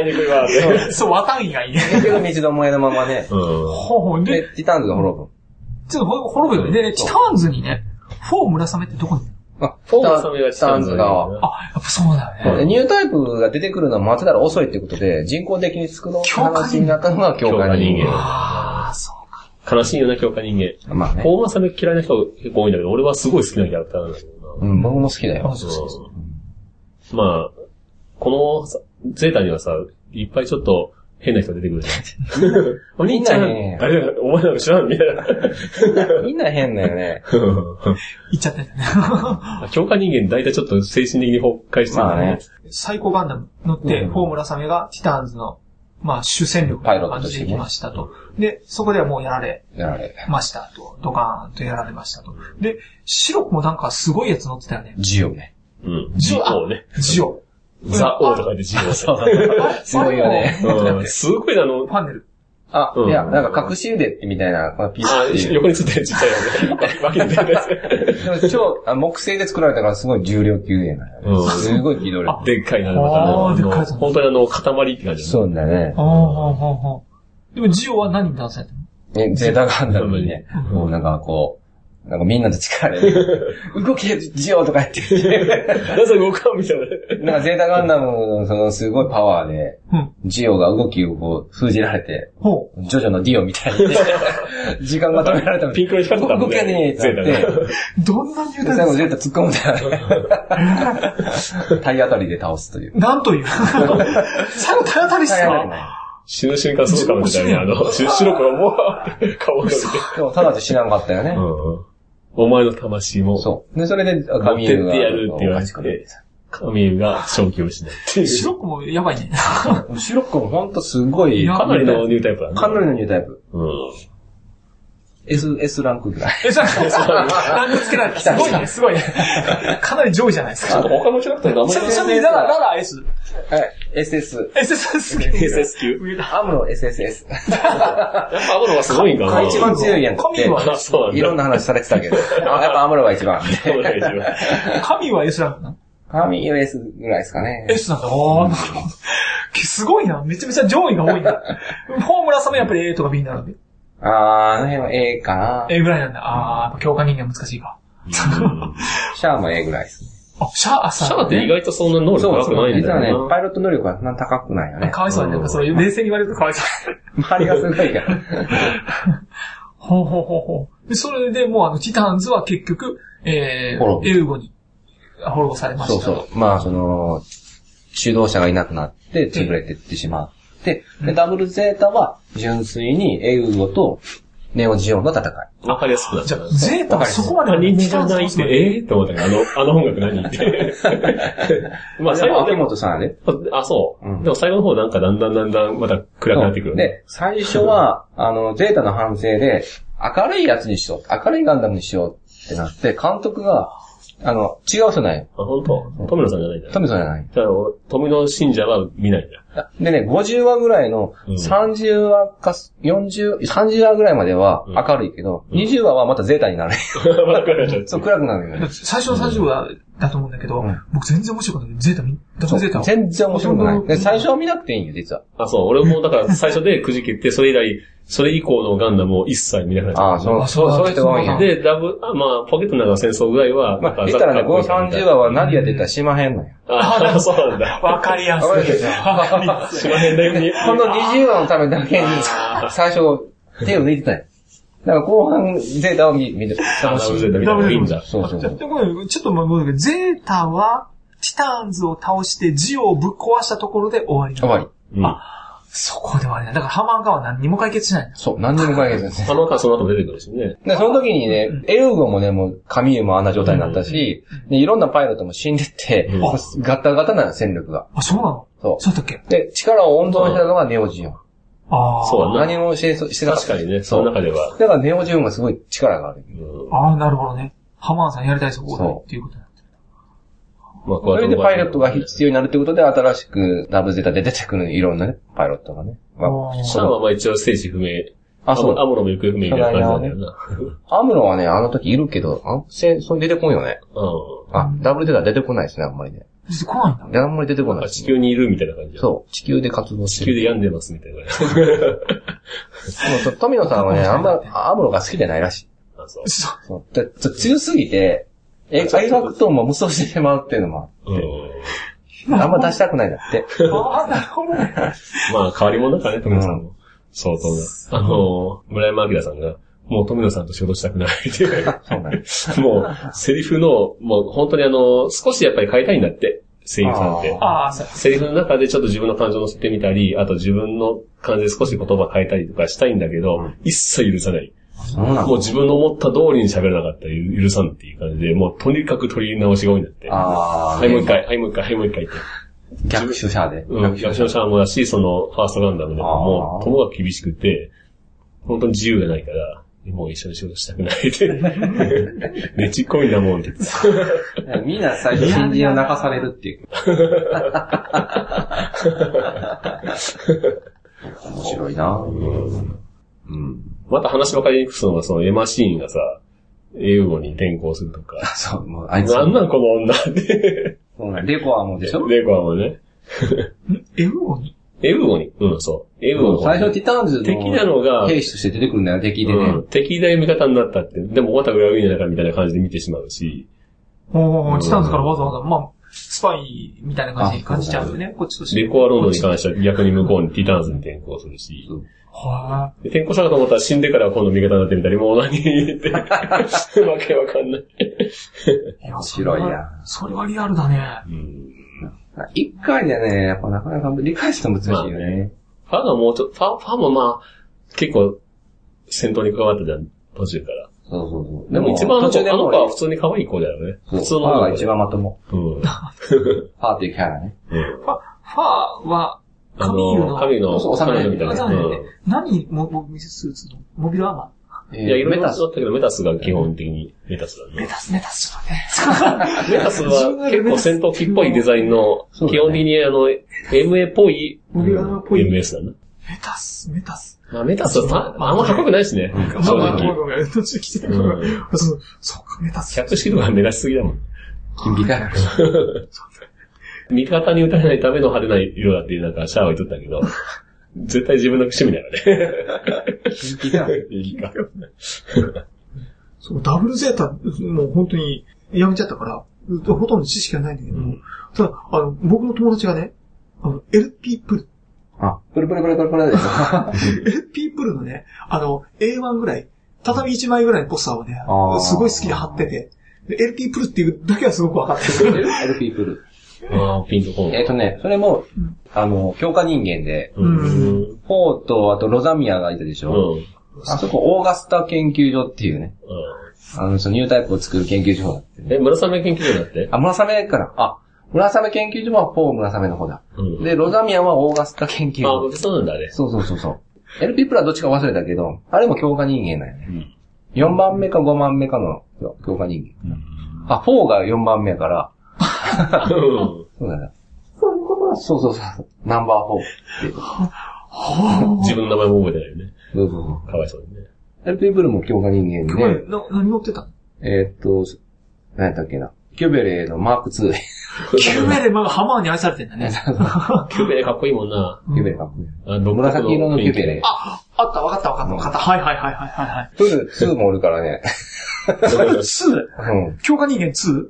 S1: りにくいわ、って。
S3: そう、和単位がいいね。
S2: 結局道どもえのままね、
S1: うん。
S3: ほうほう。
S2: で
S3: で、、
S2: ティタンズが滅ぶ。
S3: ちょっとほ滅ぶよね。で、ティターンズにね、フォー村雨ってどこにいるの
S2: あ、
S1: フォームサムが
S2: スタンズ側。
S3: あ、やっぱそうだよね。
S2: でニュータイプが出てくるのは待ってたら遅いってことで、人工的に作ろうって
S3: 強化
S2: 話
S3: 人間
S2: になったのが強
S1: 強
S2: 化
S1: 化
S2: 人
S1: 人
S2: 間。
S1: 間。
S3: ああ、そうか。
S1: 悲しいよな、強化人間。
S2: まあね。
S1: フォーマサメ嫌いな人結構多いんだけど、俺はすごい好きなキャラクターなんだけどな。
S2: うん、僕も好きだよ。
S3: そうそうそう
S1: まあ、このさゼータにはさ、いっぱいちょっと変な人出てくるじゃん。お兄ちゃん、
S2: みんなね
S1: あれだよ、お前なんか知らんみたい
S2: みんな変だよね。
S1: な。
S3: 言っちゃったよね。
S1: 強化人間大体ちょっと精神的に崩壊してる
S2: まあね。。
S3: サイコガンダム乗って、
S2: うん
S3: フォームラサメがティターンズの、まあ、主戦力みたいな感じで行きましたと。で、そこではもうやられ
S2: やられ。
S3: ましたと。ドカーンとやられましたと。で、シロップもなんかすごいやつ乗ってたよね。
S2: ジオね。
S1: うん。
S3: ジ
S1: ジ
S3: オ
S1: オね。
S3: ジオ。
S1: ザ・オーとかでジオ。
S2: すごいよね。
S1: うんすごいあの
S3: フ、ァンネル。
S2: あ
S1: う、ん
S2: いや、なんか隠し腕みたいな、このピース
S1: あ
S2: っていう。
S1: 横についてるちっちゃいよね。わけで
S2: でも超、あ木製で作られたからすごい重量級でなのよね
S1: うん
S2: すごい機動力。
S1: でっかいな、
S3: あー
S1: また
S3: でっかい
S1: ね
S3: やつ
S1: 本当にあの、塊って感じだね
S2: そうだね。
S3: ああ、ああ、ああ。でもジオは何にダンスやったの
S2: ね、ゼータガンダムにね、もうなんかこう、なんかみんなで力で、動け、ジオとか言って、
S1: なぜ動かんみたいな。
S2: なんかゼータガンダムのそのすごいパワーで、
S3: うん。
S2: ジオが動きをこう封じられて、
S3: ほ
S2: ジョジョのディオみたい に、時間が止められたみた
S1: ピ
S2: い
S1: ンク色光ってたも
S2: 動
S1: んね
S2: けねえってなって
S1: ゼータが
S3: う。どんなニュー
S2: で
S3: タイ
S2: 最後
S3: プ
S2: ゼータ突っ込むん だよ。体当たりで倒すという。
S3: なんという。最後体当たりっす
S2: 体当たりな
S3: な。
S2: い。
S1: 死ぬ瞬間そうかもみたいな、あの、白くがもわーって顔を伸びて。
S2: でもただで知らんかったよね
S1: う。んうんお前の魂も、
S2: そう。で、それで、カミールが、
S1: 持ってってやるって言われて
S2: 勝ち込んで
S1: カミールが正気を失うっていう。
S3: シロップもやばいね。
S2: シロックもほんとすごい、
S1: かなりのニュータイプだね。
S2: かなりのニュータイプ。
S1: うん。
S2: S、S ランクぐ らい。
S3: え、そうそうそう。ランクつけられた。すごいね、すごいね。かなり上位じゃないです
S1: ちょっ
S3: か。
S1: と他のキャラクターの名
S3: ち
S1: 前
S3: な
S1: が
S3: みちなみに、ララ、ララ S。
S2: はい。SS。
S3: SS すげえ。
S1: SS 級。
S3: 上だ。
S2: アム ロ SSS。
S1: やっぱアブロはすごいんかな。
S2: 一番強いやんっ
S3: 神
S2: て。
S3: は、
S1: あ、 そうなんだ。
S2: いろんな話されてたけど。あやっぱアムロが一番。
S1: そうなんだ
S3: 神は S なんだな。
S2: カミール S ぐらいですかね。
S3: S なんだ。あー、なるほど。すごいな。めちゃめちゃ上位が多いんだ。ホームラスもやっぱり A とか B になるんで。
S2: あー、あの辺は A かな。
S3: A ぐらいなんだ。あー、やっぱ強化人間難しいか。
S1: うん
S2: シャアも A ぐらいですね。
S3: あ、シャアさん。
S1: シャアって意外とそんな能力高くないん
S2: 実は
S1: だ
S2: ね
S1: よ、
S2: パ
S1: な。
S2: イロット能力はそんな高くないよね。
S3: かわいそうだね。やっぱそれ冷静に言われるとかわいそう。
S2: 周りがすごいから。
S3: ほうほうほうほう。で、それでもうあの、ティターンズは結局、え
S2: 滅
S3: ー、
S2: び
S3: エルゴに滅ぼされました
S2: そう
S3: と。
S2: そう。まあ、その、主導者がいなくなって、潰れてってしまって、で、ダブルゼータは、純粋にエウゴとネオジオンの戦い。
S1: わかりやすくなっ
S3: じ
S1: ち
S3: ゃ
S1: ゃう
S3: あ、。ゼータはそこまでは
S1: 何
S3: 認
S1: じ
S3: 知
S1: ゃないって、ええー、って思ったけど、あ の、あの音楽何って。 まあ、
S2: で
S1: 最
S2: も
S1: 後
S2: 秋
S1: でも、
S2: 元さんね。
S1: あ、そう、
S2: うん
S1: でも最後の方なんかだんだんだんだんまた暗くなってくる。
S2: で、最初は、あの、ゼータの反省で、明るいやつにしよう。明るいガンダムにしようってなって、監督が、あの、違う人なんよ。
S1: あ、本当富野さんじゃないんだ。
S2: 富さんじゃない。
S1: じゃあ、富野信者は見ないんだ。
S2: でね、50話ぐらいの
S1: うん、
S2: 30話か、40、30話ぐらいまでは明るいけど、
S1: うん
S2: 20話はまたゼータになる。
S1: まだ暗くなっちゃう。
S2: そう、暗くなるよね。
S3: 最初の最初はだと思うんだけど、
S2: うん
S3: 僕全然面白くないけど、ゼータ見、ダブルゼータは
S2: 全然面白くな
S3: うん
S2: い。で最初は見なくていいんよ、実は。
S1: あ、そう。俺もだから最初でくじけて、それ以来、それ以降のガンダムを一切見なくなっちゃ
S2: ああ、そう、
S3: あ
S2: そ、
S3: そうう
S2: そういう人が多いん
S3: あ
S2: や
S3: ー。
S1: で、ダブ、あまあ、ポケットの中の戦争ぐらいは、
S2: ま
S1: な
S2: あ、
S1: ん
S2: 見
S1: か
S2: たらね、
S1: ザッカ
S2: この
S1: ーっぽい
S2: 30話はナディア出たら島編なんや。
S1: あ、そうなん だ。
S3: わかりやすい。
S2: わかりやすい
S3: わかりやすい。
S1: 島辺だよに。
S2: この20話のためだけに、最初、手を抜いてたんや。だから後半、ゼータを見、見る。
S1: ダ
S2: 楽
S1: ブ
S2: し
S1: ルゼータ
S2: み
S1: 見た方がいいんだ。
S2: そうそうそう。
S3: でもちょっとまあ、ゼータは、ティターンズを倒して、ジオをぶっ壊したところで終わりな
S2: 終
S3: の。
S2: わり。
S1: うん。あ
S3: あ、そこで終わりなのだからハマンガは何にも解決しないの。
S2: そう、何にも解決ですね。
S1: の後はその後出てくるしね。
S2: で、その時にね、エルゴもね、もう、カミユもあんな状態になったし、で、いろんなパイロットも死んでって、
S1: うん
S2: もうガタガタなの戦力が。
S3: あ、そうなの
S2: そ
S3: そうだったっけ
S2: う。で、力を温存したのがネオジオン。
S3: ああ。
S1: そうだな
S2: 何もしてしてなかっ
S1: 確
S2: た。
S1: かにね、そ
S2: そう
S1: の中では。
S2: だからネオジオンがすごい力がある。
S1: うん
S3: ああ、なるほどね。ハマンさんやりたいそこ
S2: そう
S3: っていうことだ。
S1: まあ、
S2: それでパイロットが必要になるってことで、新しくダブゼータで出てくるいろんなね、パイロットがね。ま
S3: おー
S1: シャアはまあ一応生死不明。
S2: あ、そ
S1: アムア
S2: う。
S1: ムロも行方不明みたいな感じなんだよな。
S2: アムロはね、あの時いるけど、あ戦争に出てこんよね。
S1: う
S2: あ、ダブルゼータ出てこないですね、あんまりね。
S3: そして来ないんだ。
S2: いやあんまり出てこ
S1: ん。
S2: ない
S1: あ
S2: で
S1: 地
S2: すね、
S1: 球にいるみたいな感じだ
S2: そう、地球で活動し
S1: 地
S2: て
S1: 球
S2: る。
S1: で病んでますみたいな。
S2: でも富野さんはね、あんま、アムロが好きじゃないらしい。
S1: あそう
S3: そう
S2: そう。でちょ強すぎて、え、アイファクトンも無双してしまうっていうのも、
S1: うん
S2: あんま出したくないんだって。
S3: ああ、なるほ どね。
S1: まあ、変わり者だからね、富野さんも。相当な。あのー、村山明さんが、もう富野さんと仕事したくないっていう。
S2: そうなんです。
S1: もう、セリフの、もう本当にあの、少しやっぱり変えたいんだって、声優さんって。
S3: ああ、そう。
S1: セリフの中でちょっと自分の感情を乗せてみたり、あと自分の感じで少し言葉変えたりとかしたいんだけど、一切許さない。
S2: そうなん
S1: もう
S2: だ。
S1: 自分の思った通りに喋らなかったら許さんっていう感じで、もうとにかく取り直しが多いんだって。は
S2: あ
S1: い、もう
S2: ー
S1: 一、回、はい、もう一回、はい、もう一回って。
S2: 逆主者で。
S1: うん、役者シャーもだし、その、ファーストガンダムでも、も
S2: あ
S1: う、
S2: ー
S1: ともが厳しくて、本当に自由がないから、もう一緒に仕事したくないって。 ねちっこいなもんって。
S2: みんな最初新人を泣かされるっていう。面白いなうん。
S1: また話ばかりにくすのが、そのエマシーンがさ、英語に転校するとか。
S2: そう、もうあいつ。
S1: なんなんこの女って。
S2: そうなんレコアもでしょ
S1: レコアもね。
S3: エウゴに
S1: 英語に。うん、そう。英語の方
S2: 最初ティターンズの
S1: 敵なのが
S2: 兵士として出てくるんだよ、敵で
S1: う
S2: ね
S1: ん。敵だ味方になったって。でもまた裏切りじゃないかみたいな感じで見てしまうし。
S3: おー、チタンズからわざわざ、まあ、スパイみたいな感じに感じちゃうよね、こっちとして。
S1: レコアロードに
S3: こっ
S1: 関しては逆に向こうにティターンズに転校するし。
S3: ちは
S1: で転校したかと思ったら死んでから今度味方になってみたり、もう何 って。わけわかんない。
S3: い。面
S2: 面白い。な。
S3: それはリアルだね。
S1: うん。
S2: 一回でね、やっぱなかなか理解しても難しいよね。
S1: ファーがもうちょっと、ファー、ファーもまあ、結構、戦闘に加わったじゃん、途中から。
S2: そうそうそう。
S1: でも一番あの
S2: 途中
S1: 子、
S2: で
S1: あ
S2: も
S1: の
S2: う
S1: 子は普通に可愛い子だよね。
S2: そう
S1: 普通の
S2: ファー
S1: 子
S2: が一番まとも。
S1: うん。
S2: ファーっていうキャラね。
S1: うん
S3: ファ、ファは、
S1: あ
S3: カミールの、
S1: の、神の、
S2: そう
S1: 神のみたい
S3: あ
S1: な。
S3: そう
S1: う
S3: なんだよ
S1: ん
S3: ね。何、モモビルスーツのモビルアーマ
S2: え
S1: いや、い
S2: ー
S1: ろい
S2: メ
S1: ろあ
S2: タ
S1: っ
S2: ス。
S1: たけど、メタスが基本的にメタスだ
S3: ー。メ
S1: ね。
S3: タス、メタスだね。
S1: メタスは結構戦闘機っぽいデザインの、
S2: そうだ
S1: 基
S2: ね
S1: 本的にあの、MA っぽい、
S3: モビルアーマーっぽい
S1: MS だな。
S3: メタス、メタス。
S1: まあ、メタスはさあんまかっこよくないしね
S2: うん、
S1: 正
S3: まあまあごめん
S1: 直。
S3: ごめん、途中来てたから
S1: うん
S3: そうそうか、メタス。
S1: 客式とか目立ちすぎだもん。
S2: 金美大学。
S1: 味方に打たれないための派手な色だってなんかシャアは言っとったけど、絶対自分の趣味だよね。
S2: 金美大学。
S1: いいか。
S3: そう、ダブルゼータ、もう本当に、やめちゃったから、ほとんど知識がないんだけど、
S1: うん
S3: ただ、あの、僕の友達がね、あの、LP プル、
S2: あ、プルプルプルプルプルでし ょ。あ
S3: LP プルのね、あの、A1 ぐらい、畳1枚ぐらいのポスターをね
S2: あー、
S3: すごい好きで貼ってて、で LP プルっていうだけはすごく分かってる。
S2: LP プル。
S1: ああ、ピンとこん。
S2: えっとね、それも、あの、強化人間で、
S1: うん。うん。
S2: フォーと、あとロザミアがいたでし
S1: う
S2: ょ。
S1: ん
S2: あそこ、オーガスタ研究所っていうね、あの、そのニュータイプを作る研究所。
S1: え、紫の研究所だって
S2: あ、村雨かなあ、村雨研究所はフォー村雨の方だ。
S1: うん。
S2: で、ロザミアはオーガスタ研究所。
S1: あ、そうなんだ、あれ。
S2: そうそうそうそう。LP プラどっちか忘れたけど、あれも強化人間なんやね。
S1: うん
S2: 4番目か5番目かの強化人間。あ、4が4番目やから、
S1: うん
S2: そうなんだ。そういうことそうそうそう。ナンバー4っていうこと。
S1: 自分の名前も覚えてないよね。
S2: そうそうそ
S1: かわいそうにね。
S2: う。LP プルも強化人間
S3: これ
S2: で、
S3: な何乗ってたの
S2: えーっと、何やったっけな。キュベレーのマーク2。
S3: キューベレマがハマーに愛されてんだね。
S1: キューベレかっこいいもんな。
S2: キュベレーかっこいい。
S1: あの
S2: 紫色のキュベレー。
S3: あ、あった、わかった、わかった、わかった。はいはいはいはいはいはい。
S2: プル2もおるからね。
S3: 2?
S2: うん。
S3: 強化人間 2?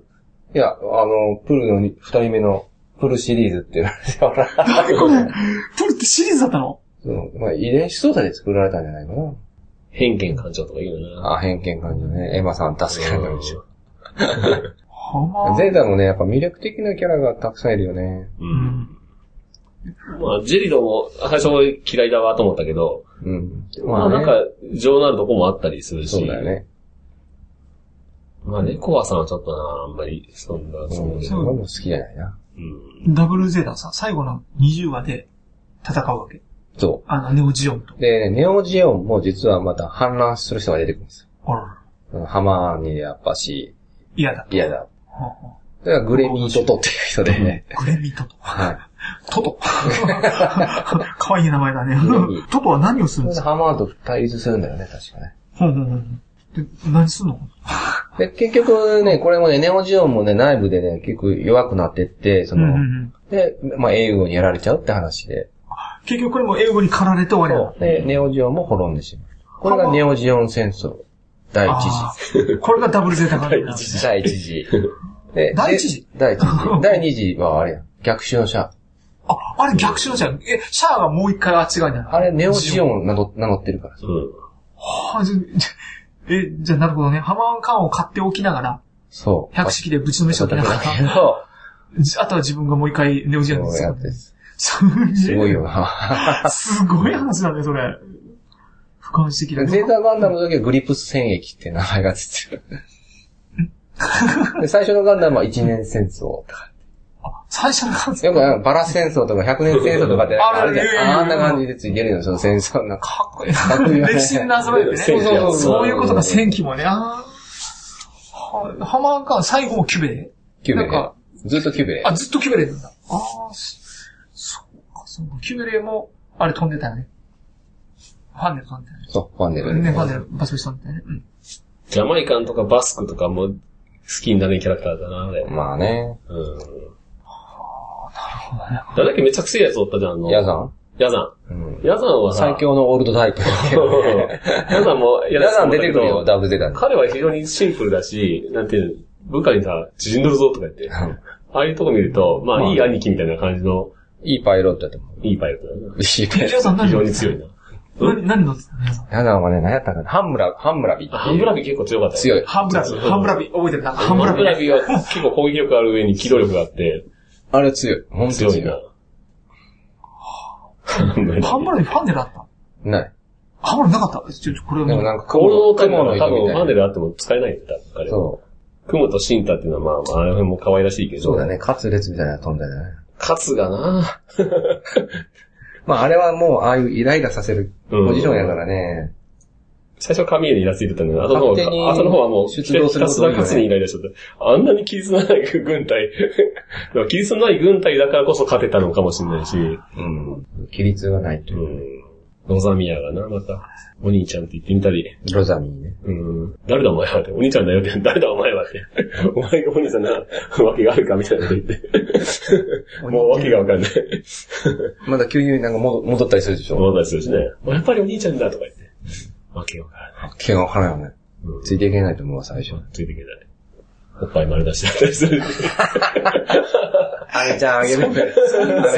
S2: いや、あの、プルの二人目のプルシリーズって言われてたから。
S3: 何これプルってシリーズだったの
S2: そのまあ、遺伝子操作で作られたんじゃないかな。
S1: 偏見感情とか言うよな。
S2: あ、偏見感情ね。エマさん助けられたんでしょ。
S3: ハマー。
S2: ゼータもね、やっぱ魅力的なキャラがたくさんいるよね。
S1: う。
S3: うんん。
S1: まあ、ジェリドも最初嫌いだわと思ったけど、
S2: うん。
S1: まあなんか、情のあるとこもあったりするし。
S2: そうだよね。
S1: まあ、レコアさんはちょっとな、あんまり、そんな、そ
S2: うん。
S1: う
S2: そ
S1: ね。
S2: れも好きじゃないな。
S1: うん。
S3: ダブルゼータのさ、最後の20話で戦うわけ。
S2: そ
S3: あの、ネオジオンと
S2: う。。で、ネオジオンも実はまた反乱する人が出てくるんです
S3: あらら。
S2: よ。ハマーにやっぱし、
S3: 嫌だ。
S2: 嫌だ。
S3: はは
S2: だからグレミートトっていう人でね。
S3: グレミトト。
S2: は
S3: トト。 可愛い名前だね
S2: グレミ。
S3: トトは何をするんで
S2: い。
S3: すか
S2: ハマーと対立するんだよね、確かね。
S3: ほんほんほんほん。で、何すんの
S2: で、結局ね、これもね、ネオジオンもね、内部でね、結構弱くなってって、そ
S3: うんうんう
S2: の、
S3: ん。
S2: で、まあ、英語にやられちゃうって話で。
S3: 結局これも英語に駆られて終わりだ。
S2: で、ネオジオンも滅んでしまう。これがネオジオン戦争。第一
S3: あーこれがダブルゼータガンダムなんですね。
S2: 次。第 一 次。で
S3: 第一次
S2: で第一次。第二次はあれやん。逆襲のシャア。
S3: あ、あれ逆襲のじゃん。え、シャアがもう一回あっち側になる。
S2: あれ、ネオジオンを名乗名乗ってるから。
S1: うん。
S3: はあ、じゃ、じゃ え、じゃあなるほどね。ハマーンカーンを買っておきながら、
S2: そう。
S3: 百式でぶちのめしておきながら、
S2: そ
S3: じあとは自分がもう一回ネオジアン
S2: う。
S3: で
S2: そう
S3: す
S2: や
S3: よ
S2: って。す。
S3: すげえ
S2: すごいよ な。
S3: すごい話だね、それ。俯瞰してきた。
S2: ゼータガンダムの時はグリプス戦役って名前がついてる。で最初のガンダムは一年戦争とか。
S3: 最初の感想。
S2: よくなんかバラ戦争とか百年戦争とかって
S3: あ
S2: あ
S3: る
S2: る
S3: ね
S2: じゃん。あんな感じでついてるよ、その戦争の。
S3: かっこいい
S2: っこいい
S3: な。
S2: よね
S3: 歴史になぞらえてね。
S1: そう
S2: そうそう
S3: そういうことが戦記もね。あーはハマーンカーン最後もキュベレ
S2: キュベ
S3: なんか
S2: レ。ずっとキュベレ
S3: あ、。ずっとキュベレなんだ。ああ、しそうか、そうか。キュベレも、あれ飛んでたよね。ファンデル飛んでたよね。
S2: そう、ファンデル。
S3: ね、ファンデルバシバシ飛んでたよね。うん。
S1: ジャマイカンとかバスクとかも好きになるキャラクターだな、あれ。
S2: まあね。
S1: うん。なんだっけめちゃくちゃいいやつおったじゃん、あの。
S2: ヤザン
S1: ヤザン。
S2: うん。
S1: ヤザンはさ、
S2: 最強のオールドタ イプ。
S1: ヤザンも嫌
S2: ヤ
S1: なやつ
S2: ザ
S1: なん
S2: ン
S1: だけ
S2: 出て
S1: ど
S2: くるよ、ダブルゼータに。
S1: 彼は非常にシンプルだし、なんていうの、部下にさ、縮んどるぞとか言って、ああいうとこ見ると、ま
S2: ま
S1: あ
S2: あ
S1: いい兄貴みたいな感じの、
S2: いいパイロットだと思う。
S1: いいパイロットだな。
S2: いいパイロ
S3: え、
S2: ッ
S3: ジャーさん
S1: 非
S3: 何
S1: 常に強いな。
S3: 何、何乗ってたのジャーさん。
S2: ト。ヤザンはね、何やったかな。ハンムラ、ハンムラビっていう。
S1: あハンブラビ結構強かったよ。
S2: 強い。
S3: ハンブラビ、ハンブラビ、覚えてるな。ハ
S1: ハ
S3: ン
S1: ン
S3: ブ
S1: ブ
S3: ラビ。
S1: ラビは結構攻撃力ある上に機動力があって、
S2: あれは強い。本当に
S1: 強いな。ハンブ
S3: ハンブラビファンデルあった
S2: ない。
S3: ハンブラビなかったちょ、ちょ、これ
S2: でも
S3: も
S2: な
S3: う。
S2: んか、
S1: オールドタイプ
S2: 雲
S1: は
S2: の
S1: 多
S2: 糸み
S1: 分、
S2: た
S1: マ
S2: い
S1: ンデ
S2: な。
S1: ルあっても使えないよ、多分、彼は。
S2: そう。
S1: クモとシンタっていうのは、まあ、まあ、あの辺も可愛らしいけど。
S2: そうだね。カツレツみたいなの飛んだよね。
S1: カツがな
S2: まああれはもう、ああいうイライラさせるポジションやからね。
S1: 最初髪にイラついてたのに、後の方
S2: 勝手に
S1: が、後の方はもう、ひ
S2: 出動する
S1: た
S2: こ
S1: す
S2: と多い
S1: ら
S2: よね
S1: カツにイライラしちゃった。あんなに傷のない軍隊。 でも傷のない軍隊だからこそ勝てたのかもしれないし、
S2: うん。規律がないと
S1: う
S2: いう。
S1: ん。ロザミアがな、また、お兄ちゃんって言ってみたり、
S2: ロザミーね。
S1: うん。誰だお前はって、お兄ちゃんだよって、 誰だお前はって、お前がお兄ちゃんな、わけがあるかみたいなこと言って。 もうわけがわかんない。
S2: まだ急になんか戻戻ったりするでしょ。
S1: 問題するしね。やっぱりお兄ちゃんだとか言って。わけわからない。
S2: 毛がわからんよね。
S1: うん
S2: ついていけないと思うわ、最初。
S1: ついていけない。おっぱい丸出しだったりする。
S2: あれちゃんあげる。あれ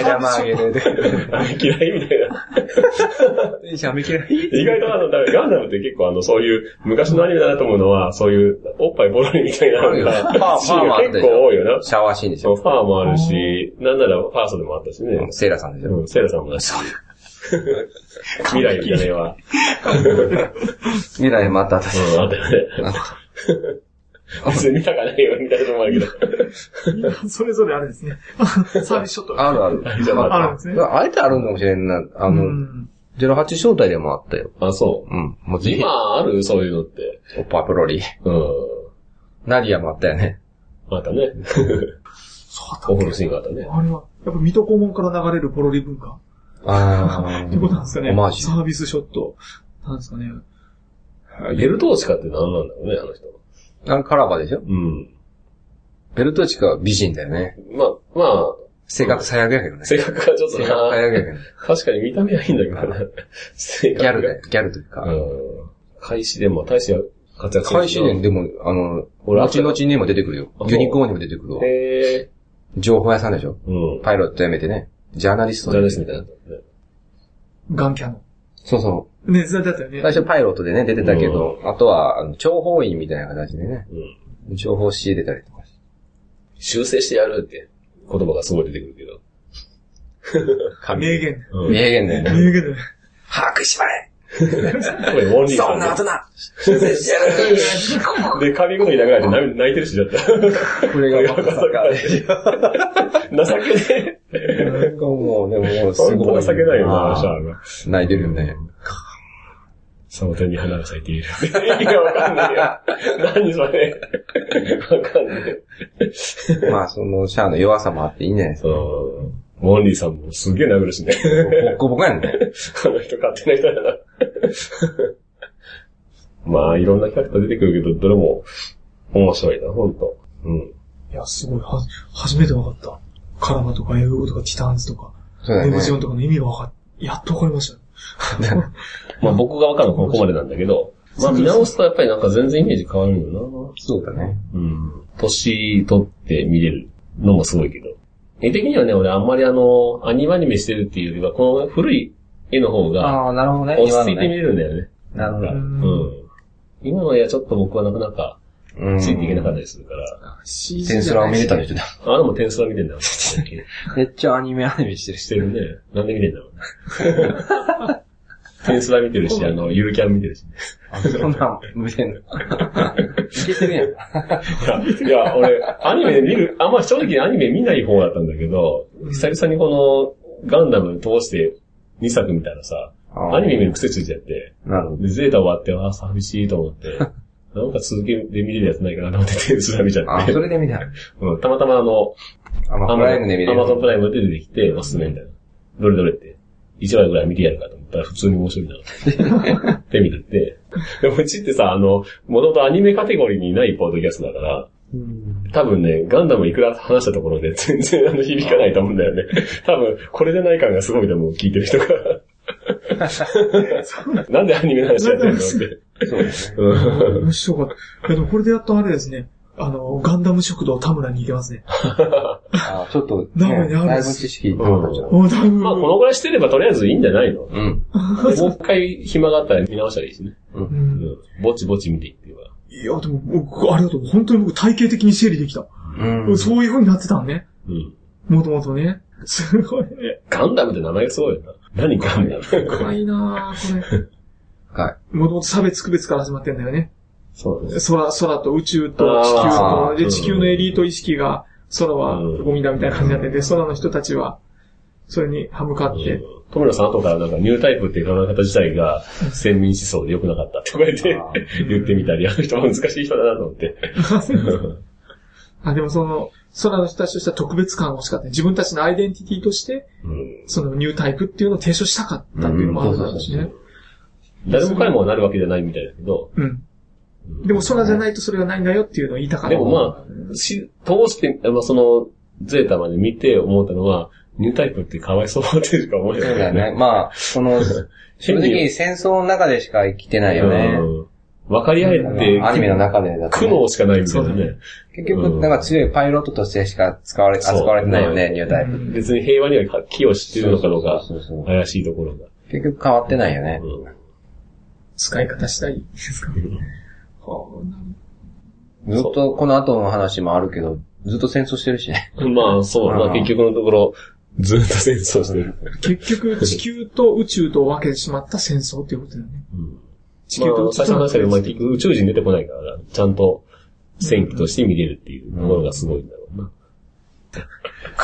S2: ちゃんもあげる。
S1: あれ嫌いみたいな。
S2: いいじゃん、見切らい。
S1: 意外とあの、だからガンダムって結構あの、そういう、昔のアニメだなと思うのは、そういう、おっぱいボロリみたいなの
S2: あるよ
S1: が、
S2: パー
S1: シーン
S2: パー
S1: が
S2: もあった
S1: 結
S2: でしょ
S1: 構多いよな。
S2: シャワーシーンでし
S1: そ
S2: ょ
S1: う、。ファーもあるし、なんならファーストでもあったしね。
S2: うんセイラさんでしょ。
S1: うん、セイラさんもだし。 未来みたいなの は、
S2: 未来もあった、私。
S1: うん、あったよね。別に見たかないよ、見たこともあるけど。
S3: それぞれあるんですね。サービスショット。
S2: あるある。
S1: じゃあま
S3: あるんですね。
S2: あえてあるのかもしれんな。あ
S3: う
S2: の、
S3: ん
S2: 08招待でもあったよ。
S1: あ、そ
S2: うん。もう
S1: う。
S2: ぜひ、
S1: 今あるそういうのって。
S2: おっぱいプロリ。
S1: うん。
S2: ナリアもあったよね。
S1: あったね。 そう、お風呂シーンがあったね。
S3: あれは、やっぱ水戸黄門から流れるポロリ文化
S2: あ
S3: ってことなんですかね。
S2: オマージ
S3: サービスショット。なんですかね。
S1: ベルトーチカって何なんだろうね、あの人。
S2: ュ。あれカラバでしょ
S1: うん。
S2: ベルトーチカは美人だよね。
S1: まあ、まあ、
S2: 性格最悪やけどね。
S1: 性格がちょっと
S2: 性格最
S1: な、
S2: 悪 やけどね。
S1: 確かに見た目はいいんだけどな。性
S2: ギャ
S1: 格が
S2: ルだよ。ギャルという
S1: う
S2: か。
S1: ん。開始でも、大使は活躍する
S2: 開始年でも、あの、
S1: 俺
S2: 後々にも出てくるよ
S1: あそ。う
S2: ユニコーンにも出てくるわ。
S1: へえ。
S2: 情報屋さんでしょ
S1: うん。
S2: パイロットやめてね。ジャーナリス
S1: ジャ
S2: トに
S1: ーナリストみたいな。
S3: ガンキャノ
S2: そうそ
S3: ン。ね、だったよ
S2: う。
S3: ね。
S2: 最初パイロットでね、出てたけど、あとは、あの情報員みたいな形でね、
S1: うん。
S2: 情報を仕入れたりとかして。
S1: 修正してやるって言葉がすごい出てくるけど。
S3: 名言。
S1: う
S2: 名
S1: ん。
S2: 言だよね。
S3: 名言だよね。
S2: 把握しまえ
S1: これ、オンリーさんだ。
S2: な修正してやる
S1: で、髪ごとに殴られて泣い泣いてるし、だった。
S2: これがま さかね。
S1: 情けねえ。
S2: なんかもう、でももうす
S1: す
S2: ご
S1: ごい
S2: い。
S1: 情けないよな、シャアが。
S2: 泣いてるよね。
S1: その点に花が咲いている。意味がわかんないよ。何それ。わかんない。
S2: まあ、その、シャアの弱さもあっていいんじゃないですか。
S1: その、モンリーさんもすげえ殴るしね。
S2: ボッコボコやんね。
S1: この人勝手な人だな。まあ、いろんなキャラクター出てくるけど、どれも面白いな、ほんと。うん。
S3: いや、すごい、は、初めて分かった。カラマとかエウゴとかティターンズとか、
S2: そうだ
S3: ネ
S2: よ
S3: ムジオ
S2: ね。
S3: ンとかの意味が分かっ、やっと分かりました。
S1: まあ僕がわかるのはここまでなんだけど、まあ見直すとやっぱりなんか全然イメージ変わるよ
S2: そうだね。
S1: な。うん。年取って見れるのもすごいけど。絵的にはね、俺あんまりあの、アニメアニメしてるっていうよりは、この古い絵の方が
S4: ああ、なるほどね。
S1: 落ち着いて見れるんだよね。
S4: なるほ
S1: う
S4: ど。
S1: ん
S3: う
S1: 今の絵はちょっと僕はなかなか
S2: うん
S1: ついていけなかったりするから。
S4: CG
S2: テンスラを見れたりしてた。
S1: あ、でも点数は見てんだろうな。最近
S4: めっちゃアニメアニメしてるし。
S1: してるね。なんで見てんだろうね。 点数は見てるし、あの、ゆるキャン見てるし。
S2: あそんなん、無 線。いけてるやん。
S1: いや、いや俺、アニメ見る、あんま正直アニメ見ない方だったんだけど、久々にこのガンダム通して2作見たらさ、アニメ見る癖ついちゃって、
S2: なるほど。
S1: で、ゼータ終わって、ああ、寂しいと思って、 なんか続けで見れるやつないかなと思って手調べちゃっ
S2: あ、
S1: て、
S2: それで見た。
S1: うんたまたまあの、
S2: あ、まあ、プライムで見れ
S1: ア
S2: る
S1: マ。ゾンプライムで出てきて、おすすめみたいな。どれどれって。1話ぐらい見てやるかと思ったら普通に面白いな。 って見てて。でもうちってさ、あの、もともとアニメカテゴリーにないポッドキャストだから、多分ね、ガンダムいくら話したところで全然あの響かないと思うんだよね。多分、これでない感がすごいと思う、聞いてる人が。なんでアニメの話やってるのって。
S2: そうですね。
S1: うん
S3: 面白かった。いやでもこれでやっとあれですね。あの、ガンダム食堂田村に行けますね。
S2: あ、ちょっと、
S3: ダメ
S2: ね、
S3: にあるん
S2: だい
S3: で
S2: ぶ
S3: す
S2: 知識いったんじゃん。
S3: おだいぶ。
S1: まあ、このぐらいしてればとりあえずいいんじゃ ないの
S2: うん。
S1: もう一回暇があったら見直したらいいしね。
S3: う、
S1: うんん。ぼちぼち見ていってば。
S3: いや、でも僕、ありがとう。本当に僕、体系的に整理できた。
S2: うん。
S3: そういう風になってたんね。
S1: うん。
S3: もともとね。すごいね。
S1: ガンダムって名前がすごいよな。何ガンダム
S3: 深いなぁ、これ。
S2: はい。
S3: もともと差別区別から始まってんだよね。
S1: そうだね。
S3: 空、空と宇宙と地球
S1: あ
S3: と
S1: ー、
S3: で、
S1: うん
S3: 地球のエリート意識が、空はゴミだみたいな感じになってて、空の人たちは、それに歯向かって、
S1: トムラさん後からなんかニュータイプっていう考え方自体が先民思想で良くなかったって言われて
S2: あ
S1: 言ってみたり、あの人も難しい人だなと思って。
S3: あ、でもその、空の人たちとしては特別感が欲しかったね。自分たちのアイデンティティとして、
S1: うん
S3: そのニュータイプっていうのを提唱したかったっていうのもあるだろうし
S2: うん
S3: ね。
S1: 誰も彼もなるわけじゃないみたいだけど、
S3: うん。でも空じゃないとそれがないんだよっていうのを言いたかった。
S1: でもまあ、し通して、まあ、その、ゼータまで見て思ったのは、ニュータイプってかわいそうってしか思え
S2: そう
S1: な
S2: だ
S1: い。
S2: ね。 まあ、その、正直戦争の中でしか生きてないよね。
S1: うん分かり合えて、
S2: アニメの中でだと
S1: 苦
S2: ね、
S1: 悩しかないみたいなね。
S2: 結局、なんか強いパイロットとしてしか使われ、扱われてないよね、ニュータイプ。
S1: 別に平和には寄与してるのかどうか
S2: そうそうそう、
S1: 怪しいところが。
S2: 結局変わってないよね。
S1: う
S3: 使い方したいですかね。はあなる
S2: ずっとこの後の話もあるけど、ずっと戦争してるしね。
S1: んまあ、そう、ま
S2: う
S1: あ
S2: ん
S1: 結局のところ、ずっと戦争してる。
S3: 結局、地球と宇宙と分けてしまった戦争っていうことだよね。
S1: うん
S3: 地球
S1: ま
S3: と
S1: あ、
S3: 宇宙
S1: 最初
S3: と
S1: の
S3: の
S1: 話だ
S3: 戦
S1: けど、まあ結
S3: 争。
S1: 局宇宙人出てこないから、ちゃんと戦記として見れるっていうところがすごいんだろうな。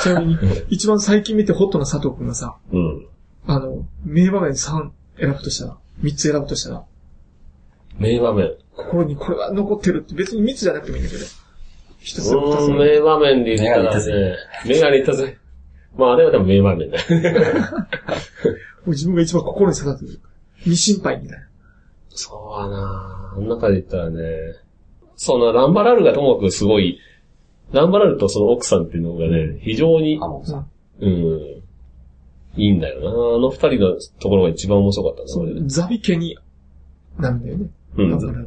S3: ちなみに、一番最近見てホットな佐藤くんがさ、
S1: うん。
S3: あの、名場面3選ぶとしたら、3つ選ぶとしたら、
S1: 名場面。
S3: 心にこれは残ってるって別に3つじゃなくてもいいんだけど。一つ
S1: う
S3: 二
S1: ーん、
S3: つ。
S1: 名場面で言ったらね、メガネいったぜ。まあ、あれはでも名場面だよ。
S3: もう自分が一番心に刺さってる。未心配みたいな。
S1: そうだなぁ。あの中で言ったらね、そのランバラルがともかくすごい、ランバラルとその奥さんっていうのがね、非常に
S2: ハ、モンさん。
S1: うん、いいんだよなあの二人のところが一番面白かったな、
S3: そ
S1: それで
S3: う、。ザビ家に、なんだよね。
S1: うん。
S3: だか
S1: ザ
S3: ら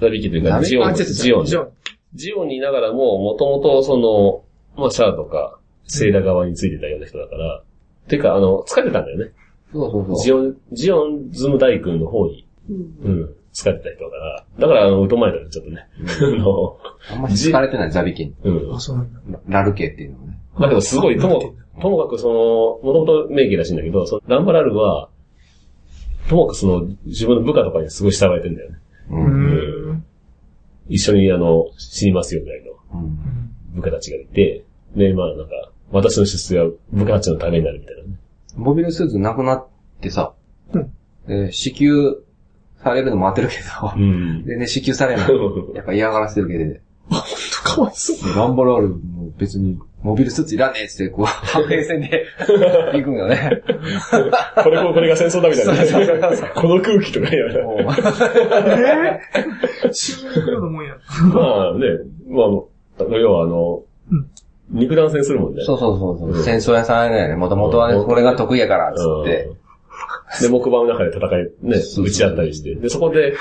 S1: ザビキというか、ジオ
S3: あ、
S1: ン。
S3: 違う違う
S1: ジオン。
S3: ジオン。
S1: ジオンにいながらも、もともとその、まあ、シャアとか、セイラ側についてたような人だから、てか、あの、疲れたんだよね。
S2: そうそう
S1: ジ
S2: そう。
S1: オン、ジオンズム大君の方に、うん、使ってた人だから、だから、あの、疎まれたね、ちょっとね。 あの、
S2: あんまり好かれてない、ザビキン。
S1: うん
S3: あ、。そうなんだ。
S2: ララルケっていうのもね。
S1: まあでもすごい、とも、ともかくその、もともと名義らしいんだけど、そのランバラルは、ともかくその、自分の部下とかにすごい従えてんだよね。
S3: うーん。
S1: 一緒にあの、死にますよぐらいの
S2: うん
S1: 部下たちがいて、で、まあなんか、私の出世は部下たちのためになるみたいなね。
S2: モビルスーツなくなってさ、
S3: うん
S2: で支給されるのも当てるけ ど、
S1: ん。
S2: でね、支給されない。やっぱ嫌がらせてるけど、
S3: かわいそう。
S2: ランバラールも別に、モビルスーツいらねえっつって、こう、白兵戦 で行くんよね。
S1: これこ、これが戦争だみた
S2: そうそ
S1: いうな
S2: そう
S1: ね。この空気とかやな
S2: もう
S3: 死ぬようなもんや。
S1: まあね、まあ、要はあの
S3: うん、
S1: 肉弾戦するもんね。
S2: そうそうそうそう。戦争屋さんやね。もともとは
S1: う
S2: ね、
S1: ん
S2: これが得意やから、つっ
S1: うん
S2: て。
S1: で、木馬の中で戦い、ね、
S2: そうそう
S1: 打ち合ったりして。で、そこで、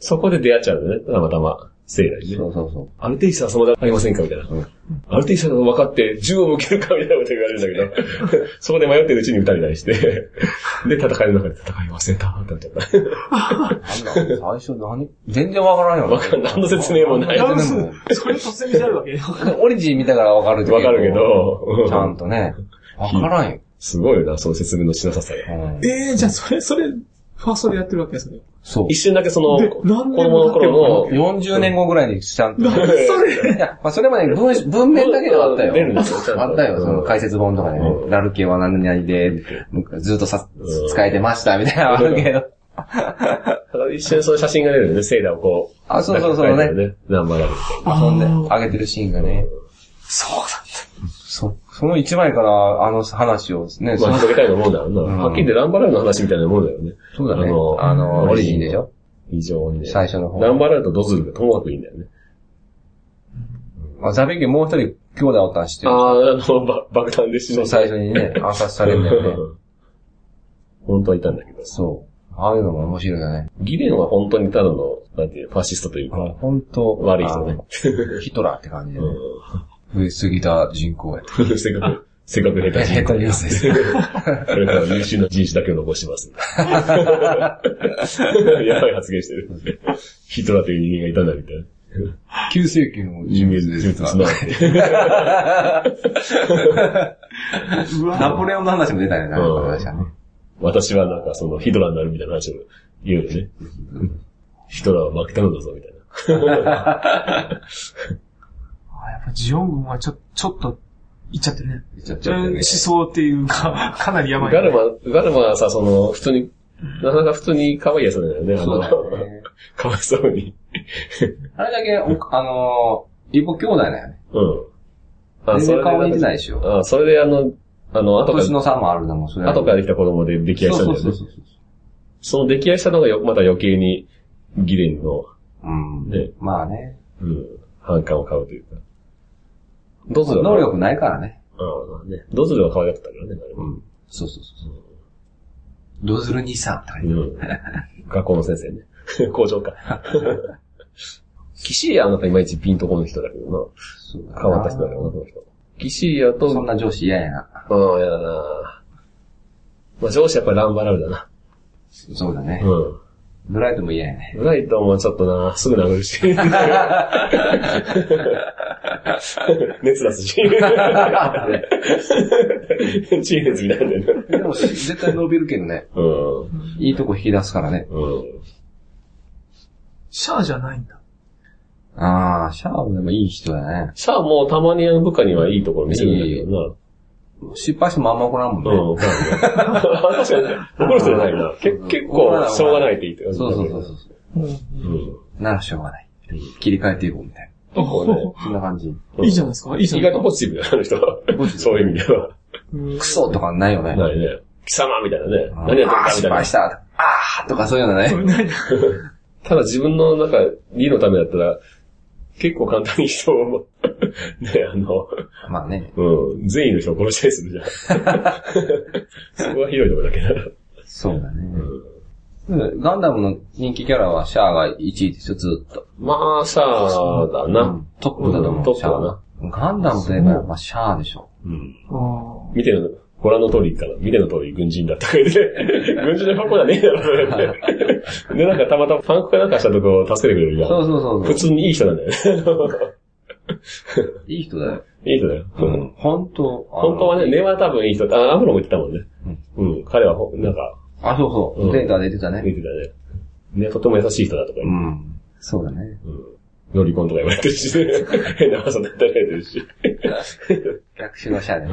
S1: そこで出会っちゃうんだよね、たまたま。聖来ね
S2: そ。うそうそう。
S1: アルテイサー様ではありませんかみたいな。
S2: うん
S1: アルテイサー様分かって銃を向けるかみたいなこと言われるんだけど、そこで迷ってるうちに撃たれたりして、で、戦いの中で戦い忘れたってなっちゃった。
S2: なんだ最初何全然わからんよ。
S1: わかん何の説明もない。
S2: や
S1: わ
S3: ダンス、それ突然見せるわけ
S2: オリジン見たからわかる
S1: かるけど、う
S2: ちゃん
S1: ん
S2: とね。わからんよ。
S1: すごいよな、その説明のしなささ
S2: う
S1: が。
S2: ん
S3: ええ、じゃあそれ、それ、ファーストでやってるわけそ れ。
S2: そう
S1: 一。瞬だけその、
S3: で
S1: 子
S3: 何年
S1: 供の頃の、
S2: 40年後ぐらいにちゃんと。い
S3: 何それ
S2: や、まあそれまで文文面だけではあったよ。
S1: 出るんですよちゃんと
S2: あったよ、その解説本とかでね
S1: う。
S2: ラルケは何々で、ずっとさ
S1: うん
S2: 使えてましたみたいなのあるけど。
S1: ただ一瞬その写真が出るんだよね、セイラをこう。
S2: あそうそうそうね
S1: なんか描いてるね。ナンバーラルみたいな
S2: 遊んで、あげてるシーンがね。
S3: そうだ。
S2: そ、その一枚からあの話をね、
S1: まあ、広げたいようなもんだろうな。
S2: うん
S1: はっきり言ってナンバーラルの話みたいなもんだよね。
S2: そうだね
S1: あの、
S2: あのオリジンでしょ
S1: 非常にね。
S2: 最初の方
S1: ナンバーラルとドズルがともかくいいんだよね。
S2: あザビエキもう一人兄弟おったん知ってる。
S1: ああ、あの、ば爆弾で死ぬ。
S2: そう、最初 にね、暗殺されるんだよね。
S1: ね。 本当はいたんだけど。
S2: そう。ああいうのも面白いよね。
S1: ギレンは本当にただの、なんていう、ファシストというか、
S2: あの本当
S1: 悪い人ね。
S2: あのヒトラーって感じでね
S1: う。
S2: 増えすぎた人口やった。
S1: んせっかく、せっかく下手
S2: ヘ
S1: し
S2: トニュースです。
S1: これから優秀な人種だけを残し ます。やばい発言してる。ヒトラーという人間がいたんだ、みたいな。
S2: 9世紀の人物です
S1: 人物
S2: か
S1: な
S3: うわ
S2: ナポレオンの話も出たよね、ナポレオンの話はね。
S1: 私はなんかそのヒドラーになるみたいな話を言うよね。ヒトラーは負けたのだぞみたいな。
S3: あやっぱジオン軍はちょ、ちょっと、いっちゃってるね。
S2: ちょっとね
S3: 思。想っていうか、かなりやばい、
S1: ガルマ、ガルマはさ、その、普通に、なかなか普通に可愛いやつなんだよね、あの、かわいそうに。
S2: あれだけ、おあのー、イボ兄弟だよね。
S1: うん。
S2: 全然顔
S1: で
S2: 似てないでしょ。
S1: あ、それであの、あの、後か
S2: 年
S1: ら、
S2: の差もあるのも、それは
S1: 後からできた子供で溺愛したんだよ
S2: そうそ
S1: ね
S2: うそう。そう。
S1: その溺愛したのがよ、また余計に、ギレンの、
S2: うん。
S1: ね
S2: まあね。
S1: うん、反感を買うというか。ドズルは
S2: 能力ないからね。
S1: うん、ね。ドズルは可愛かったからね、ガルマ。
S2: ん。そうそうそうそう。ドズル兄さんって感じ。
S1: うん。学校の先生 ね。校長か。キシリアはなんかいまいちピンとこの人だけど
S2: そうだ
S1: な。
S2: な
S1: 変わった人だけどな、この人。キシリアと、
S2: そんな上司嫌やな。
S1: うん、やだなまあ上司やっぱりランバラルだな。
S2: そうだね。
S1: うん。
S2: ブライトも嫌やね。
S1: ブライトンはちょっとな、すぐ殴るし。 熱出す し。チー熱みたいなんだよね。
S2: でも絶対伸びるけどね。
S1: うん。
S2: いいとこ引き出すからね。
S1: うん。
S3: シャアじゃないんだ。
S2: ああ、シャーブでもいい人だね。
S1: シャアもたまに部下にはいいところ見せるんだけどな。
S2: 失敗してもあんま怒らんもんね。
S1: うん、確かに。怒る人じゃないな。け結構、しょうがないって言って。
S2: そうそうそうそううそ
S1: う
S2: う。
S1: ん。
S2: ならしょうがない。切り替えていこうみたい
S1: 構
S2: な。そんな感じ。
S1: ね
S3: いいじゃないですかいいじゃ
S1: 意
S3: ない
S1: 外とポ
S3: ですか
S1: ジティブだよ、あの人は。
S2: ブ
S1: そういう意味では。
S3: うん
S2: クソとかないよね。
S1: ないね。貴様みたいなね。
S2: うん
S1: 何や
S2: あー
S1: って
S2: 失
S1: るかみたい
S2: 敗
S1: な
S2: し。た。ああ、とかそういうのね。
S3: ないな
S1: ただ自分の中、理のためだったら、結構簡単に人 を、ね、あの、
S2: まあね。
S1: うん、善意の人を殺したりするじゃん。そ こはひどいところだけど。
S2: そうだね。ガンダムの人気キャラはシャアが1位ですよ、ずっと。
S1: まあ、シャアだな。
S2: トップだと思う。
S1: うんトップだな
S2: シャアガンダムといえば、まあ、シャアでしょ。
S1: うん。
S3: うん
S1: 見ての、ご覧の通りかな。見ての通り軍人だったからね。軍人の箱じゃねえだろ、それって。で、なんかたまたまパンクかなんかしたとこ助けてくれるじゃ。
S2: そうんそうそうそ
S1: 普
S2: う。
S1: 通にいい人なんだよね。
S2: いい人だよ。
S1: いい人だよ。
S2: うん。本当
S1: 本当はね、根は多分いい人。あ、アムロも言ってたもんね。うん。彼はほ、なんか、
S2: あ、そうそうう。
S1: ん
S2: データ出てたね。
S1: 言ってたね。ね、とても優しい人だとか
S2: う
S1: 言って。
S2: ん。そうだね。
S1: ロリコンとか言われてるし、 ね、変な噂だったり言われてるし。
S2: 逆襲のシャアでね。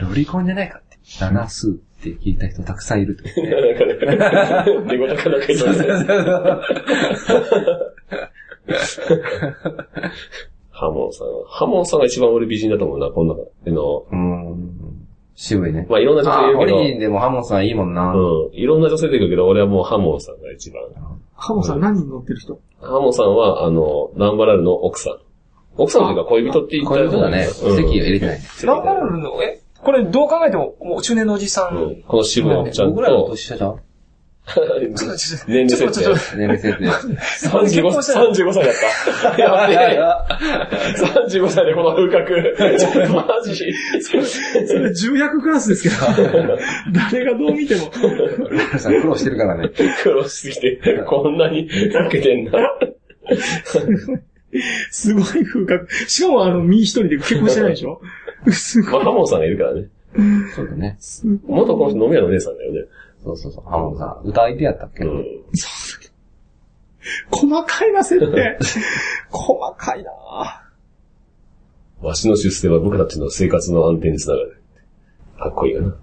S2: ロリコンじゃないかって。ラナスーって聞いた人たくさんいるってことね。
S1: なんかね、寝言かなんか言ってましたね。ハモンさん。ハモンさんが一番俺美人だと思うな、この中での。
S2: うん。渋いね。
S1: まあいろんな女
S2: あ
S1: 性い
S2: ー、オ
S1: るけ
S2: リ
S1: ど。
S2: ジンでもハモンさんいいもんな。
S1: うん。いろんな女性出てくるけど、俺はもうハモンさんが一番。
S3: ハモさん何人乗ってる人
S1: ハモンさんは、あの、ナンバラルの奥さん。奥さんというか恋人って言った
S2: こう
S1: ら
S2: いうことだね。席
S1: うん
S2: を入れてない。
S3: ランバラルの、えこれどう考えても、もう中年のおじさん。
S1: うんこの渋谷ちゃん
S2: 僕らの
S1: と、
S2: 年下じゃん
S1: 年齢
S3: ちょっと
S1: 設
S3: ちょっ
S1: 定
S3: と。
S2: 年 齢設定。
S1: 35, 35歳だ った。やべえ。35歳でこの風格。ちょっとマジ。
S3: それ重役クラスですけ ど、誰がどう見ても。
S2: 皆さん苦労してるからね。
S1: 苦労しすぎて、こんなに泣けてんだ。
S3: すごい風格。しかもあの、身一人で結婚してないでしょすご い。
S1: まあ、ハモンさんがいるからね。
S2: そうだね。
S3: すごい
S1: 元この人飲み屋のお姉さんだよね。
S2: そうそうそう。あのさ、歌相手やったっけ
S1: うん。
S3: 細かいな、設定。細かいな
S1: わしの出世は僕たちの生活の安定につながる。かっこいいよな。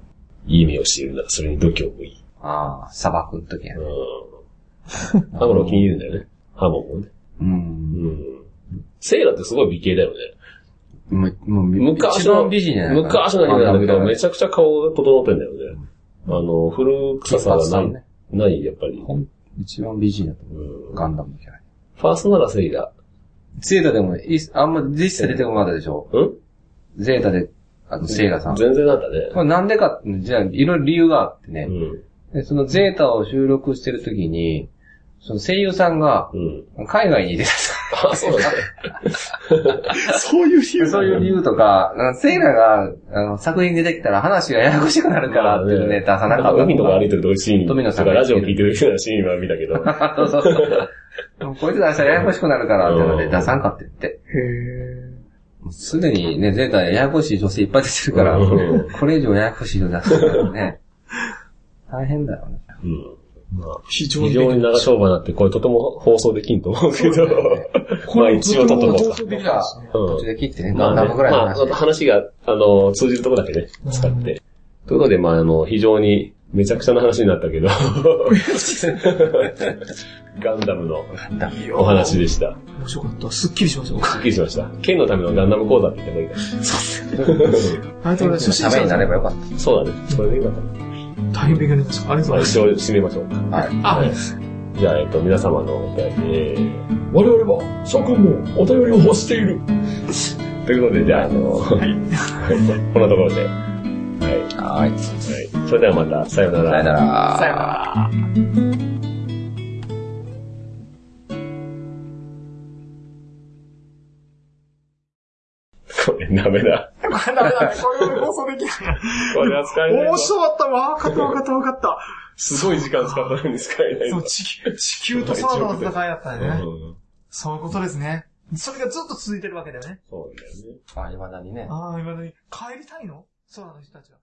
S1: いい目をしているな。それに度胸もいい。
S2: ああ、砂漠の時や
S1: う
S2: ね。
S1: ん。ハモンお気に入りなんだよね。ハモンもね。
S2: うん。
S1: うん。セイラってすごい美形だよね。
S2: もう、もう、
S1: 昔
S2: 一
S1: の、
S2: 番美人やね。
S1: 昔の人なんだけど、め
S2: ち
S1: ちゃくちゃ顔が整ってんだよね。あの、古臭さがない、
S2: ね。
S1: ない、やっぱり。
S2: ほん一番美人やと思
S1: う
S2: う。
S1: ん
S2: ガンダムのキャラ。
S1: ファーストならセイラ。
S2: ゼータでも、いあんま実際出てこなかったでしょ
S1: うん
S2: ゼータで、あの、セイラさん。
S1: 全然なんだね。
S2: これなんでかって、じゃあ、いろいろ理由があってね
S1: う。ん。
S2: で、そのゼータを収録してる時に、その声優さんが、
S1: うん。
S2: 海外に出て
S1: あ、そうなんだ。
S3: そういう理
S2: た。
S3: 由。
S2: そういう理由とか、なんかセイラが、あの、作品に出てきたら話がややこしくなるからっていうね、出さな
S1: なん
S2: かった
S1: か
S2: とか。
S1: 海とか歩いてるとシーン。
S2: 富野さん
S1: と
S2: が
S1: かラジオ聞いてるようなシーンは見たけど。
S2: そうそうそう。でもこいつ出したらややこしくなるからっていうの
S1: う
S2: で
S1: ん
S2: 出さんかって言って。
S3: へ
S2: もうすでにね、ゼータややこしい女性いっぱい出てるから
S1: うん、
S2: これ以上ややこしいの出すから ね。大変だよね。
S1: うん。まあ
S3: ー非常
S1: 非
S3: に。
S1: 常に長丁場になって、これとても放送できんと思うけど。
S3: こ
S1: まあ
S3: れ
S1: 一応撮っとこう
S3: 同
S1: か
S3: 窓。できないですね
S1: うん
S2: 途中で切ってね、
S1: ま
S2: 何
S1: あね、
S2: 分ぐらいの
S1: まあ、
S2: 話で。
S1: 話が、あの、通じるとこだけね、使って。ということで、まあ、あの、非常に、めちゃくちゃな話になったけ ど、ガンダムの
S3: いいよ
S1: お話でした。
S3: 面白かった。すっきりしました僕。
S1: すっきりしました。剣のためのガンダム講座って言ってもいいか
S3: ありがとうございます。
S2: ためになればよかっ
S1: な。 そうだね。それでよかった。
S3: ば。大変勉強になりました。ありがとう
S1: まあ、
S3: ございます
S1: 一。応締めましょうか。
S2: た。はい。
S3: あ
S1: はいじゃあ、えっと、皆様のお便り、えー、
S5: 我々は諸君もお便りを欲している。
S1: ということで、じゃあ、あの、こんなところで。はい。は
S2: はい。
S1: い。それではまた、さようなら。
S2: さよなら。
S3: さよなら。
S1: これ、ダメだ。
S3: これダメだね。これ俺放送できない。
S1: これは使えないぞ。
S3: 面白かったわ。分かった分かった分かった。
S1: すごい時間使ったのに使えない
S3: そ
S1: ぞ
S3: う、。地球、地球と空の戦いだったね。
S1: うん
S3: そういうことですね。それがずっと続いてるわけだよね。
S1: そうだよね。
S2: あ、未だにね。
S3: ああ、今に帰りたいの空の人たちは。